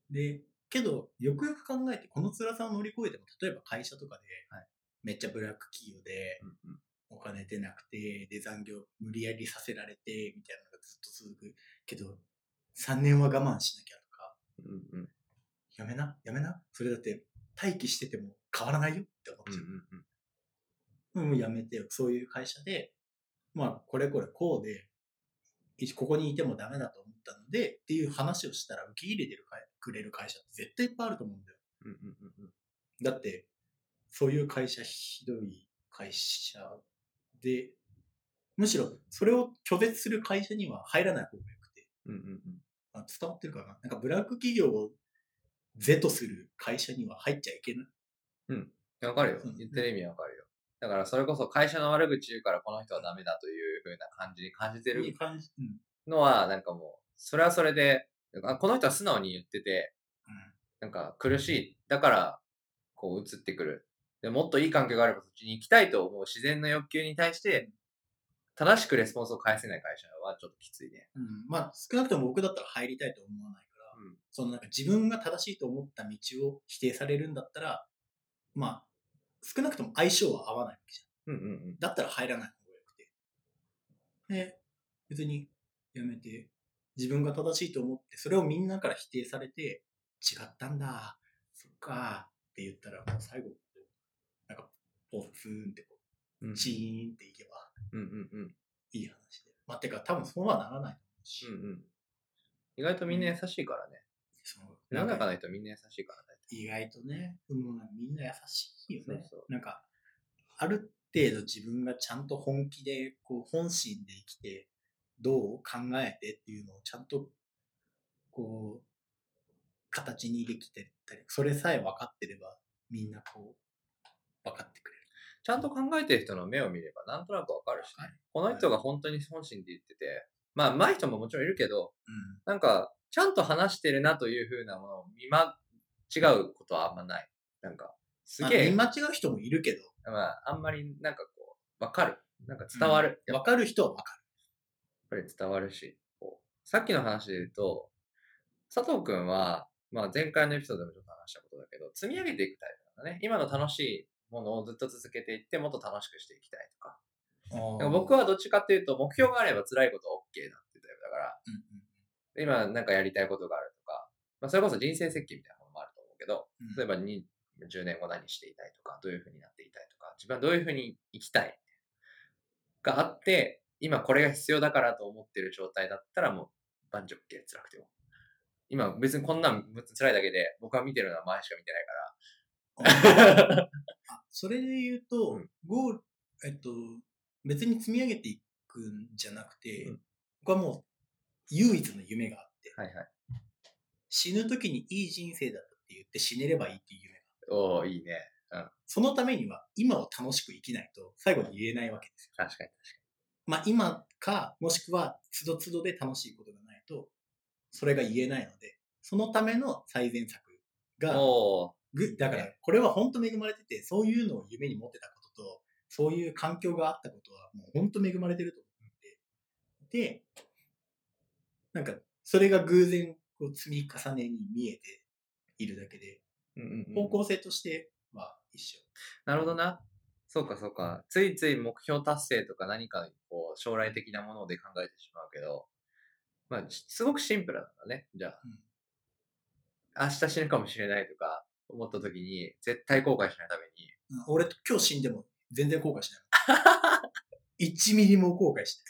Speaker 2: で、けど、よくよく考えて、この辛さを乗り越えても、例えば会社とかで、
Speaker 1: はい
Speaker 2: めっちゃブラック企業で、
Speaker 1: うんうん
Speaker 2: お金出なくて、で、残業無理やりさせられて、みたいなのがずっと続くけど、3年は我慢しなきゃとか、
Speaker 1: うんうん
Speaker 2: やめな、やめな。それだって、待機してても変わらないよって思っ
Speaker 1: う
Speaker 2: ち
Speaker 1: ん
Speaker 2: ゃう。
Speaker 1: うんうん
Speaker 2: うん、もうやめてよ。そういう会社で、まあ、これこれこうで、いここにいてもダメだと思ったので、っていう話をしたら受け入れてるかくれる会社って絶対いっぱいあると思うんだよ。
Speaker 1: うんうんうんうん
Speaker 2: だって、そういう会社、ひどい会社で、むしろそれを拒絶する会社には入らない方がよくて、
Speaker 1: うんうんうん
Speaker 2: あ伝わってるかななんかブラック企業を是とする会社には入っちゃいけない。
Speaker 1: わかるよ
Speaker 2: うん。
Speaker 1: 言ってる意味はわかるよ。だからそれこそ会社の悪口言うからこの人はダメだというふうな感じに感じてる
Speaker 2: いい感じ。うん。
Speaker 1: のは、なんかもう、それはそれで、あこの人は素直に言ってて、なんか苦しい。だから、こう移ってくる。で、もっといい環境があればそっちに行きたいと思う自然の欲求に対して、正しくレスポンスを返せない会社はちょっときついね。
Speaker 2: うん。うん、まあ、少なくとも僕だったら入りたいと思わないから、
Speaker 1: うん
Speaker 2: そのなんか自分が正しいと思った道を否定されるんだったら、まあ、少なくとも相性は合わないわけじゃん。
Speaker 1: うんうんうん。
Speaker 2: だったら入らない方がよくて。で、別にやめて、自分が正しいと思って、それをみんなから否定されて、違ったんだ、そっか、って言ったら、もう最後、なんか、ポツンってこ
Speaker 1: うん
Speaker 2: う、チーンっていけば
Speaker 1: うんうんうん。
Speaker 2: いい話で。まあ、てか、多分そうはならないし、
Speaker 1: うんうん。意外とみんな優しいからね。
Speaker 2: その
Speaker 1: 世の中の人みんな優しいからね。
Speaker 2: 意外とね、もうみんな優しいよね。
Speaker 1: そうそ
Speaker 2: なんか、ある程度自分がちゃんと本気で、こう、本心で生きて、どう考えてっていうのをちゃんと、こう、形にできてたり、それさえ分かってれば、みんなこう、分かってくれる。
Speaker 1: ちゃんと考えてる人の目を見ればなんとなくわかるし、ね
Speaker 2: わか
Speaker 1: この人が本当に本心で言ってて、まあ、うまい人ももちろんいるけど、
Speaker 2: うん。
Speaker 1: なんか、ちゃんと話してるなというふうなものを見ま、違うことはあんまない。なんか、すげ
Speaker 2: あ
Speaker 1: え、
Speaker 2: 見間違う人もいるけど、
Speaker 1: まあ、あんまりなんかこう、わかる。なんか伝わる。
Speaker 2: うん
Speaker 1: や
Speaker 2: 分
Speaker 1: っ
Speaker 2: かる人は分か
Speaker 1: ぱり伝わるし、こうさっきの話で言うと、佐藤くんは、まあ前回のエピソードでもちょっと話したことだけど、積み上げていくタイプなんだね。今の楽しいものをずっと続けていって、もっと楽しくしていきたいとか。
Speaker 2: る。
Speaker 1: なんか僕
Speaker 2: は、
Speaker 1: はどっちかっていうと、目標があれば辛いことは OK だっていうタイプだから、
Speaker 2: うん
Speaker 1: で今なんかやりたいことがあるとか、まあ、それこそ人生設計みたいなものもあると思うけど、
Speaker 2: うん、
Speaker 1: 例えばに10年後何していたいとか、どういうふうになっていたいとか、自分はどういうふうに生きたいがあって、今これが必要だからと思ってる状態だったらもう万丈系辛くても。今別にこんなん辛いだけで、僕が見てるのは前しか見てないから、
Speaker 2: あそれで言うと、
Speaker 1: うん
Speaker 2: ゴール、えっと、別に積み上げていくんじゃなくて、
Speaker 1: うん
Speaker 2: 僕はもう唯一の夢があっ
Speaker 1: (laughs)
Speaker 2: て、
Speaker 1: はいはい。
Speaker 2: 死ぬ時にいい人生だったって言って死ねればいいっていう夢があって、
Speaker 1: おおいいね。
Speaker 2: そのためには今を楽しく生きないと最後に言えないわけですよ。
Speaker 1: 確かに。
Speaker 2: まあ今か、もしくはつどつどで楽しいことがないと、それが言えないので、そのための最善策が、
Speaker 1: おお
Speaker 2: ぐだから、これは本当恵まれてて、そういうのを夢に持ってたことと、そういう環境があったことは、もう本当恵まれてると思っていて、で、なんか、それが偶然、こう、積み重ねに見えているだけで、
Speaker 1: うんうんうん
Speaker 2: 方向性としては一緒。
Speaker 1: なるほどな。そうかそうか。ついつい目標達成とか何かこう将来的なもので考えてしまうけど、まあ、しすごくシンプルなんだね。じゃあ、明日死ぬかもしれないとか思った時に、絶対後悔しないために、
Speaker 2: 俺今日死んでも全然後悔
Speaker 1: (laughs)
Speaker 2: しない。1ミリも後悔し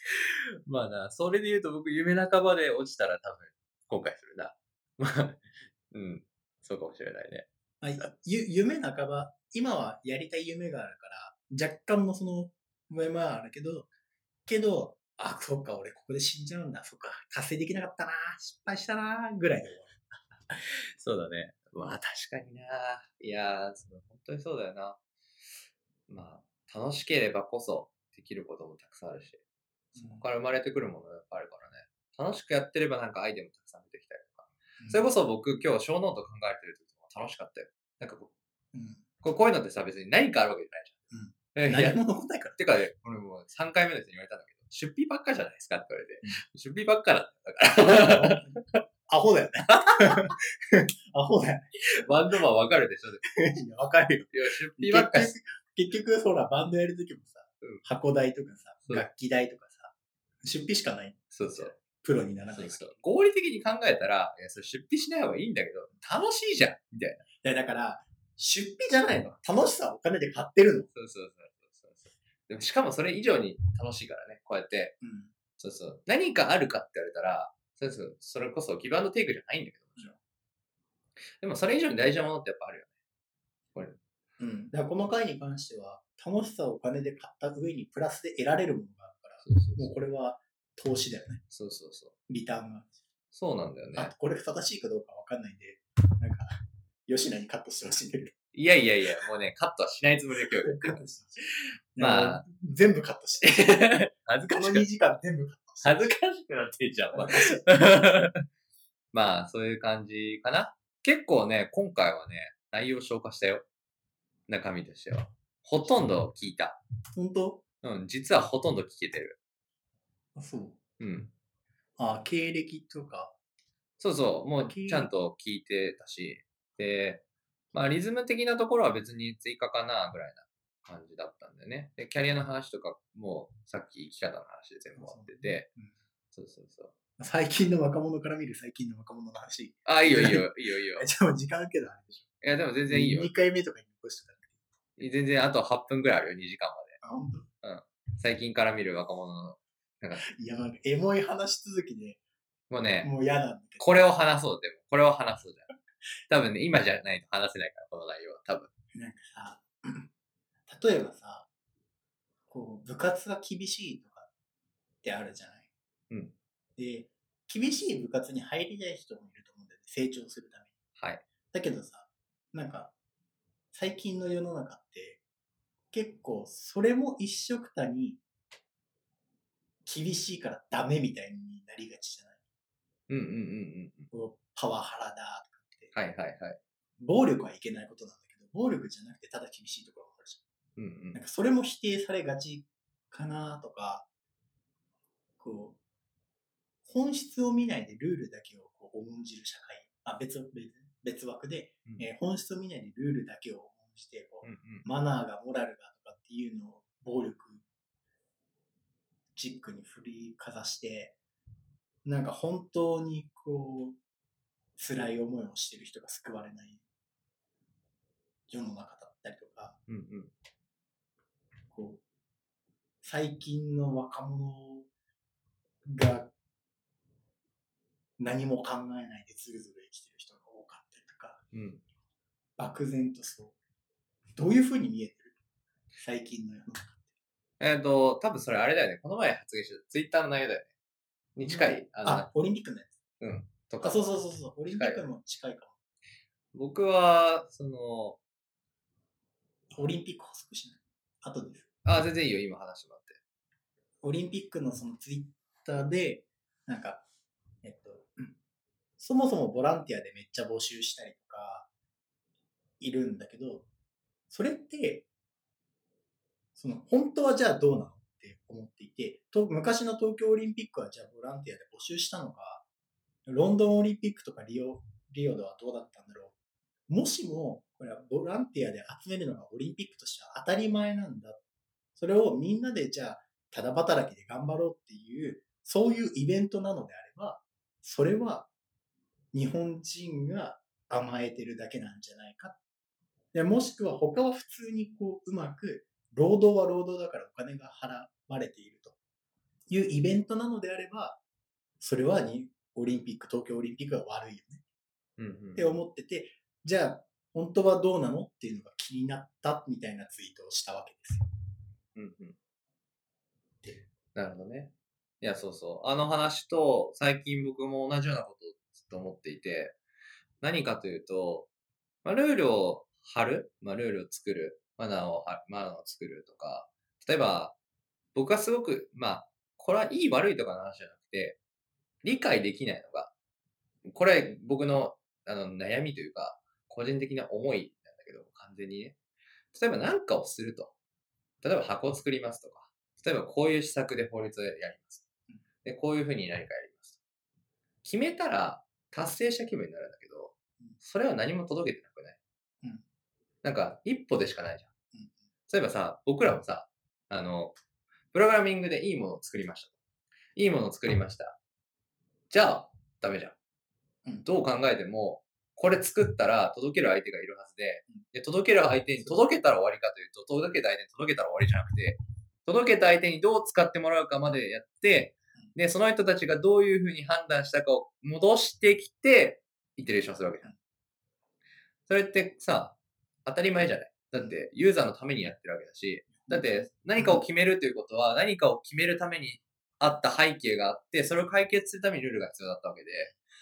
Speaker 2: ない。
Speaker 1: (laughs) まあな、それで言うと僕、夢半ばで落ちたら多分、後悔するな。まあ、うん、そうかもしれないね。
Speaker 2: まあ、ゆ夢半ば、今はやりたい夢があるから、若干のその、思いもあるけど、けど、あ、そっか、俺ここで死んじゃうんだ、そっか、達成できなかったな、失敗したな、ぐらいで終わる。
Speaker 1: そうだね。まあ確かにな。いやー、その本当にそうだよな。まあ、楽しければこそできることもたくさんあるし、そこから生まれてくるものがやっぱあるからね。楽しくやってればなんかアイデアもたくさん出てきたりとか。それこそ僕今日小ノート考えてる時も楽しかったよ。なんかこう
Speaker 2: うん、
Speaker 1: こうこういうのってさ別に何かあるわけじゃないじゃん。いや
Speaker 2: 何も残んないから。
Speaker 1: てかね、俺もう3回目の人に言われたんだけど、出費ばっかじゃないですかって言われて、出費ばっかなんだから、
Speaker 2: アホだよね。 (laughs) アホだよね。
Speaker 1: バンドマンわかるでしょでも
Speaker 2: いやわか
Speaker 1: (laughs)
Speaker 2: るよ。
Speaker 1: いや出費ばっか
Speaker 2: 結局、結局ほら、バンドやるときもさ、
Speaker 1: うん
Speaker 2: 箱代とかさ、
Speaker 1: うん
Speaker 2: 楽器代とかさ、出費しかない。
Speaker 1: そうそう。
Speaker 2: プロにならな
Speaker 1: そ
Speaker 2: いうか
Speaker 1: そ
Speaker 2: ら
Speaker 1: う合理的に考えたら、いやそれ出費しない方がいいんだけど、楽しいじゃんみたいな。
Speaker 2: いやだから、出費じゃないの。楽しさはお金で買ってるの。
Speaker 1: そうそうそうそうそう。でもしかもそれ以上に楽しいからね、こうやって、そうそう。何かあるかって言われたら、そうそうそれこそギブアンドテイクじゃないんだけど、もちろん。でもそれ以上に大事なものってやっぱあるよね。
Speaker 2: うん。うん。だからこの回に関しては、楽しさをお金で買った上にプラスで得られるものがあるから、
Speaker 1: そうそう
Speaker 2: もうこれは投資だよね。
Speaker 1: そう。そうそうそう。
Speaker 2: リターンが。
Speaker 1: そうなんだよね。
Speaker 2: あ、これ正しいかどうかわかんないんで、なんか、吉野にカットしてほしいんだけど。
Speaker 1: いやいやいや、もうね、カットはしないつもりで今日。
Speaker 2: カットしてほしい
Speaker 1: まあ。
Speaker 2: 全部カットして。
Speaker 1: (laughs) 恥ずか
Speaker 2: この
Speaker 1: しく、
Speaker 2: 2時間全部カットして。
Speaker 1: 恥ずかしくなってんじゃん、お前まあ、そういう感じかな。結構ね、今回はね、内容消化したよ。中身としては。ほとんど聞いた。
Speaker 2: 本当
Speaker 1: うん、実はほとんど聞けてる。
Speaker 2: あ、そう。
Speaker 1: うん。
Speaker 2: あ、経歴とか。
Speaker 1: そうそう、もうちゃんと聞いてたし、で、まあリズム的なところは別に追加かな、ぐらいな感じだったんだよね。で、キャリアの話とかも、さっき生き方の話で全部終わってて
Speaker 2: うん、
Speaker 1: そうそうそう。
Speaker 2: 最近の若者から見る最近の若者の話。
Speaker 1: あ、いいよいいよ、いいよいいよ。
Speaker 2: じゃあもう時間あるけどあれでしょ。
Speaker 1: いや、でも全然いいよ。
Speaker 2: 2回目とかに残してたら。
Speaker 1: 全然あと8分ぐらいあるよ、2時間まで。
Speaker 2: あ、本当。
Speaker 1: 最近から見る若者の。
Speaker 2: いや、なんかエモい話続きで、
Speaker 1: もうね、
Speaker 2: もう嫌なんだけ
Speaker 1: これを話そう、でも。これを話そうじゃん。多分ね、今じゃないと話せないから、この内容は。多分。
Speaker 2: ど、なんかさ、例えばさ、こう、部活が厳しいとかってあるじゃない。
Speaker 1: うん。
Speaker 2: で、厳しい部活に入りたい人もいると思うんだよね。成長するために。
Speaker 1: はい。
Speaker 2: だけどさ、なんか、最近の世の中って、結構、それも一緒くたに、厳しいからダメみたいになりがちじゃない
Speaker 1: うんうんうんうんうん。
Speaker 2: こうパワハラだとかって。
Speaker 1: はいはいはい。
Speaker 2: 暴力はいけないことなんだけど、暴力じゃなくてただ厳しいところもあるじ
Speaker 1: うんう
Speaker 2: ゃん。
Speaker 1: ん
Speaker 2: なん。かそれも否定されがちかなとか、こう、本質を見ないでルールだけをこう重んじる社会、あ、別、別別枠で、
Speaker 1: うん
Speaker 2: えー本質を見ないでルールだけを重んじて、こう
Speaker 1: うんうん
Speaker 2: マナーがモラルがとかっていうのを暴力チックに振りかざして、なんか本当にこう、辛い思いをしてる人が救われない世の中だったりとか、
Speaker 1: うんうん。
Speaker 2: こう、最近の若者が何も考えないでずるずる生きてる人が多かったりとか、
Speaker 1: うん、
Speaker 2: 漠然とそう。どういう風に見えてる最近の世の中。
Speaker 1: えっ、と、多分それあれだよね。この前発言したツイッターの内容だよね。に近い、あの、
Speaker 2: あ、オリンピックのやつ。
Speaker 1: とか
Speaker 2: あ、そうそうそうそう。オリンピックも近いか
Speaker 1: 僕は、その、
Speaker 2: も。オリンピック補足しない。あとです。
Speaker 1: あ、全然いいよ、今話してもらって。
Speaker 2: オリンピックのそのツイッターで、なんか、えっと、うんそもそもボランティアでめっちゃ募集したりとか、いるんだけど、それって、その、本当はじゃあどうなのって思っていて、と昔の東京オリンピックはじゃあボランティアで募集したのか、ロンドンオリンピックとかリオ、リオではどうだったんだろう。もしも、これはボランティアで集めるのがオリンピックとしては当たり前なんだ。それをみんなでじゃあ、ただ働きで頑張ろうっていう、そういうイベントなのであれば、それは日本人が甘えてるだけなんじゃないかっでもしくは他は普通にこううまく労働は労働だからお金が払われているというイベントなのであればそれはにオリンピック東京オリンピックは悪いよね
Speaker 1: うんうん
Speaker 2: って思っててじゃあ本当はどうなのっていうのが気になったみたいなツイートをしたわけですよ。
Speaker 1: うんうん。なるほどね。いや、そうそう。あの話と、最近僕も同じようなことをずっと思っていて、何かというと、まあ、ルールを貼る、まあ、ルールを作る、マナーを貼る、マナーを作るとか、例えば、僕はすごく、まあ、これはいい悪いとかの話じゃなくて、理解できないのが、これ僕のあの悩みというか、個人的な思いなんだけど、完全にね。例えば何かをすると。例えば箱を作りますとか、例えばこういう施策で法律をやります。で、こういうふうに何かやります。決めたら達成した気分になるんだけど
Speaker 2: うん、
Speaker 1: それは何も届けてなくない、
Speaker 2: うん
Speaker 1: なんか一歩でしかないじゃん。
Speaker 2: うん
Speaker 1: 例えばさ、僕らもさ、あの、プログラミングでいいものを作りました。いいものを作りました。じゃあ、ダメじゃん。
Speaker 2: うん
Speaker 1: どう考えても、これ作ったら届ける相手がいるはずで、
Speaker 2: うん
Speaker 1: で届ける相手に届けたら終わりかというと、届けた相手に届けたら終わりじゃなくて、届けた相手にどう使ってもらうかまでやって、で、その人たちがどういうふうに判断したかを戻してきて、イテレーションするわけじゃん。それってさ、当たり前じゃないだって、ユーザーのためにやってるわけだし、だって、何かを決めるということは、何かを決めるためにあった背景があって、それを解決するためにルールが必要だったわけで、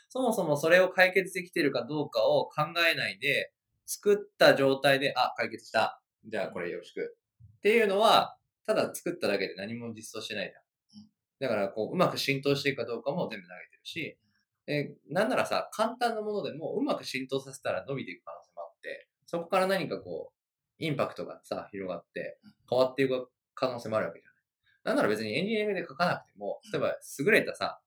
Speaker 1: そもそもそれを解決できてるかどうかを考えないで、作った状態で、あ、解決した。じゃあこれよろしく。っていうのは、ただ作っただけで何も実装してないじゃん。だから、こう、うまく浸透していくかどうかも全部投げてるし、え、なんならさ、簡単なものでもうまく浸透させたら伸びていく可能性もあって、そこから何かこう、インパクトがさ、広がって、変わっていく可能性もあるわけじゃない。なんなら別にエンジニアリングで書かなくても、例えば優れたさ、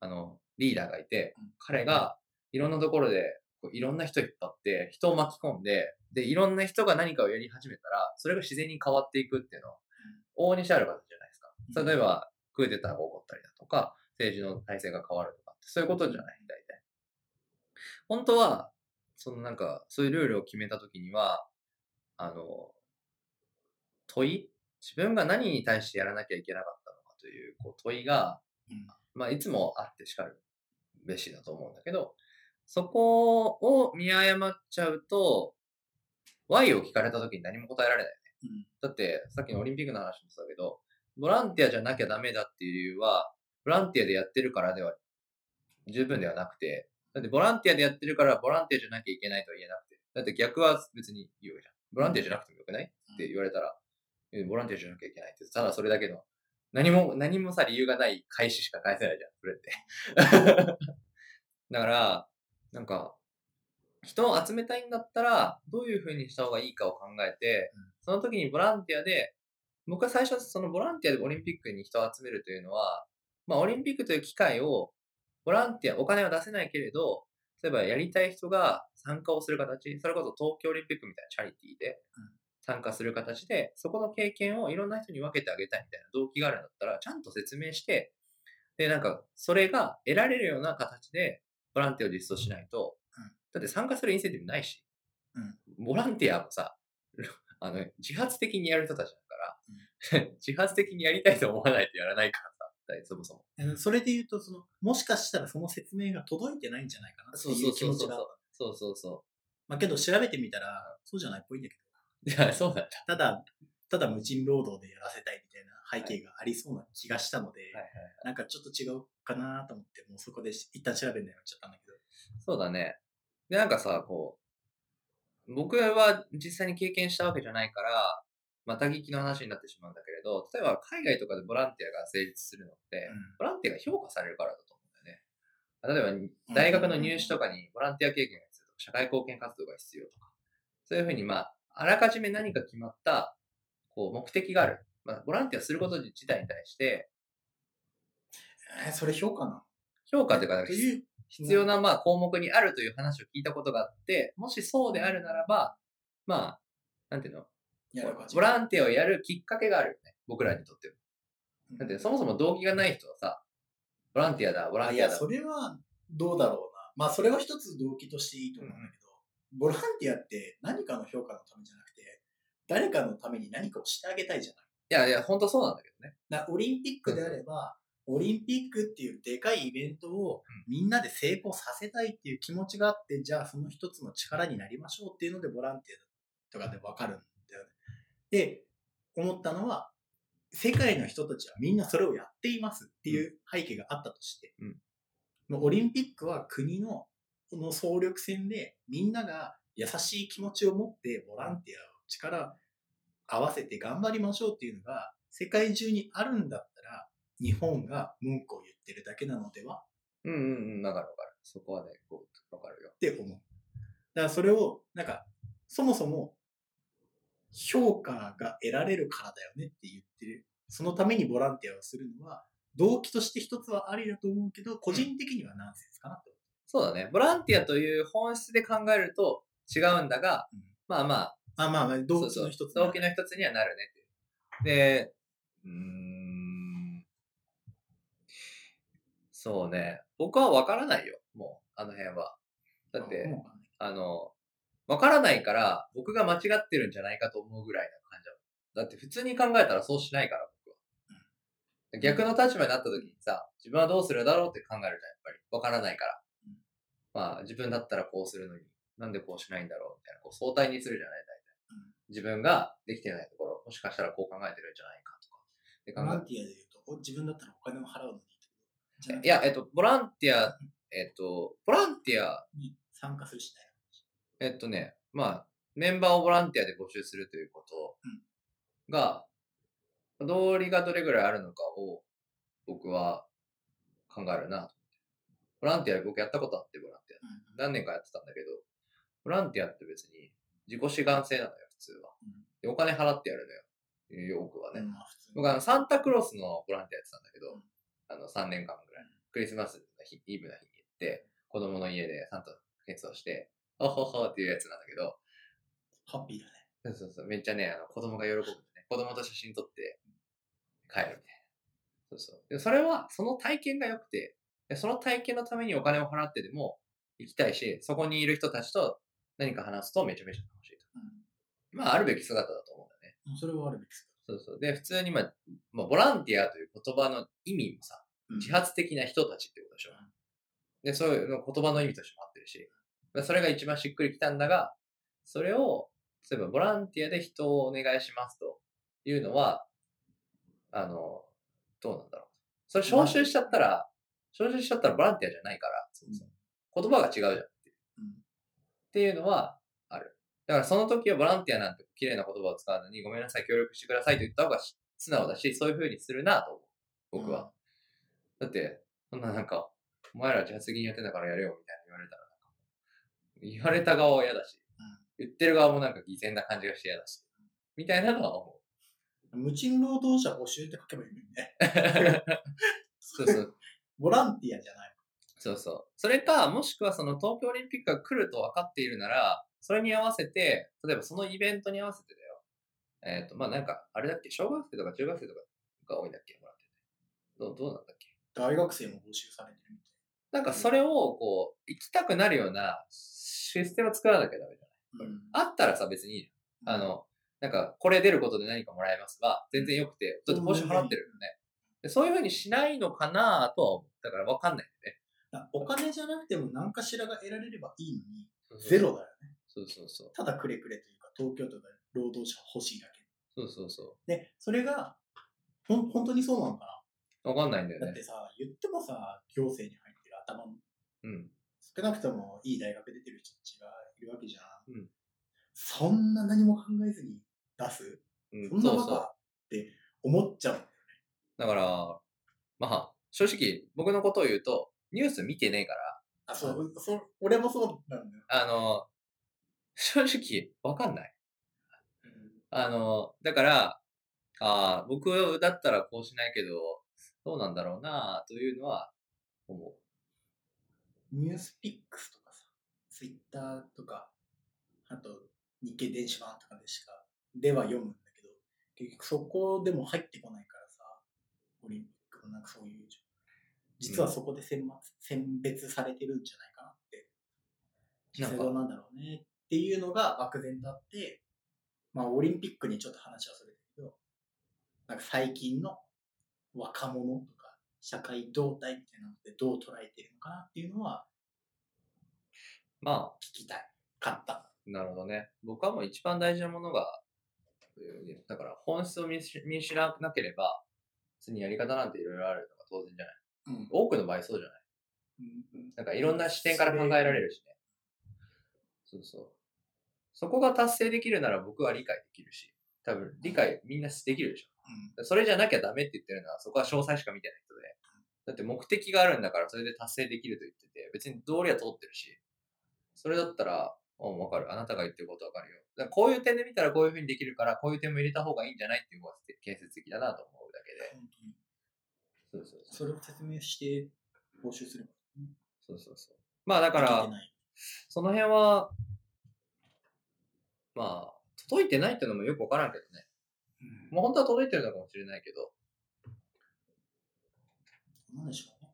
Speaker 1: あの、リーダーがいて
Speaker 2: うん、
Speaker 1: 彼がいろんなところで、こういろんな人引っ張って、人を巻き込んで、で、いろんな人が何かをやり始めたら、それが自然に変わっていくっていうのは、往々にしてある形じゃないですか。
Speaker 2: うん
Speaker 1: 例えば、クーデターが起こったりだとか、政治の体制が変わるとかって、そういうことじゃない、大体。本当は、そのなんか、そういうルールを決めたときには、あの、問い自分が何に対してやらなきゃいけなかったのかというこう問いが、
Speaker 2: うん
Speaker 1: まあ、いつもあってしかるべしだと思うんだけど、そこを見誤っちゃうと、Y を聞かれた時に何も答えられない。
Speaker 2: うん
Speaker 1: だって、さっきのオリンピックの話もそうだけど、ボランティアじゃなきゃダメだっていう理由は、ボランティアでやってるからでは十分ではなくて、だってボランティアでやってるからボランティアじゃなきゃいけないとは言えなくて、だって逆は別に言うじゃん。ボランティアじゃなくてもよくないって言われたら、えボランティアじゃなきゃいけないって、ただそれだけの、何も、何もさ、理由がない開始しか返せないじゃん、それって。 (laughs) だから、なんか、人を集めたいんだったら、どういう風にした方がいいかを考えて、その時にボランティアで、僕は最初そのボランティアでオリンピックに人を集めるというのは、まあオリンピックという機会を、ボランティア、お金は出せないけれど、例えばやりたい人が参加をする形、それこそ東京オリンピックみたいなチャリティーで
Speaker 2: うん
Speaker 1: 参加する形で、そこの経験をいろんな人に分けてあげたいみたいな動機があるんだったら、ちゃんと説明して、で、なんか、それが得られるような形で、ボランティアを実装しないと、
Speaker 2: うん
Speaker 1: だって参加するインセンティブないし、ボランティアもさ、 (laughs) あの、自発的にやる人たちだから、 (laughs) 自発的にやりたいと思わないとやらないからさ、だいそもそも。
Speaker 2: うんそれで言うとその、もしかしたらその説明が届いてないんじゃないかなっていう気持ちが。
Speaker 1: そうそうそ
Speaker 2: まあけど調べてみたら、そうじゃないっぽいんだけ
Speaker 1: う。いや、そうなんだ。
Speaker 2: ど、ただ、ただ無賃労働でやらせたいみたいな背景がありそうな気がしたので、
Speaker 1: はいはい
Speaker 2: なんかちょっと違うかなと思って、もうそこで一旦調べるのやめちゃったんだけど。
Speaker 1: そうだね。で、なんかさ、こう、僕は実際に経験したわけじゃないから、また聞きの話になってしまうんだけれど、例えば海外とかでボランティアが成立するのって、ボランティアが評価されるからだと思うんだよね。例えば、大学の入試とかにボランティア経験が必要とか、社会貢献活動が必要とか、そういうふうに、まあ、あらかじめ何か決まった、こう、目的がある。まあ、ボランティアすること自体に対して、
Speaker 2: えーそれ評価なの
Speaker 1: 評価というか、なん
Speaker 2: と
Speaker 1: か
Speaker 2: いう、
Speaker 1: 必要な、まあ、項目にあるという話を聞いたことがあって、もしそうであるならば、まあ、なんていうの
Speaker 2: やる価値
Speaker 1: ボランティアをやるきっかけがあるよね。僕らにとっては。
Speaker 2: うん
Speaker 1: だって、そもそも動機がない人はさ、ボランティアだ、ボラン
Speaker 2: い
Speaker 1: ティア
Speaker 2: や、
Speaker 1: だ。
Speaker 2: それはどうだろうな。まあ、それは一つ動機としていいと思うんだけど、ボランティアって何かの評価のためじゃなくて、誰かのために何かをしてあげたいじゃない。
Speaker 1: やいや、本当そうなんだけどね。
Speaker 2: なオリンピックであれば、オリンピックっていうでかいイベントをみんなで成功させたいっていう気持ちがあって、じゃあその一つの力になりましょうっていうのでボランティアとかでわかるんだよね。で、思ったのは、世界の人たちはみんなそれをやっていますっていう背景があったとして、
Speaker 1: うん
Speaker 2: もうオリンピックは国のこの総力戦でみんなが優しい気持ちを持ってボランティアを力合わせて頑張りましょうっていうのが世界中にあるんだったら日本が文句を言ってるだけなのでは
Speaker 1: うんうんうん、だからわかる。そこはね、こう、わかるよ。
Speaker 2: って思う。だからそれを、なんか、そもそも、評価が得られるからだよねって言ってる。そのためにボランティアをするのは、動機として一つはありだと思うけど、個人的にはナンセンスかなと。
Speaker 1: そうだね。ボランティアという本質で考えると違うんだが、
Speaker 2: うん
Speaker 1: まあまあ、
Speaker 2: あ、まあまあ、動機
Speaker 1: そうそ
Speaker 2: の一
Speaker 1: う
Speaker 2: つだね
Speaker 1: 動機の一つにはなるねっていう。で、うーん。そうね。僕はわからないよ。もう、あの辺は。だっ
Speaker 2: あ
Speaker 1: て、
Speaker 2: もうわかんない
Speaker 1: あの、わからないから、僕が間違ってるんじゃないかと思うぐらいな感じだもんだって普通に考えたらそうしないから、僕は。逆の立場になった時にさ、自分はどうするだろうって考えるじゃん、やっぱり。わからないから
Speaker 2: うん。
Speaker 1: まあ、自分だったらこうするのに、なんでこうしないんだろうみたいな、こう相対にするじゃない、大
Speaker 2: うん
Speaker 1: 体。自分ができてないところ、もしかしたらこう考えてるんじゃないかとか。で考
Speaker 2: ボラ
Speaker 1: え
Speaker 2: ンティアで言うと、お自分だったらお金を払うのにじゃなく
Speaker 1: い
Speaker 2: て
Speaker 1: や、えっと、ボランティア、えっと、ボランティア
Speaker 2: に参加するしない。
Speaker 1: えっとね、まあ、メンバーをボランティアで募集するということが、道理がどれぐらいあるのかを、僕は考えるなと思って。ボランティア、僕やったことあって、ボランティ
Speaker 2: うん
Speaker 1: ア。何年かやってたんだけど、ボランティアって別に自己志願制なのよ、普通は
Speaker 2: うん。
Speaker 1: で、お金払ってやるのよ、多くはね。
Speaker 2: うんまあ普通に
Speaker 1: 僕はあのサンタクロースのボランティアやってたんだけど
Speaker 2: うん、
Speaker 1: あの3年間ぐらい、クリスマスの日、イブの日に行って、子供の家でサンタの検査をして、おほほっていうやつなんだけど、
Speaker 2: ハッピーだね。
Speaker 1: そうそうそう、めっちゃね、あの子供が喜ぶんでね、子供と写真撮って帰るみたいな。そうそう。でそれは、その体験が良くて、でその体験のためにお金を払ってでも行きたいし、そこにいる人たちと何か話すとめちゃめちゃ楽しいと。まあ、あるべき姿だと思うんだよね。
Speaker 2: うん。それはあるべきです
Speaker 1: そうそう。で、普通に、まあ、まあ、ボランティアという言葉の意味もさ、
Speaker 2: うん
Speaker 1: 自発的な人たちってことでしょ。で、そういうの言葉の意味としても合ってるし、まあそれが一番しっくりきたんだが、それを、例えばボランティアで人をお願いしますというのは、あの、どうなんだろう。それ招集しちゃったら、招集しちゃったらボランティアじゃないから、そもそも言葉が違うじゃん。
Speaker 2: うん。
Speaker 1: っていうのはある。だからその時はボランティアなんて綺麗な言葉を使わずに、ごめんなさい、協力してくださいと言った方がし素直だし、そういう風にするなと思う。僕は。だって、そんななんか、お前ら自発的にやってたからやれよみたいな言われたらなんか、言われた側は嫌だし、
Speaker 2: うん
Speaker 1: 言ってる側もなんか偽善な感じがして嫌だし、みたいなのは
Speaker 2: (laughs)
Speaker 1: 思う。 (laughs)
Speaker 2: 無賃労働者募集って書けばいいのにね。
Speaker 1: そうそう。
Speaker 2: ボランティアじゃない。
Speaker 1: そうそう。それか、もしくはその東京オリンピックが来ると分かっているなら、それに合わせて、例えばそのイベントに合わせてだよ。えっ、と、まあ、なんか、あれだっけ、小学生とか中学生とかが多いんだっけ、もらってて。どう、どうなんだっけ。
Speaker 2: 大学生も募集されてるみたい
Speaker 1: なんかそれを、こう、行きたくなるようなシステムを作らなきゃダメじゃ
Speaker 2: な。うん
Speaker 1: ない。あったらさ、別にいいじゃん。あ、の、なんか、これ出ることで何かもらえますが、全然良くて、だって報酬払ってるよね。でそういうふうにしないのかなとは思う。だから分かんないよ
Speaker 2: だお金じゃなくても何かしらが得られればいいのに、
Speaker 1: ね。
Speaker 2: ゼロだよね。
Speaker 1: そうそうそう。
Speaker 2: ただくれくれというか、東京都が労働者欲しいだ
Speaker 1: そうそうそう。
Speaker 2: け。で、それが、ほん、本当にそうなのか
Speaker 1: わかんないんだよ
Speaker 2: なだっ
Speaker 1: ね。
Speaker 2: てさ、言ってもさ、行政に入ってる頭の、
Speaker 1: うん。
Speaker 2: 少なくともいい大学出てる人たちがいるわけじゃん。
Speaker 1: うん
Speaker 2: そんな何も考えずに出すそ
Speaker 1: うんん、
Speaker 2: な
Speaker 1: そう
Speaker 2: バカ
Speaker 1: そ
Speaker 2: って思っちゃう。
Speaker 1: う。だから、まあ、正直、僕のことを言うと、ニュース見てねえか
Speaker 2: あ、そう、そう俺もそうなんだよ。
Speaker 1: ら、あの、正直、わかんない。あの、だから、ああ、僕だったらこうしないけど、どうなんだろうな、というのは、思う。
Speaker 2: ニュースピックスとかさ、ツイッターとか、あと日経電子版とかでしか、では読むんだけど、結局そこでも入ってこないからさ、オリンピックもなんかそういう状況、実はそこで選抜選別されてるんじゃないかなって、実際どうなんだろうねっっていうのが漠然とあって、まあオリンピックにちょっと話はそれるけど、なんか最近の若者とか社会動態みたいなのってどう捉えてるのかなっていうのは
Speaker 1: まあ、
Speaker 2: 聞きたい。買った。
Speaker 1: なるほどね。僕はもう一番大事なものが、えーだから本質を見し見知らなければ、普通にやり方なんていろいろあるのが当然じゃない。
Speaker 2: うん。
Speaker 1: 多くの場合そうじゃない。なんかいろんな視点から考えられ
Speaker 2: る。
Speaker 1: るしね。そうそう。そこが達成できるなら僕は理解できるし、多分理解みんなできるでしょ。
Speaker 2: うん。
Speaker 1: それじゃなきゃダメって言ってるのは、そこは詳細しか見てない人で。だって目的があるんだから、それで達成できると言ってて、別に道理は通ってるし、それだったら、うん、わかる。あなたが言ってることわかるよ。だからこういう点で見たらこういうふうにできるから、こういう点も入れた方がいいんじゃないっていうのが建設的だなと思うだけで。
Speaker 2: 本当に
Speaker 1: そうそうそう。
Speaker 2: それを説明して募集すれば。
Speaker 1: そうそうそうまあだか
Speaker 2: でき
Speaker 1: ら
Speaker 2: て、ない
Speaker 1: その辺は、まあ、届いてないってのもよくわからんけどね。
Speaker 2: うん
Speaker 1: もう本当は届いてるのかもしれないけど、
Speaker 2: なんでしょうね。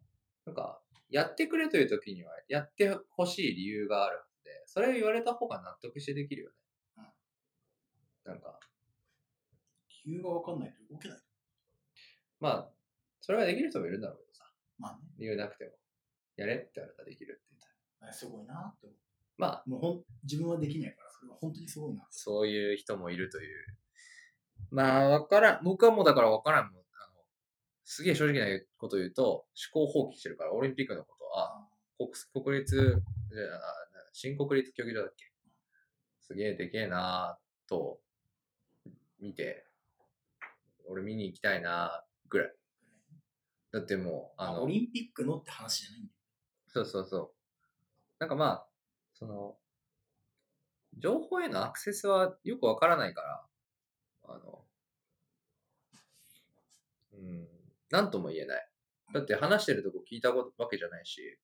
Speaker 1: なんか、やってくれという時には、やってほしい理由があるので、それを言われた方が納得してできるよね。なんか、
Speaker 2: 理由がわかんないと動けない。
Speaker 1: まあ、それはできる人もいるんだろうけどさ、
Speaker 2: まあ
Speaker 1: 理由なくても、やれって言われたらできるって言ったら
Speaker 2: ね、すごいなって思
Speaker 1: まあ、
Speaker 2: う。もうほん、自分はできないから、それは本当にすごいな。
Speaker 1: そういう人もいるという。まあ、わからん。僕はもうだからわからんもん。あの、すげえ正直なこと言うと、思考放棄してるから、オリンピックのことは、
Speaker 2: あ
Speaker 1: 国国立、じゃあな新国立競技場だっけすげえでけえなーと、見て、俺見に行きたいなーぐらい。だってもう、あの
Speaker 2: オ、リンピックのって話じゃないんだよ。
Speaker 1: そうそうそう。なんかまあ、その、情報へのアクセスはよくわからないから、あの、うん、なんとも言えない。だって話してるとこ聞いたことわけじゃないし、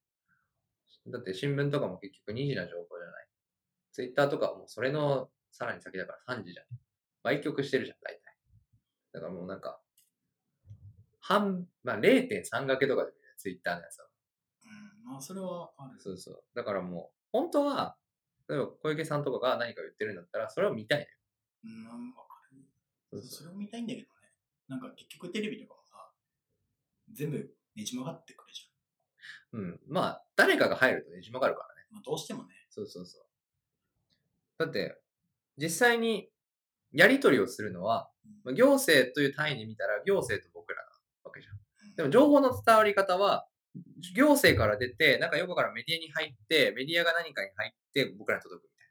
Speaker 1: だって新聞とかも結局2時な情報じゃない。ツイッターとかはもうそれのさらに先だから3時じゃん。売却してるじゃん、大体。だからもうなんか、半、まあ0.3掛けとかで見るねツイッターのやつは。
Speaker 2: うん、まあ、それはある。
Speaker 1: そうそう。だからもう、本当は、例えば小池さんとかが何か言ってるんだったら、それを見たいね。
Speaker 2: うん、わかる。
Speaker 1: そう
Speaker 2: そ
Speaker 1: そう
Speaker 2: れを見たいんだけどね。なんか結局テレビとかもさ、全部ねじ曲がってくるじ
Speaker 1: うん。まあ、誰かが入るとねじ曲がるからね。
Speaker 2: ゃん。まあどうしてもね。
Speaker 1: そうそうそう。だって、実際に、やり取りをするのは、まあ行政という単位で見たら、行政と僕らなわけじゃん。でも情報の伝わり方は、行政から出て、なんかよくからメディアに入って、メディアが何かに入って、僕らに届くみたい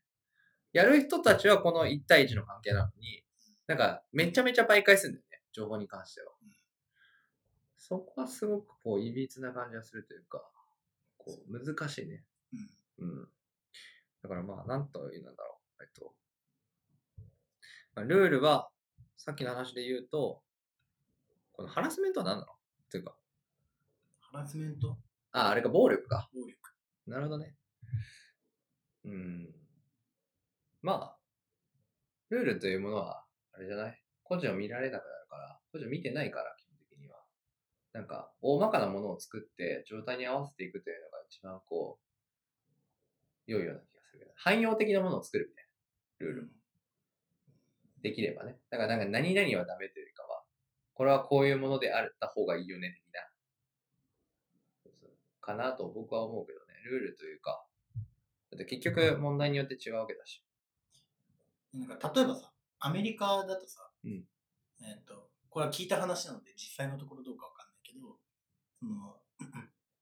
Speaker 1: な。やる人たちはこの1対1の関係なのに、なんかめちゃめちゃ媒介するんだよね、情報に関しては
Speaker 2: うん。
Speaker 1: そこはすごくこう、いびつな感じがするというか、こう、難しいね。うん。だからまあ、なんと言うんだろう。えっと。まあ、ルールは、さっきの話で言うと、このハラスメントは何なのっていうか、
Speaker 2: ハラスメント、
Speaker 1: あ、あれか、暴力か。
Speaker 2: 暴力。
Speaker 1: なるほどね。うん。まあ、ルールというものは、あれじゃない個人を見られなくなるから、個人を見てないから、基本的には。なんか、大まかなものを作って、状態に合わせていくというのが一番こう、良いような気がするけど。汎用的なものを作るみたいな。ルールも。できればね。だからなんか何々はダメというよりかは、これはこういうものであった方がいいよね、的な。そうそうかなと僕は思うけどね。ルールというか。だって結局問題によって違うわけだし。
Speaker 2: うん。なんか例えばさ、アメリカだとさ、
Speaker 1: うん
Speaker 2: えっ、と、これは聞いた話なので実際のところどうかわかんないけど、その、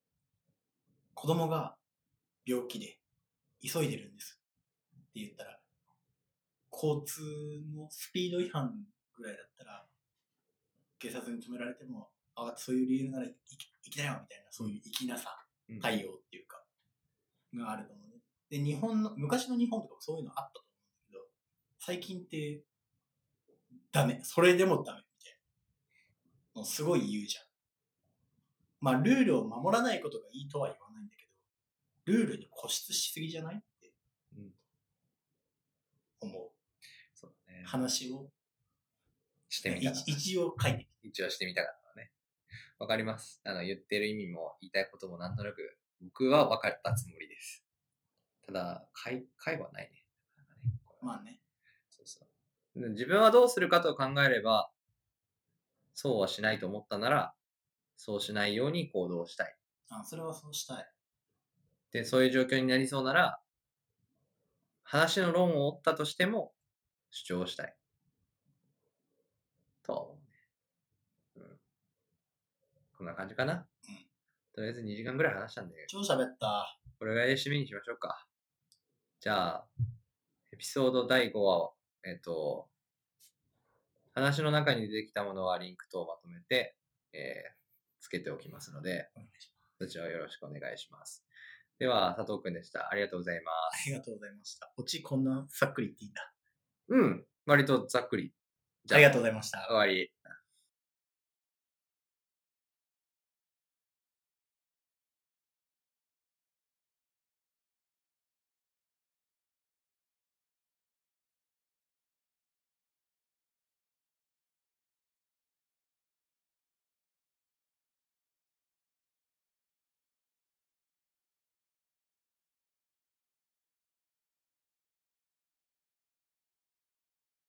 Speaker 2: (clears throat) 子供が病気で急いでるんですって言ったら、交通のスピード違反ぐらいだったら、警察に止められても、あ、そういう理由なら行き行きなよみたいな、そういう粋なさ、
Speaker 1: うん
Speaker 2: 対応っていうか、があると思うね。で、日本の、昔の日本とかもそういうのあったと思うんだけど、最近って、ダメ、それでもダメみたいな。のすごい言うじゃん。まあ、ルールを守らないことがいいとは言わないんだけど、ルールに固執しすぎじゃないって
Speaker 1: うん
Speaker 2: 思う。
Speaker 1: そうだね。
Speaker 2: 話を、
Speaker 1: してみ
Speaker 2: 一
Speaker 1: たかった
Speaker 2: 一応書いて
Speaker 1: 一応してみたかったね。わかります。あの、言ってる意味も言いたいこともなんとなく、僕は分かったつもりです。ただ、会、会はないね。
Speaker 2: まあね。
Speaker 1: そうそう自分はどうするかと考えれば、そうはしないと思ったなら、そうしないように行動したい。
Speaker 2: あ、それはそうしたい。
Speaker 1: で、そういう状況になりそうなら、話の論を追ったとしても、主張したい。とは思うね。うん。こんな感じかな。
Speaker 2: うん
Speaker 1: とりあえず2時間ぐらい話したんで、
Speaker 2: 超喋った。
Speaker 1: これぐらいで締めにしましょうか。じゃあ、エピソード第5話を、えっ、と、話の中に出てきたものはリンク等をまとめて、えー、つけておきますので、
Speaker 2: お願いし
Speaker 1: そ
Speaker 2: ま。
Speaker 1: ちらをよろしくお願いします。では、佐藤くんでした。ありがとうございます
Speaker 2: ありがとうございました。オチこんなさっくり言っていいんだ。
Speaker 1: す。うん。割とざっくり。
Speaker 2: ありがとうございました。
Speaker 1: 終わり。